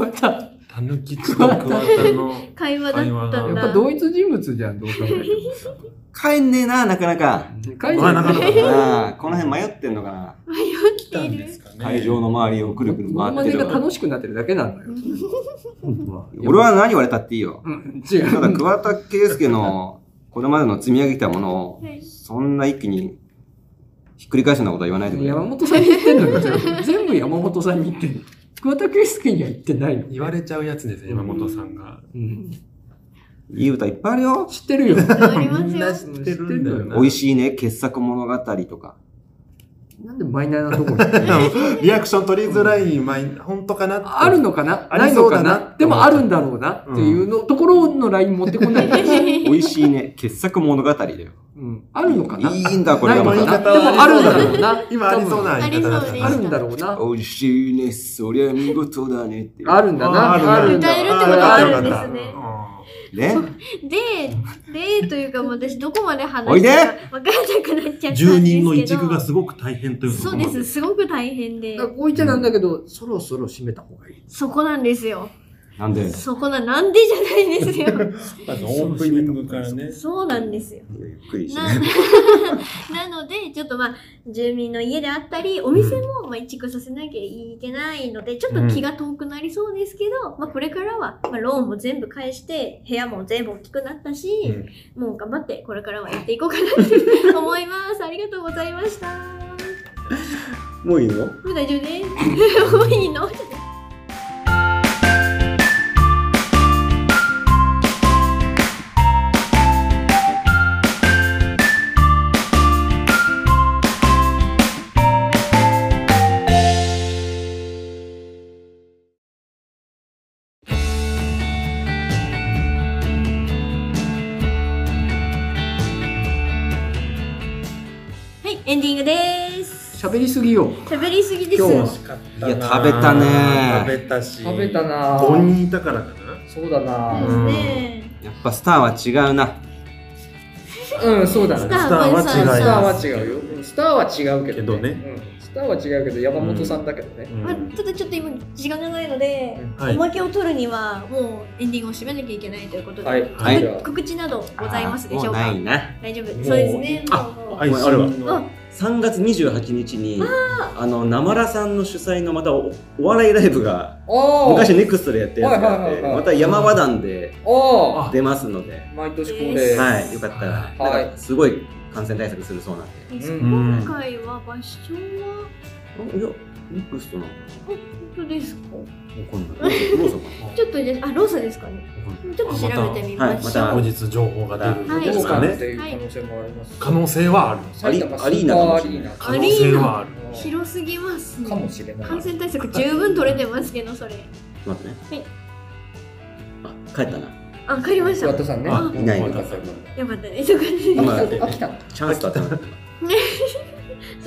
Speaker 3: ったや
Speaker 2: たぬきとクワタの。
Speaker 1: 会話だった
Speaker 2: 会
Speaker 1: ん
Speaker 3: っぱ
Speaker 1: だ。
Speaker 3: 同一人物じゃん、どう考えて
Speaker 4: 帰んねえな、なかなか。
Speaker 3: も。会
Speaker 2: まあなかなか
Speaker 4: ああこの辺迷ってんのかな。
Speaker 1: 迷
Speaker 2: 来
Speaker 1: っている。
Speaker 2: か
Speaker 4: 会場の周りをくるくる
Speaker 3: モノマ
Speaker 4: 回っ
Speaker 3: ネ
Speaker 4: て
Speaker 3: が
Speaker 4: る。
Speaker 3: 楽しくなってるだけなんだよ。
Speaker 4: 俺は何言われたっていいよ。
Speaker 3: うん、違
Speaker 4: ただ、
Speaker 3: う。
Speaker 4: 桑田佳祐のこれまでの積み上げてきたものを、
Speaker 1: はい
Speaker 4: そんな一気にひっくり返すようなことは言わないでくれ
Speaker 3: 山
Speaker 4: よ。
Speaker 3: 本さんに言ってんのよじゃあ、全部山本さんに言ってんの。桑田佳祐には言ってないの。
Speaker 2: 言われちゃうやつですね、山本さんが。
Speaker 3: うん
Speaker 4: いい歌いっぱいあるよ。
Speaker 3: 知ってるよ。
Speaker 1: あります
Speaker 2: みん
Speaker 1: よ
Speaker 2: な。知ってるんだよな。
Speaker 4: 美味しいね、傑作物語とか。
Speaker 3: なんでマイナーなとこに行ってんの
Speaker 2: リアクション取りづらい、まあ、本当かなって
Speaker 3: あるのかな
Speaker 2: あ
Speaker 3: な
Speaker 2: り
Speaker 3: い
Speaker 2: そ
Speaker 3: の
Speaker 2: うだ
Speaker 3: か
Speaker 2: な
Speaker 3: なでもあるんだろうなっていうの、ところのライン持ってこない。
Speaker 4: [LAUGHS] 美味しいね、傑作物語だよ。
Speaker 3: うんあるのかない
Speaker 4: いんだ、これ
Speaker 3: ない
Speaker 4: が
Speaker 3: の
Speaker 4: ま
Speaker 3: かな
Speaker 4: た。
Speaker 3: でもあるんだろうな。
Speaker 2: 今ありそうな
Speaker 1: あ
Speaker 2: 言
Speaker 1: り
Speaker 2: い方
Speaker 1: そうでし
Speaker 2: だった
Speaker 3: 多
Speaker 1: た。
Speaker 3: 分あるんだろうな。
Speaker 4: 美味しいね、そりゃ見事だねっていう。
Speaker 3: あるんだな。
Speaker 2: あるな
Speaker 3: あるんだ
Speaker 1: 歌えるってことはあるんですね。
Speaker 4: ね。
Speaker 1: で、でというかもう私どこまで
Speaker 4: お
Speaker 1: 話
Speaker 4: い
Speaker 1: し
Speaker 4: で
Speaker 1: て分からなくなっちゃったんですけど。
Speaker 2: 住人の一軸がすごく大変というと
Speaker 1: そ
Speaker 2: こ
Speaker 1: う
Speaker 2: ろ
Speaker 1: です。すごく大変で
Speaker 3: だか。らこう言っちゃなんだけど、そろそろ締めた方がいい。
Speaker 1: そこなんですよ。
Speaker 4: なんで、
Speaker 1: そこな、なんでじゃないんですよ。
Speaker 2: オープニングからね。
Speaker 1: そうなんですよ。
Speaker 4: ゆっくりして
Speaker 1: な
Speaker 4: ね。
Speaker 1: なので、ちょっとまあ、住民の家であったり、お店もまあ移築させなきゃいけないので、ちょっと気が遠くなりそうですけど、まあこれからは、まあローンも全部返して、部屋も全部大きくなったし、もう頑張ってこれからはやっていこうかなって思います。ありがとうございました。
Speaker 4: もういいの
Speaker 1: もう大丈夫です。もういいのはい、エンディングです。
Speaker 3: 喋りすぎよ。
Speaker 1: 喋りすぎです。
Speaker 3: 今日は
Speaker 2: 食
Speaker 4: いや食べたね
Speaker 2: 食べたし。
Speaker 3: 食べたな
Speaker 2: 5人いたからかな。
Speaker 3: そうだな
Speaker 1: そうですね。
Speaker 4: やっぱスターは違うな。
Speaker 3: うん、そうだ
Speaker 1: ス
Speaker 3: な。
Speaker 1: ターは違います
Speaker 2: スターは違
Speaker 3: ス
Speaker 2: い
Speaker 3: ター
Speaker 2: ま
Speaker 3: は違うよ。うんスターは違うけどね。
Speaker 2: け
Speaker 3: うんスターは違うけど、山本さんだけどね。
Speaker 2: うん
Speaker 1: まあ、ただちょっと今時間がないので、
Speaker 2: は
Speaker 1: お
Speaker 2: い。
Speaker 1: まけを取るにはもうエンディングを締めなきゃいけないということで、
Speaker 3: はい。
Speaker 2: は
Speaker 3: はいい。じゃあ
Speaker 1: 告告知などございますでしょう
Speaker 4: あ
Speaker 1: か
Speaker 4: もないな。
Speaker 1: 大丈夫そうですねも
Speaker 2: あ
Speaker 1: うもう
Speaker 2: 愛
Speaker 4: あるわ
Speaker 2: 心の
Speaker 1: あ
Speaker 4: 3月28日に、あの、なまらさんの主催のまたおお笑いライブが、
Speaker 3: ああ。
Speaker 4: 昔ネクストでやったやつがあっ
Speaker 3: はいはいはい
Speaker 4: て、
Speaker 3: はい
Speaker 4: また山和団で
Speaker 3: ああ。
Speaker 4: 出ますので、
Speaker 3: 毎年恒例。
Speaker 4: はい、よかったら、
Speaker 3: はい
Speaker 4: なんかすごい感染対策するそうなんで。
Speaker 1: 今回は場所は
Speaker 4: あいや、ネクストなの
Speaker 1: 本当ですか
Speaker 4: わかん
Speaker 3: [LAUGHS]
Speaker 4: ない。ローソンか
Speaker 1: ちょっとじゃああローサですかねちょっと調べてみましょう、
Speaker 4: あ
Speaker 2: 後
Speaker 4: ま
Speaker 2: 日情報が出る
Speaker 1: は
Speaker 2: ん
Speaker 1: い
Speaker 2: ですか
Speaker 3: どうっ
Speaker 2: ね。
Speaker 3: ていう可能性もあります。
Speaker 2: 可能性はある。
Speaker 3: 埼玉スーパー
Speaker 4: アリーナかもしれない
Speaker 2: 可能性はある。
Speaker 1: 広すぎます
Speaker 3: かもしれない。
Speaker 1: 感染対策十分取れてますけどそれ
Speaker 4: な待ってね。あ、帰ったな。
Speaker 1: あ帰りましたよ
Speaker 3: 桑
Speaker 1: か
Speaker 3: 田さんね。
Speaker 2: あ
Speaker 4: いない
Speaker 2: よかった
Speaker 1: ったですよかったです
Speaker 4: 今
Speaker 3: あ、来た。
Speaker 4: チャンスだったな。
Speaker 1: そう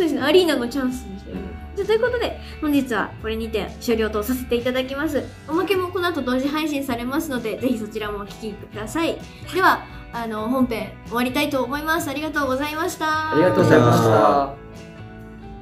Speaker 1: ですね、アリーナのチャンスにしてる。じゃあということで、本日はこれにて終了とさせていただきます。おまけもこの後同時配信されますので、ぜひそちらもお聞きください。では、あの、本編終わりたいと思います。ありがとうございました。
Speaker 3: ありがとうございました。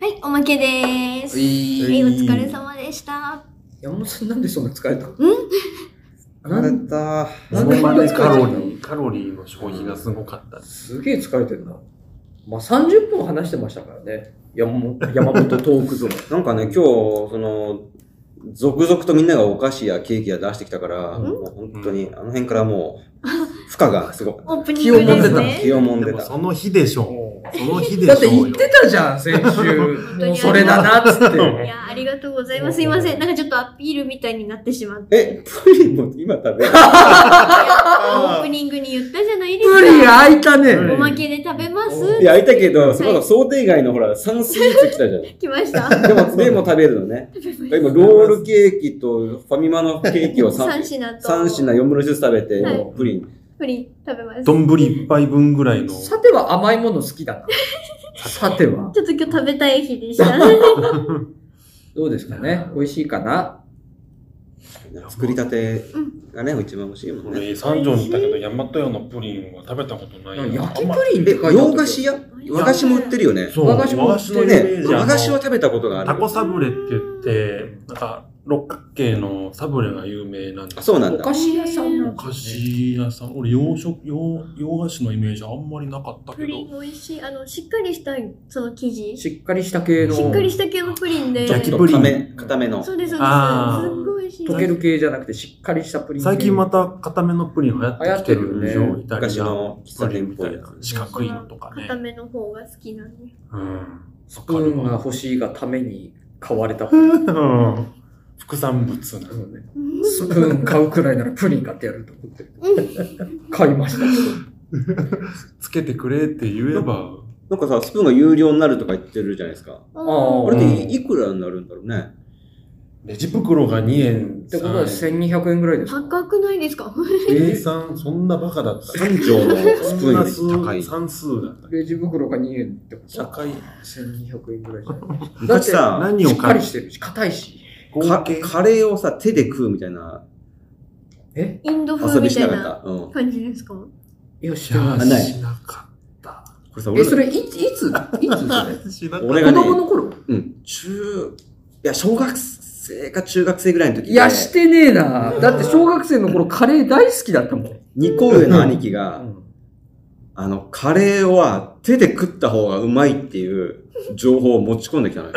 Speaker 1: はい、おまけです。はい、お疲れ様でした。
Speaker 3: 山本さんなんでそんな疲れた
Speaker 4: 疲
Speaker 3: なん
Speaker 4: れた。
Speaker 3: な
Speaker 2: そ
Speaker 3: ん
Speaker 2: の
Speaker 3: で
Speaker 2: 場でカロリ
Speaker 3: 疲れ
Speaker 2: ー、カロリーの消費がすごかった
Speaker 3: た。すげえ疲れてるな。まあ、30分話してましたからね。山本山本トークゾーン。
Speaker 4: なんかね、今日、その、続々とみんながお菓子やケーキや出してきたから、
Speaker 2: うん
Speaker 4: もう本当に、あの辺からもう、負荷
Speaker 3: [LAUGHS]
Speaker 4: がすごかっ
Speaker 1: オープニングです
Speaker 4: た。
Speaker 1: ね。
Speaker 4: 気をもん
Speaker 2: で
Speaker 4: で
Speaker 2: も
Speaker 4: た。
Speaker 2: その日でしょう。その日でしょうよ。
Speaker 3: だって言ってたじゃん、 [LAUGHS] 先週。もうそれだな、っつって。
Speaker 1: いや、ありがとうございます。すいません。なんかちょっとアピールみたいになってしまって。
Speaker 4: え、プリンも今食べる。
Speaker 1: オープニングに言ったじゃないですか。
Speaker 3: プリン開いた
Speaker 1: お
Speaker 3: ね。
Speaker 1: まけで食べます
Speaker 4: いや、開いたけど、その想定外のほら、サンスイーツ来たじゃん。
Speaker 1: 来ました。
Speaker 4: でも、でも食べるのね。今、ロールケーキとファミマのケーキを
Speaker 1: [LAUGHS] 三
Speaker 4: 3
Speaker 1: 品と。
Speaker 4: 三品4分の1ずつ食べて、
Speaker 1: はい
Speaker 4: もうプリン。
Speaker 1: プリン食べます。ちょっ
Speaker 2: 丼一杯分ぐらいの。
Speaker 3: さては甘いもの好きだ [LAUGHS] な。さては。
Speaker 1: と今日食べたい日でした。
Speaker 3: どうですかね美味しいかな
Speaker 4: 作りたてがね、一番美味しいもんね。
Speaker 2: 俺三条にいたけど、大和屋のプリンは食べたことないよ。
Speaker 3: 焼き
Speaker 2: あん
Speaker 3: プ
Speaker 2: ま
Speaker 3: リンっ
Speaker 4: え、
Speaker 3: て書いてあ
Speaker 4: 洋
Speaker 3: った
Speaker 4: 菓子屋和菓子も売ってるよね。
Speaker 2: そう
Speaker 3: 和菓子も
Speaker 2: 和菓子のイメ
Speaker 4: ね
Speaker 2: ー、ジあの
Speaker 4: 和菓子は食べたことがある。
Speaker 2: タコサブレって言って、なんか六角形のサブレが有名なんで
Speaker 4: あ
Speaker 2: す
Speaker 4: そうなん
Speaker 3: お
Speaker 4: だ
Speaker 3: 菓。子屋さんなん
Speaker 2: お
Speaker 3: だ
Speaker 2: 菓子屋さん、俺洋食洋、洋菓子のイメージあんまりなかった
Speaker 1: プ
Speaker 2: け
Speaker 1: リ
Speaker 2: ど
Speaker 1: ン、美味しい。あの、しっかりした、その生地。し
Speaker 3: しっかりした系の。
Speaker 2: し
Speaker 1: っかりした系のプリンで。
Speaker 2: 焼き
Speaker 4: ちょっ
Speaker 2: プ
Speaker 4: と
Speaker 2: リン
Speaker 4: 固め、固めの。
Speaker 1: そうです、そうです。すっ
Speaker 2: あー
Speaker 1: ごい美味しい。
Speaker 3: 溶ける系じゃなくて、しっかりしたプリン系。
Speaker 2: 最近また固めのプリン流行ってきてるんでし
Speaker 3: 流行
Speaker 2: ょ、
Speaker 3: ってるよね
Speaker 2: イタリ
Speaker 4: 昔
Speaker 2: ア
Speaker 4: の喫茶
Speaker 2: プリン
Speaker 4: 店っ
Speaker 2: み
Speaker 4: ぽ
Speaker 2: た
Speaker 4: い
Speaker 2: い
Speaker 4: や
Speaker 2: な
Speaker 4: つ。
Speaker 2: 四角いのとかね
Speaker 1: 固。めの方が好きなんで。
Speaker 2: うん。
Speaker 3: スプーンが欲しいがために買われた。
Speaker 2: うん副産物なのね。
Speaker 3: スプーン買うくらいならプリン買ってやると思ってる。買いました。
Speaker 2: つけてくれって言えば、
Speaker 4: なんかさ、スプーンが有料になるとか言ってるじゃないですか。
Speaker 3: あ
Speaker 4: あ
Speaker 3: ー
Speaker 4: れっていいくらになるんだろうね。
Speaker 2: レジ袋が2円。
Speaker 3: ってことは
Speaker 2: 3円
Speaker 3: 1200円ぐらいですか
Speaker 1: 高くないですか
Speaker 2: 計算、そんなバカだった。
Speaker 4: 三条のスプーンより
Speaker 2: そん
Speaker 4: 高
Speaker 2: ない数。算数だった。
Speaker 3: レジ袋が2円ってこと
Speaker 2: 社会、
Speaker 3: 1200円ぐらいじゃない
Speaker 4: 昔さ、
Speaker 2: 何
Speaker 3: し
Speaker 2: を
Speaker 3: っか
Speaker 2: 買
Speaker 3: り
Speaker 2: う
Speaker 3: してるし、硬いし。
Speaker 4: か
Speaker 2: 合計
Speaker 4: カレーをさ、手で食うみたいな
Speaker 3: え
Speaker 1: インド風
Speaker 4: 遊び
Speaker 1: み
Speaker 4: した
Speaker 1: い
Speaker 4: なか
Speaker 1: な
Speaker 4: った。うん。こ
Speaker 1: 感じですか
Speaker 3: いや、して
Speaker 2: じゃ
Speaker 3: ま
Speaker 2: あ
Speaker 3: す。
Speaker 4: あない
Speaker 2: しなかった。
Speaker 4: れさ、
Speaker 3: え、
Speaker 4: 俺
Speaker 3: そ
Speaker 4: ら
Speaker 3: れ、いいつ、いつ、いつそれ
Speaker 2: しなかった
Speaker 4: 俺
Speaker 3: 子
Speaker 4: が
Speaker 3: 供の
Speaker 4: ね、
Speaker 3: 頃
Speaker 4: うん、中、いや、小学生か中学生ぐらいの時
Speaker 3: いや、してねえな。だって小学生の頃カレー大好きだったもん。
Speaker 4: 2個上の兄貴が、あの、カレーは手で食った方がうまいっていう情報を持ち込んでき
Speaker 2: [LAUGHS]
Speaker 4: たのよ。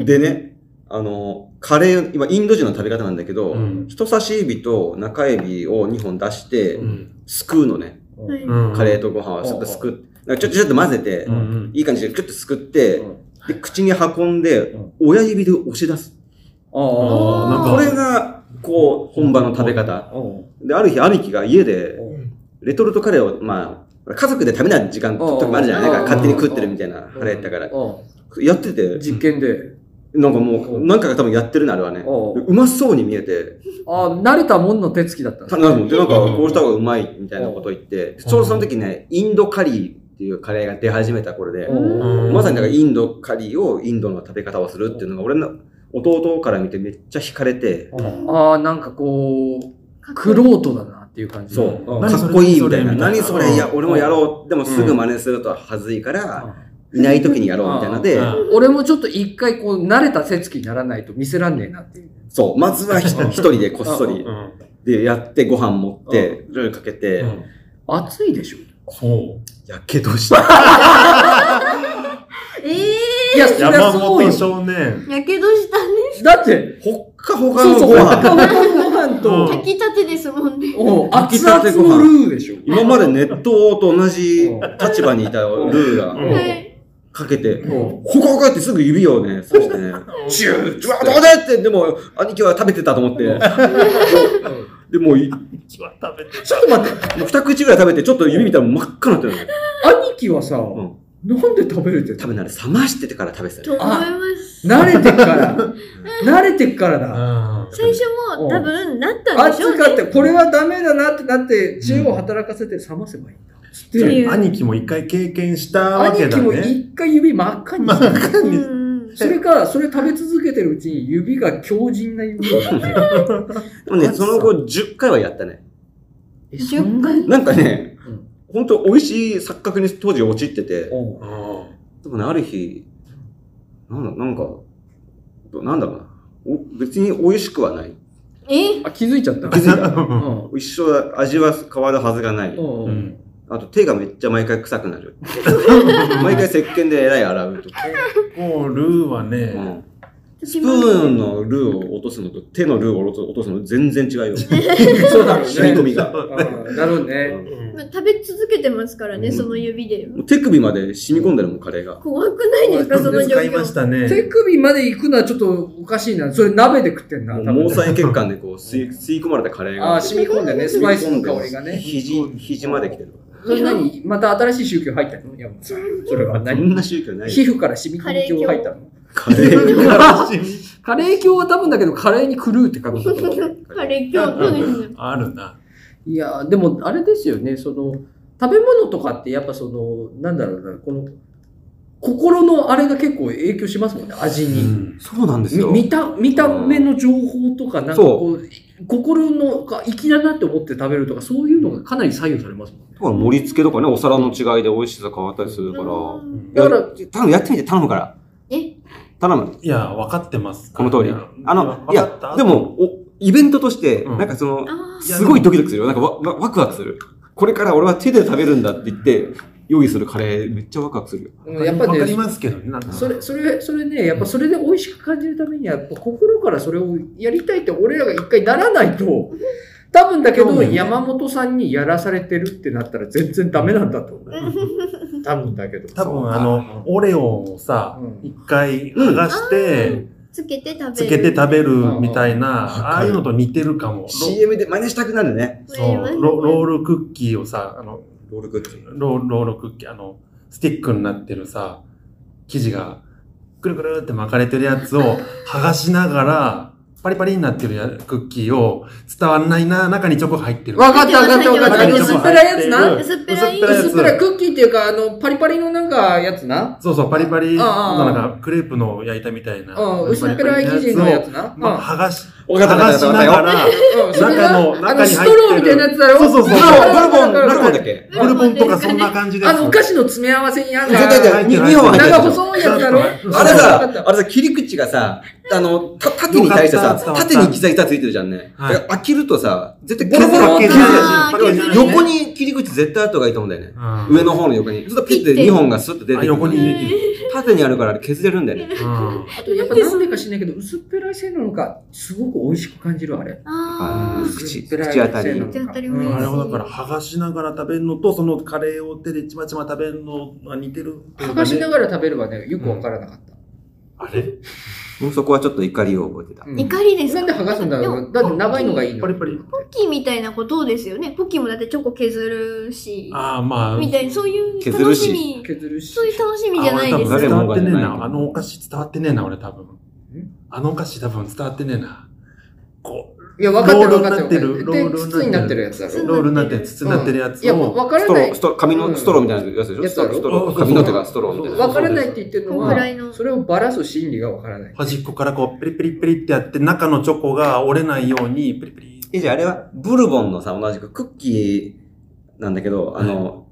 Speaker 2: うん。
Speaker 4: でね、あの、カレー、今インド人の食べ方なんだけど、
Speaker 2: うん
Speaker 4: 人差し指と中指を2本出して、
Speaker 2: うん
Speaker 4: すくうのね。
Speaker 1: はい
Speaker 2: うん
Speaker 4: カレーとご飯はちょっとすくっ、なんかちょっとちょっと混ぜて、
Speaker 2: うん
Speaker 4: いい感じでキュッとすくって
Speaker 3: う、
Speaker 4: で、口に運んで
Speaker 3: うん、
Speaker 4: 親指で押し出す。
Speaker 3: あ
Speaker 2: あーなんか
Speaker 4: これが、こう、本場の食べ
Speaker 3: あ
Speaker 4: 方。。
Speaker 3: うん
Speaker 4: で、ある日、兄貴が家で
Speaker 3: う、
Speaker 4: レトルトカレーを、まあ、家族で食べない時間とかもあるじゃない
Speaker 3: うん
Speaker 4: なんか勝手に食ってるみたいな、カレーやったから。やってて、
Speaker 3: 実験で。
Speaker 4: なんかもう、何回か多分やってるな、あれはね。
Speaker 3: うん
Speaker 4: うまそうに見えて、
Speaker 3: ああ、慣れたもんの手つきだったんです
Speaker 4: た
Speaker 3: ね。
Speaker 4: なんか、でなんかこうした方がうまいみたいなことを言って、ちょうどその時ね、インドカリーっていうカレーが出始めた頃で、
Speaker 3: うん
Speaker 4: まさにだからインドカリーをインドの食べ方をするっていうのが俺の弟から見てめっちゃ惹かれて、
Speaker 3: ああ、なんかこう、クロートだなっていう感じ。
Speaker 4: そうう、
Speaker 2: 何そ
Speaker 4: か
Speaker 2: れ
Speaker 4: っこいいみたいな。何
Speaker 2: 何
Speaker 4: そ
Speaker 2: そ
Speaker 4: れ
Speaker 2: れ
Speaker 4: いや、俺もやろう。でもすぐ真似するとは恥ずいから、いない時にやろうみたいなので
Speaker 2: う、ん
Speaker 3: 俺もちょっと一回こう、慣れた手つきにならないと見せらんねえなっていう。
Speaker 4: そう、まずはひ一人でこっそり
Speaker 2: う。ん
Speaker 4: で、やってご飯持って、ルーかけて
Speaker 2: う、ん
Speaker 3: 熱いでしょ。
Speaker 2: そう。
Speaker 4: やけどした。
Speaker 1: え
Speaker 3: いや、そりゃ
Speaker 2: 山
Speaker 3: そうよ
Speaker 2: 本。少年。
Speaker 1: ー、やけどしたね。
Speaker 3: だって、
Speaker 4: ほっかほか
Speaker 3: そう
Speaker 4: の
Speaker 3: そう、
Speaker 4: ご
Speaker 3: ご
Speaker 4: 飯。
Speaker 3: 飯と、
Speaker 2: うん
Speaker 1: 炊きたてですもんね。
Speaker 3: おう
Speaker 4: 炊
Speaker 3: 熱
Speaker 4: きた
Speaker 3: 々
Speaker 4: てご飯
Speaker 3: のルーでしょ。
Speaker 4: 今まで熱湯と同じ立場にいたルーが、
Speaker 2: うん
Speaker 1: はい。
Speaker 4: かけて、ほかほかってすぐ指をね、刺してね、 [LAUGHS] チュー、チュワーどうだって、でも、兄貴は食べてたと思って。 [LAUGHS] で、もうい、ちょっと待って、もう二口ぐらい食べて、ちょっと指見たら真っ赤になってるのよ
Speaker 5: 兄貴はさ、
Speaker 4: ん
Speaker 5: なんで食べれて
Speaker 4: 多分ね、あれ冷ましててから食べてた
Speaker 1: と
Speaker 4: [LAUGHS] よ。
Speaker 1: 思います。
Speaker 5: 慣れてっから。慣れてっからだ。
Speaker 1: 最初も多分なったんでしょう
Speaker 5: 暑
Speaker 1: ね。
Speaker 5: かって、これはダメだなってなって、知恵を働かせて冷ませばいいんだ。つって、
Speaker 1: っていう。
Speaker 2: 兄貴も一回経験したわけ
Speaker 5: 兄
Speaker 2: だ
Speaker 5: 貴も
Speaker 2: ね。
Speaker 5: 一回指真っ赤にして
Speaker 1: うんうん
Speaker 5: それから、それ食べ続けてるうちに指が強靭な指をして。
Speaker 4: でもね、その後10回はやったね。
Speaker 5: え
Speaker 1: そんな
Speaker 4: なんかね
Speaker 5: うん、
Speaker 4: 本当美味しい錯覚に当時陥ってて、
Speaker 5: おう
Speaker 4: でもね、ある日、なんだ、なんか、なんだろうな。お別に美味しくはない。
Speaker 1: え
Speaker 5: あ、気づいちゃった。
Speaker 4: 気づいた
Speaker 5: うん
Speaker 4: 一生味は変わるはずがない。
Speaker 5: うん
Speaker 2: う
Speaker 5: うん
Speaker 2: ん
Speaker 4: あと手がめっちゃ毎回臭くなる。毎回石鹸でえらい洗うとか。
Speaker 2: もうルーは
Speaker 4: う
Speaker 2: ね、
Speaker 4: ん
Speaker 1: 私
Speaker 4: スプ
Speaker 1: も
Speaker 4: ーンのルーを落とすのと手のルーを落とすの全然違うよ。
Speaker 5: そうだろうね。
Speaker 4: 染み込みが。
Speaker 5: うんなるほど
Speaker 4: う
Speaker 5: ね。
Speaker 4: ん
Speaker 1: 食べ続けてますからね、
Speaker 4: うん
Speaker 1: その指で。
Speaker 4: もう手首まで染み込んでるもん、カレーが。
Speaker 1: 怖くないですか、その状
Speaker 2: 使いまし
Speaker 1: 況。
Speaker 2: た
Speaker 5: 手
Speaker 2: ね。
Speaker 5: 首まで行くのはちょっとおかしいな。それ鍋で食ってんな。
Speaker 4: もう
Speaker 5: 多分
Speaker 4: 毛細血管でこう吸い吸い込まれたカレー
Speaker 5: あ
Speaker 4: が。
Speaker 5: あ、染み込んでね、スパイスの香りがね。
Speaker 4: 肘、肘まで来てる。
Speaker 5: それ何また新しい宗教入ったの山本さん。それは
Speaker 2: [LAUGHS]
Speaker 4: そ
Speaker 5: 何
Speaker 4: んな宗教ない
Speaker 5: 皮膚から染み込み教入ったの
Speaker 4: カレ
Speaker 2: [LAUGHS]
Speaker 4: ーが。
Speaker 5: カレー教は多分だけど、カレーに狂うって書くんだと思う
Speaker 1: カレー今日、そうですね。
Speaker 2: あるな。
Speaker 5: いやーでもあれですよねその食べ物とかってやっぱそのなんだろうなこの心のあれが結構影響しますもんね味
Speaker 2: う
Speaker 5: に、
Speaker 2: ん
Speaker 4: そうなんです
Speaker 5: み
Speaker 4: よ。
Speaker 5: 見た見た目の情報とかなんかこう心のが粋だなって思って食べるとかそういうのがかなり左右されますもんね
Speaker 4: だから盛り付けとかね、お皿の違いで美味しさ変わったりするから。
Speaker 1: うん
Speaker 4: だから、頼む、やってみて頼むから。
Speaker 1: え
Speaker 4: 頼む、
Speaker 2: いや、分かってます。
Speaker 4: この通り。あの、い
Speaker 2: いや
Speaker 4: や、、でも、お、イベントとして、
Speaker 2: うん
Speaker 4: なんかその、
Speaker 1: あー
Speaker 4: すごいドキドキするよ。なんかわ、わワクワクする。これから俺は手で食べるんだって言って、用意するカレー、めっちゃワクワクするよ。
Speaker 5: でもやっぱ
Speaker 2: わかり
Speaker 5: ね
Speaker 2: ますけどね。なんか
Speaker 5: それそれそれねやっぱそれで美味しく感じるためにはやっぱ心からそれをやりたいって俺らが一回ならないと多分だけ
Speaker 2: そう
Speaker 5: ど
Speaker 2: だよね
Speaker 5: 山本さんにやらされてるってなったら全然ダメなんだと思う。多分だけど。
Speaker 2: 多分あの、オレオをさ
Speaker 5: う、ん
Speaker 2: 一回剥がして、
Speaker 1: つけて食べる。
Speaker 2: つけて食べるみたい
Speaker 4: うん
Speaker 2: な、ああいうのと似てるかも。
Speaker 4: CM で真似したくなるね。
Speaker 1: べ
Speaker 2: そうロロールクッキーをさ、あの、
Speaker 4: ロールクッキー。
Speaker 2: ローロールクッキー、あの、スティックになってるさ、生地が、くるくるって巻かれてるやつを剥がしながら、パリパリになってるやクッキーを、伝わんないな、中にチョコ入ってる。
Speaker 5: わかったわかったわかった。あの
Speaker 1: わかった
Speaker 5: 薄っぺらいやつな。
Speaker 1: 薄っぺらい
Speaker 2: 薄っぺらいやつ
Speaker 5: 薄っぺらいクッキーっていうか、あの、パリパリのなんかやつな。
Speaker 2: そうそう、パリパリの
Speaker 5: ああああ
Speaker 2: なんか、クレープの焼いたみたいな。
Speaker 5: うん、薄っぺ
Speaker 2: パ
Speaker 5: らい
Speaker 2: リパ
Speaker 5: 生
Speaker 2: リ
Speaker 5: 地のや
Speaker 2: を
Speaker 5: つな。うん
Speaker 2: まあ、剥がし、
Speaker 4: わかった
Speaker 2: 剥
Speaker 4: わか
Speaker 2: が
Speaker 4: った
Speaker 2: し
Speaker 4: わ
Speaker 2: な
Speaker 4: かった
Speaker 2: が
Speaker 4: よ。
Speaker 2: ら、
Speaker 5: うんそれが
Speaker 2: 中の
Speaker 5: あ
Speaker 2: 中に入ってる
Speaker 5: ストローみたいなやつだろ
Speaker 2: そうそうそう
Speaker 4: ブルボン、ブルボン、ブルボンだっ
Speaker 5: ン
Speaker 4: け
Speaker 2: ブルボンとかそんな感じで
Speaker 5: あ
Speaker 2: す。
Speaker 5: の、お菓子の詰め合わせにあん
Speaker 4: ちょっと待って
Speaker 5: な。
Speaker 4: に二本入ってる
Speaker 5: 長細いやつだ
Speaker 4: あれ
Speaker 5: ろわかった
Speaker 4: さ、あれさ、切り口がさ、あの、た縦に対して
Speaker 2: よか
Speaker 4: さ
Speaker 2: った、伝わった
Speaker 4: 縦にギザギザついてるじゃんね。
Speaker 2: はい
Speaker 4: だから開けるとさ、絶対
Speaker 5: ボロボロ
Speaker 4: 削る
Speaker 1: あー
Speaker 4: 削る
Speaker 1: 削る
Speaker 4: 横に切り口絶対あった方がいいと思うんだよね。
Speaker 2: うん
Speaker 4: 上の方の横に。ちょっとピッて2本がスッと出て
Speaker 2: あ
Speaker 4: く
Speaker 2: 横に
Speaker 4: る。
Speaker 2: 入れてる。
Speaker 4: 縦にあるからあれ削れるんだよね。
Speaker 2: うん
Speaker 5: あと、やっぱなんでか知んないけど、薄っぺらいせいなのか、すごく美味しく感じる、あれ。
Speaker 1: あー。
Speaker 4: 口
Speaker 5: 薄っぺらい
Speaker 4: 口当たり
Speaker 5: せいなの
Speaker 1: 口当
Speaker 5: か
Speaker 1: たり
Speaker 2: う
Speaker 1: もいいし
Speaker 2: んあれをだから剥がしながら食べるのと、そのカレーを手でちまちま食べるのが似てるというかね。
Speaker 5: 剥がしながら食べればね、よくわからなかった。
Speaker 2: あれ
Speaker 4: もうそこはちょっと怒りを覚えてた。
Speaker 5: うん
Speaker 1: 怒りです
Speaker 5: なんで剥がすんだ
Speaker 1: で
Speaker 5: ろ
Speaker 1: も
Speaker 5: うだって長いのがいいの。
Speaker 2: パリパリ
Speaker 1: ポッキーみたいなことですよね。ポッキーもだってチョコ削るし、
Speaker 2: ああ、まあ。
Speaker 1: みたいな、そういう
Speaker 4: 削
Speaker 1: 楽
Speaker 4: るし
Speaker 1: しみ、
Speaker 5: 削るし
Speaker 1: そ。ういう楽しみじゃない
Speaker 2: あ
Speaker 1: で
Speaker 2: 俺多
Speaker 1: す
Speaker 2: 分
Speaker 1: か。
Speaker 2: 伝わってねえ
Speaker 4: うん
Speaker 2: な。あのお菓子伝わってねえな、俺多分。あのお菓子多分伝わってねえな。こ
Speaker 5: いや、分かってる
Speaker 2: ロール
Speaker 5: 分かってる。
Speaker 2: になってるロールになってる
Speaker 5: で、筒になってるやつだ
Speaker 2: う、
Speaker 1: 包ん
Speaker 5: ろ。
Speaker 1: で
Speaker 2: ロールになって筒になってるや
Speaker 5: い
Speaker 2: つ
Speaker 5: や、
Speaker 2: を。
Speaker 5: 分から
Speaker 4: ストロ
Speaker 5: な
Speaker 4: ー、
Speaker 5: い
Speaker 4: ス。トロー、紙
Speaker 5: うん
Speaker 4: の、ストローみたいなやつでしょ
Speaker 5: や
Speaker 4: ス
Speaker 5: つ
Speaker 4: ト
Speaker 5: だ
Speaker 4: ロ
Speaker 5: ろ
Speaker 4: ー、ストロ
Speaker 2: うん
Speaker 4: ー、紙の手がストローみたいな。
Speaker 5: 分からないって言ってるの
Speaker 1: こんぐらい
Speaker 5: は、
Speaker 1: の。
Speaker 5: それをばらす心理が分からない。
Speaker 2: 端っこからこう、ペリペリペリってやって、中のチョコが折れないように、ペリペリ。
Speaker 4: え、じゃああれは、ブルボンのさ、同じくクッキーなんだけど、あの、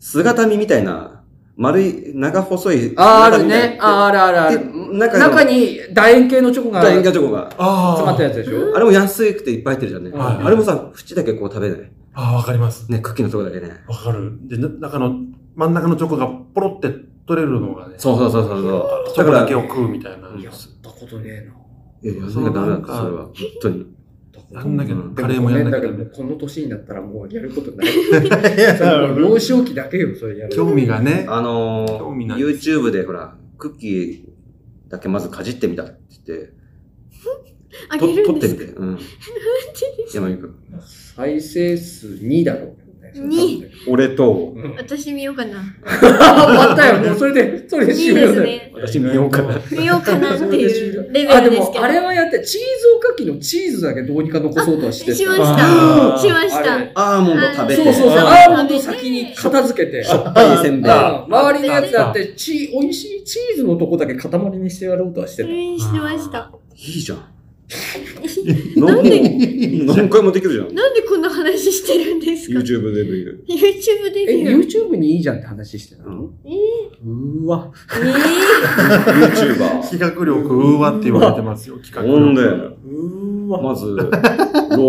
Speaker 4: 姿見みたいな、丸い、長細い。
Speaker 5: あーあ
Speaker 4: 姿
Speaker 5: る
Speaker 4: 見みたい
Speaker 5: ね。あーあるあるあ
Speaker 4: で
Speaker 5: る。
Speaker 4: 中
Speaker 5: 中
Speaker 4: に、
Speaker 5: に楕円形のチョコが
Speaker 4: 楕円形
Speaker 5: 詰
Speaker 4: チョコが。
Speaker 2: あ
Speaker 5: まったやつでしょ
Speaker 4: あれも安くていっぱい入ってるじゃんね。
Speaker 5: はい
Speaker 4: あれもさ、縁だけこう食べない。
Speaker 2: ああ、わかります。
Speaker 4: ね、クッキーのとこだけね。
Speaker 2: わかる。で、な中の、真ん中のチョコがポロって取れるのがね。
Speaker 4: そうそうそうそうそう。
Speaker 2: チョコ
Speaker 4: だ
Speaker 2: だ
Speaker 4: か
Speaker 2: け
Speaker 4: ら
Speaker 2: を食うみたいな。
Speaker 4: うん
Speaker 5: やったことねえな。
Speaker 4: いやいや、そんなダメだった、それは。本当に。
Speaker 5: やったこ
Speaker 2: やんなきゃ
Speaker 5: で
Speaker 2: カ
Speaker 5: も
Speaker 2: レーもやんなきゃ
Speaker 5: ご
Speaker 2: ダ
Speaker 5: め
Speaker 2: メ
Speaker 5: だけどこの年になったらもうやること
Speaker 2: [LAUGHS]
Speaker 5: ない。それもう幼少期だけよ、それやる。
Speaker 2: 興味がね
Speaker 4: あのー
Speaker 2: 興味ない
Speaker 4: YouTube でほら、クッキーだけまずかじってみたって言って、
Speaker 8: あ
Speaker 4: と
Speaker 8: げる
Speaker 4: 撮
Speaker 8: ん
Speaker 4: って
Speaker 8: です
Speaker 4: み
Speaker 8: か
Speaker 4: て。うん。山美君。
Speaker 5: 再生数2だろうね。
Speaker 8: 二
Speaker 4: 俺と、
Speaker 5: うん。
Speaker 8: 私見ようか
Speaker 5: あ、
Speaker 8: な。
Speaker 5: 終わったよ。もうそれで、それ
Speaker 8: い
Speaker 5: で
Speaker 8: い
Speaker 5: 終
Speaker 8: で
Speaker 5: 了
Speaker 8: す
Speaker 5: だよ。
Speaker 8: ね。
Speaker 4: 私見ようかな。
Speaker 8: 見ようかなっていうレベ
Speaker 5: あ、で
Speaker 8: ルです
Speaker 5: も
Speaker 8: け、ど。
Speaker 5: あれはやって、チーズおかきのチーズだけどうにか残そうとはしてた。
Speaker 8: しま
Speaker 2: あー
Speaker 8: した。しまし
Speaker 5: あ
Speaker 8: た
Speaker 5: れ。
Speaker 4: アーモンド食べて。
Speaker 5: そうそうそう。
Speaker 8: あ
Speaker 5: ア
Speaker 8: ー
Speaker 5: ーモンド先に片付けて。
Speaker 4: しょっぱいせんべい。
Speaker 5: あ周りのやつだって、チー、美味しいチーズのとこだけ塊にしてやろうとはして
Speaker 8: う
Speaker 5: た。
Speaker 8: ん、してました。
Speaker 4: いいじゃん。
Speaker 8: なんで、
Speaker 4: 何回もできるじゃん。
Speaker 8: なんでこんな話してるんですか
Speaker 4: YouTube でできる。
Speaker 8: ?YouTube
Speaker 5: え、
Speaker 8: ですよ。
Speaker 5: YouTube にいいじゃんって話してたの
Speaker 8: え
Speaker 5: うーわ。
Speaker 8: ー、え
Speaker 4: YouTuber。
Speaker 2: 企画力うーわって言われてますよ、企
Speaker 4: ほ
Speaker 2: 画
Speaker 4: ん
Speaker 2: 力。
Speaker 4: で、
Speaker 5: うーわ。
Speaker 4: まず、ロ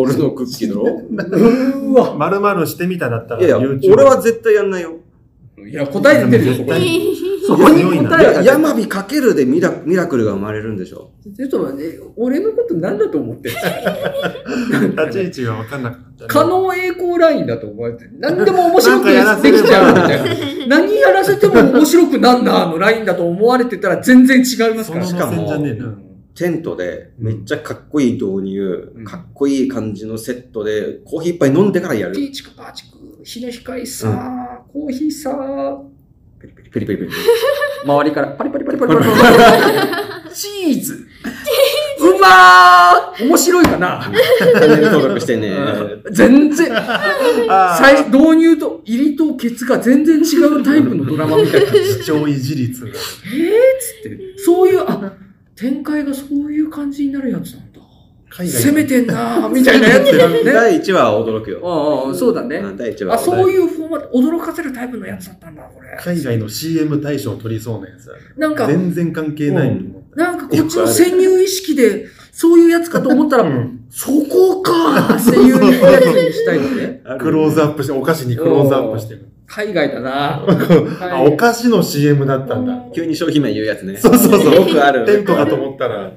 Speaker 4: ールのクッキーだろ
Speaker 5: うーわ。
Speaker 2: まるまるしてみただったら
Speaker 4: いやいや、
Speaker 2: YouTube
Speaker 4: 俺は絶対やんないよ。
Speaker 5: いや、答え出てるよ、そこ
Speaker 8: ー、
Speaker 5: に。
Speaker 2: そこに答え
Speaker 4: いや、山火かけるでミラミラクルが生まれるんでしょ。
Speaker 5: ちょっと待って、俺のこと何だと思ってる
Speaker 2: 立ち位置が分かんなかったね。
Speaker 5: 可能栄光ラインだと思われて、何でも面白くできちゃうみたいな。何やらせても面白くなんなのラインだと思われてたら全然違いますから。
Speaker 4: しかも
Speaker 2: その路線じゃねえ
Speaker 5: う
Speaker 2: な。
Speaker 5: ん
Speaker 4: テントで、めっちゃかっこいい導入、
Speaker 5: うん
Speaker 4: かっこいい感じのセットで、コーヒー一杯飲んでからやる。
Speaker 5: ピーチクパーチク、日の光さー、コーヒーさー、
Speaker 4: ペリペリペリペリペリ。
Speaker 5: 周りからパリパリパリパリパリパリ。チーズうまー面白いかな
Speaker 4: チャンネル登録してね。
Speaker 5: 全然、
Speaker 2: あ
Speaker 5: 最初導入と入りとケツが全然違うタイプのドラマみ [LAUGHS] たいな。
Speaker 2: ー視聴維持率が。
Speaker 5: えーっつって、そういう、あ、展開がそういう感じになるやつなんだ。
Speaker 2: 海
Speaker 5: 攻めてんなーみたいなやつだよね。
Speaker 4: 第1話は驚くよ。
Speaker 5: ああ、そうだね
Speaker 4: う。ん第1話
Speaker 5: あ、
Speaker 4: は
Speaker 5: そういうフォーマット、驚かせるタイプのやつだったんだ、これ。
Speaker 2: 海外の CM 大賞取りそうなやつだね
Speaker 5: なんか、
Speaker 2: 全然関係ないと思った。
Speaker 5: なんかこっちの潜入意識で、そういうやつかと思ったら、そこかーっていうやつにしたいのね。
Speaker 4: ある
Speaker 2: クローズアップして、お菓子にクローズアップしてる。
Speaker 5: [LAUGHS] 海外だな
Speaker 2: あ、お菓子の CM だったんだ。
Speaker 4: 急に商品名言うやつね。
Speaker 2: そうそうそう
Speaker 4: よくある。
Speaker 2: テントかと思ったら、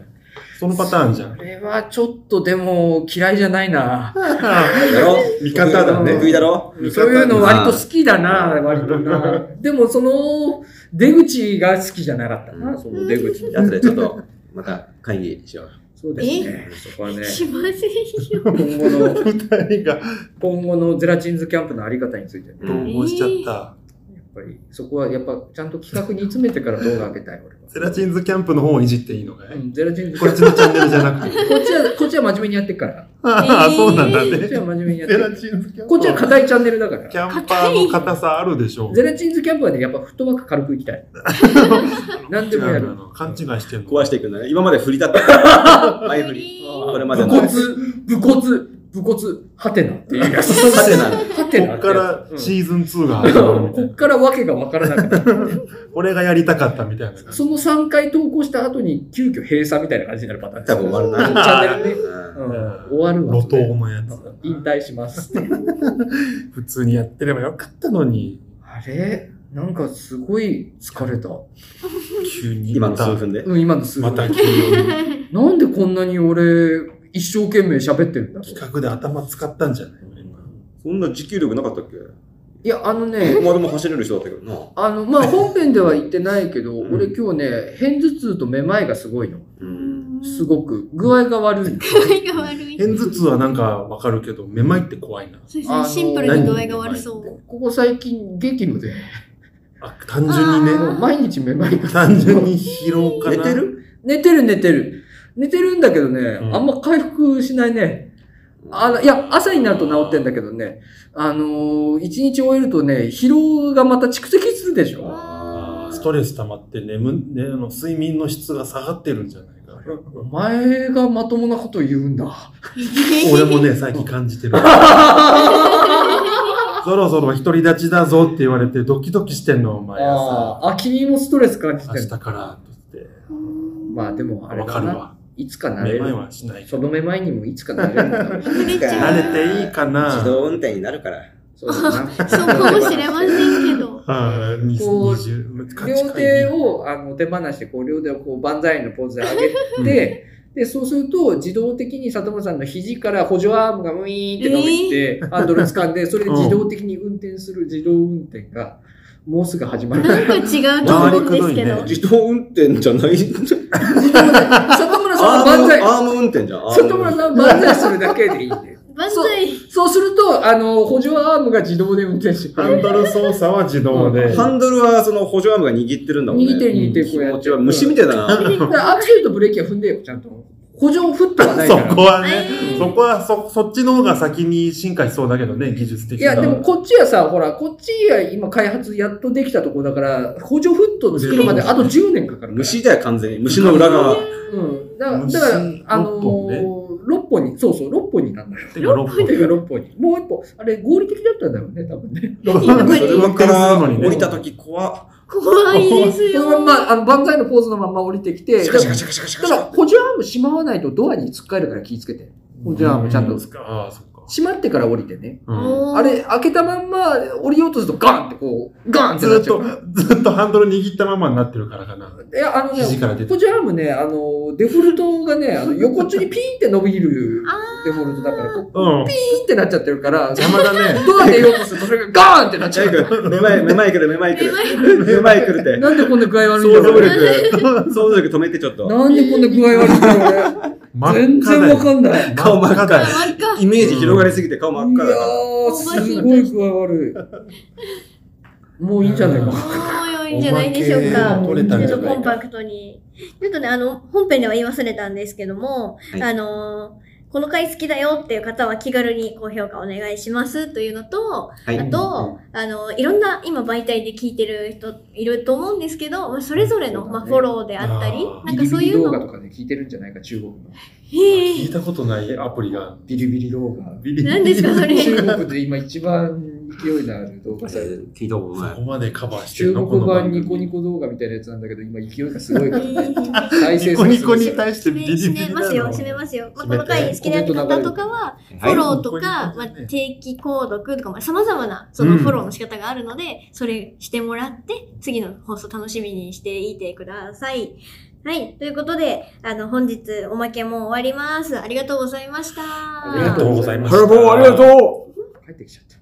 Speaker 2: そのパターンじゃん
Speaker 5: こ。れはちょっとでも嫌いじゃないな
Speaker 4: だろ
Speaker 2: 味方だね
Speaker 4: 得意だろ
Speaker 5: そういうの割と好きだな、割とな。でもその出口が好きじゃなかったな、その出口。
Speaker 4: やつでちょっと、また会議しよう。
Speaker 5: そうですね。そこはね
Speaker 8: ー、、しませんよ。
Speaker 5: 今後の、
Speaker 2: [LAUGHS] 二人が
Speaker 5: 今後のゼラチンズキャンプのあり方についてね。
Speaker 4: う
Speaker 2: 統
Speaker 4: ん
Speaker 2: 合しちゃった。
Speaker 5: やっぱり、そこはやっぱちゃんと企画に詰めてから動画上げたい、俺は。
Speaker 2: ゼラチンズキャンプの方をいじっていいのか
Speaker 5: う
Speaker 2: い
Speaker 5: ん、ゼラチンズキ
Speaker 2: こ
Speaker 5: ャ
Speaker 2: っ
Speaker 5: ン
Speaker 2: ち
Speaker 5: プ。
Speaker 2: のチャンネルじゃな
Speaker 8: [LAUGHS]
Speaker 2: くて。
Speaker 5: こっちは、こっちは真面目にやってっから。
Speaker 2: ああ、そうなんだね。
Speaker 5: こっち
Speaker 2: ゼ
Speaker 5: は真面目にやってっか
Speaker 2: ラ
Speaker 5: ら。
Speaker 2: チンズキャンプは。
Speaker 5: こっちは硬いチャンネルだから
Speaker 2: キ。ャンパーの硬さあるでしょう。
Speaker 5: ゼラチンズキャンプはね、やっぱフットワーク軽くいきたい。何でもや
Speaker 2: 違う
Speaker 5: る。
Speaker 2: の勘違いしてるの。
Speaker 4: 壊していくんだね。今まで振りだ
Speaker 5: [LAUGHS]
Speaker 4: った。前振り。これまで
Speaker 5: 武
Speaker 4: の。
Speaker 5: 骨、武骨、武骨、ハテナっていうやつ。ハ
Speaker 4: テナ
Speaker 5: テナ
Speaker 2: こ
Speaker 5: っ
Speaker 2: ってか
Speaker 5: や
Speaker 2: ら
Speaker 5: つ。
Speaker 2: シーズン2が始まるみた
Speaker 5: う
Speaker 2: い
Speaker 5: ん
Speaker 2: な。
Speaker 5: こっから訳がわからなくなる。
Speaker 2: これがやりたかったみたいな感じ。
Speaker 5: その3回投稿した後に急遽閉鎖みたいな感じになるパターン。
Speaker 4: 多分終わるな。
Speaker 5: チャンネルね。
Speaker 4: うん
Speaker 5: うん、終わるわ。
Speaker 2: 路頭のやつ。
Speaker 5: 引退します。
Speaker 2: 普通にやってればよかったのに、
Speaker 5: あれなんかすごい疲れた。
Speaker 2: 急に
Speaker 4: 今
Speaker 2: ま
Speaker 4: の
Speaker 2: た、
Speaker 4: 数分で。
Speaker 5: うん、今の数
Speaker 2: ま
Speaker 5: 分。
Speaker 2: た急に
Speaker 5: なんでこんなに俺、一生懸命喋ってるんだろう
Speaker 2: 企画で頭使ったんじゃない
Speaker 4: そんな持久力なかったっけ
Speaker 5: いや、あのね、 [LAUGHS]
Speaker 4: まあでも走れる人だったけどな。
Speaker 5: あの、まあ、本編では言ってないけど、
Speaker 4: うん
Speaker 5: 俺今日ね、片頭痛とめまいがすごいの。
Speaker 4: うん。
Speaker 5: すごく。具合が悪い。
Speaker 8: [LAUGHS] 具合が悪い。
Speaker 2: 片頭痛はなんかわかるけど、めまいって怖いな。
Speaker 8: そうです
Speaker 5: あの
Speaker 8: ね。シンプルに具合が悪そう。
Speaker 5: ここ最近、激務で、
Speaker 2: あ、単純にね。
Speaker 5: もう毎日めまいが。
Speaker 2: 単純に疲労かな。
Speaker 4: 寝てる
Speaker 5: 寝てる寝てる。寝てるんだけどね、
Speaker 2: ん
Speaker 5: あんま回復しないね。あの、いや、朝になると治ってんだけどね、あのー一日終えるとね、疲労がまた蓄積するでしょ。
Speaker 2: ストレス溜まって眠ん、ね、あの睡眠の質が下がってるんじゃないか。
Speaker 5: お前がまともなこと言うんだ。
Speaker 2: 俺もね、最近感じてる。そろそろ独り立ちだぞって言われて、ドキドキしてんの、お前
Speaker 5: あ
Speaker 2: 朝。
Speaker 5: あ、君もストレス感じ
Speaker 2: 明
Speaker 5: て
Speaker 2: 日
Speaker 5: る。
Speaker 2: から、って
Speaker 5: まあでも、あれ
Speaker 2: わ
Speaker 5: だ
Speaker 2: かる
Speaker 5: な。
Speaker 2: わ。
Speaker 5: いつかなれ
Speaker 2: め
Speaker 5: る
Speaker 2: まい。はしないけ
Speaker 5: そ
Speaker 2: ど。
Speaker 5: のめまいにもいつかなれる
Speaker 3: [LAUGHS]
Speaker 5: んだろうな。
Speaker 8: 溢れちゃ
Speaker 2: 慣
Speaker 8: う。
Speaker 2: れていいかな
Speaker 4: 自動運転になるから。
Speaker 5: そうだ
Speaker 3: [LAUGHS]
Speaker 5: な。
Speaker 8: そうかもしれませんけど。
Speaker 2: ああ、に
Speaker 5: こう
Speaker 2: 20、
Speaker 5: 両手
Speaker 2: を
Speaker 5: をあの手放してこう両手をこう万歳のポーズで上げて、
Speaker 3: で、そうすると、自動的に里村さんの肘から補助アームがウィーンって伸びて、ハンドル掴んで、それで自動的に運転する自動運転が、もうすぐ始まる。
Speaker 1: なんか違うと思うんですけど
Speaker 8: 回りくどいね。
Speaker 4: 自動運転じゃない
Speaker 3: 里村さんは
Speaker 4: アー
Speaker 3: 万
Speaker 4: ム、
Speaker 3: 歳。
Speaker 4: アーム運転じゃん。アーム
Speaker 3: 里村さんは万歳するだけでいいんで。
Speaker 1: 万歳。
Speaker 3: そうすると、あの、補助アームが自動で運転してく
Speaker 2: ハ
Speaker 3: れ
Speaker 2: ン
Speaker 3: る。
Speaker 2: ドル操作は自動で。
Speaker 4: ハンドルはその補助アームが握ってるんだもんね。
Speaker 3: 握って握ってこうや
Speaker 4: こ
Speaker 3: っ。
Speaker 4: ってちは虫みたいだな。
Speaker 3: だからアクセルとブレーキは踏んでよ、ちゃんと。補助を振ってはないか
Speaker 2: そ
Speaker 3: ら。
Speaker 2: こはね
Speaker 1: え、ー
Speaker 2: そこはそ、そっちの方が先に進化しそうだけどね、技術的
Speaker 3: い
Speaker 2: には。
Speaker 3: や、でもこっちはさ、ほら、こっちは今開発やっとできたとこだから、補助フットを作るまであと10年かかるから。
Speaker 4: [LAUGHS] 虫だよ、完全に。虫の裏側。
Speaker 3: うん。だから、だから
Speaker 2: 虫
Speaker 3: あの
Speaker 2: 六本ね
Speaker 3: ー、6本に、そうそう、6本になるのよ。
Speaker 2: てか六本
Speaker 3: 手が6本に。もう1本。あれ、合理的だったんだろうね、多分ね。
Speaker 1: やっ
Speaker 4: そ
Speaker 1: ぱり
Speaker 4: れから
Speaker 2: 運転するのにね
Speaker 4: 降りた時怖っ。
Speaker 1: 怖いです
Speaker 3: その
Speaker 1: よ。
Speaker 3: まんま、あの、万歳のポーズのまんま降りてきて、
Speaker 4: シャ
Speaker 3: だ
Speaker 4: カ
Speaker 3: か
Speaker 4: シャ
Speaker 3: ら
Speaker 4: カシャカシャカシャカ
Speaker 3: だから補助アームしまわないとドアに突っかえるから気ぃつけて。補助アームちゃんと。
Speaker 2: うああ、そっか。
Speaker 3: 閉まってから降りてね。
Speaker 2: うん
Speaker 3: あれ、開けたまんま降りようとするとガンってこう、ガンって
Speaker 2: ずー
Speaker 3: なっ
Speaker 2: っ
Speaker 3: ちゃう
Speaker 2: と
Speaker 3: から。、
Speaker 2: ずーっとハンドル握ったままになってるからかな。
Speaker 3: いや、あのね、
Speaker 2: 肘から出て
Speaker 3: ポジャームね、あの、デフォルトがね、あ [LAUGHS] の横っちょにピーンって伸びる
Speaker 1: あ
Speaker 3: デフォルトだから、こう
Speaker 2: うん。
Speaker 3: ピーンってなっちゃってるから、
Speaker 2: 邪魔だね。
Speaker 3: ドア出ようとするとそれがガーンってなっちゃう。
Speaker 4: めまい、めまいくる、めまいく
Speaker 1: めまい
Speaker 4: る。めまいくるって。
Speaker 3: [LAUGHS] なんでこんな具合悪いんだ
Speaker 4: 想像
Speaker 3: ろう。
Speaker 4: [LAUGHS] 力、想像力止めてちょっと。
Speaker 3: なんでこんな具合悪いんだろ
Speaker 2: 真
Speaker 3: う。
Speaker 2: っ
Speaker 3: 全
Speaker 2: 赤
Speaker 3: 然
Speaker 2: だ
Speaker 3: わ
Speaker 2: よ。
Speaker 3: かんない。い
Speaker 4: 顔真っ赤だ
Speaker 1: あ、
Speaker 4: よ。
Speaker 1: 真っ赤。
Speaker 4: イメージ広がりすぎて顔
Speaker 3: や
Speaker 4: 真っ赤だから。
Speaker 3: ー、すごい具合悪い。もういいんじゃないか。
Speaker 1: もういいんじゃないでしょうか。
Speaker 2: おまけ取れたん
Speaker 1: ち
Speaker 2: じ
Speaker 1: ょ
Speaker 2: ゃ
Speaker 1: っと
Speaker 2: な
Speaker 1: コ
Speaker 2: い
Speaker 1: ン
Speaker 2: か
Speaker 1: パクトに。ちょっとね、あの、本編では言い忘れたんですけども、
Speaker 4: はい
Speaker 1: あのーこの回好きだよっていう方は気軽に高評価お願いしますというのと、
Speaker 4: はい
Speaker 1: あと、あの、いろんな今媒体で聞いてる人いると思うんですけど、まあそれぞれの、
Speaker 3: そうだね
Speaker 1: まあ、フォローであったり
Speaker 2: あ、ー
Speaker 1: な
Speaker 3: ビ
Speaker 1: んか
Speaker 3: リ
Speaker 1: そ
Speaker 3: ビ
Speaker 1: う
Speaker 3: リ
Speaker 1: い
Speaker 3: 動
Speaker 1: う
Speaker 3: 画
Speaker 1: の。
Speaker 3: とかで聞いてるんじゃないか、中国の。
Speaker 1: へ
Speaker 2: 聞い
Speaker 1: え。
Speaker 2: たことないアプリが。
Speaker 3: ビリビリ動画。
Speaker 2: ビリビ
Speaker 1: 何で
Speaker 2: リ。
Speaker 1: すか、それ。
Speaker 3: 中国で今一番勢いのある動画で。
Speaker 9: 聞いたこと
Speaker 8: そ
Speaker 9: ない。
Speaker 8: こまでカバーして
Speaker 3: 中
Speaker 8: るのこ
Speaker 3: 国
Speaker 8: の
Speaker 3: 版
Speaker 8: 番
Speaker 3: ニコ
Speaker 8: 組
Speaker 3: ニコ動画みたいなやつなんだけど、今勢いがすごいからね。再生
Speaker 2: ニ
Speaker 3: 数
Speaker 2: コ
Speaker 3: が
Speaker 2: ニ
Speaker 3: すご
Speaker 2: コ
Speaker 3: い
Speaker 2: に対してビリ
Speaker 1: 締
Speaker 2: ビ
Speaker 1: め
Speaker 2: リ
Speaker 1: ま
Speaker 2: な
Speaker 1: すよ、
Speaker 2: の
Speaker 1: 締めますよ。まあ、
Speaker 2: 締め
Speaker 1: こ
Speaker 2: て
Speaker 1: の回好きな方とかは、フ
Speaker 9: は
Speaker 1: ォ
Speaker 9: い。
Speaker 1: ローとか、まあ、定期購読とか、さまざまなそのフォローの仕方があるので、それしてもらって、次の放送楽しみにしていてください。はい。ということで、あの、本日おまけもう終わります。ありがとうございました。
Speaker 3: あ
Speaker 2: ありがとうございまし
Speaker 10: ハラボーありがとう
Speaker 3: 帰ってきちゃった。
Speaker 1: う。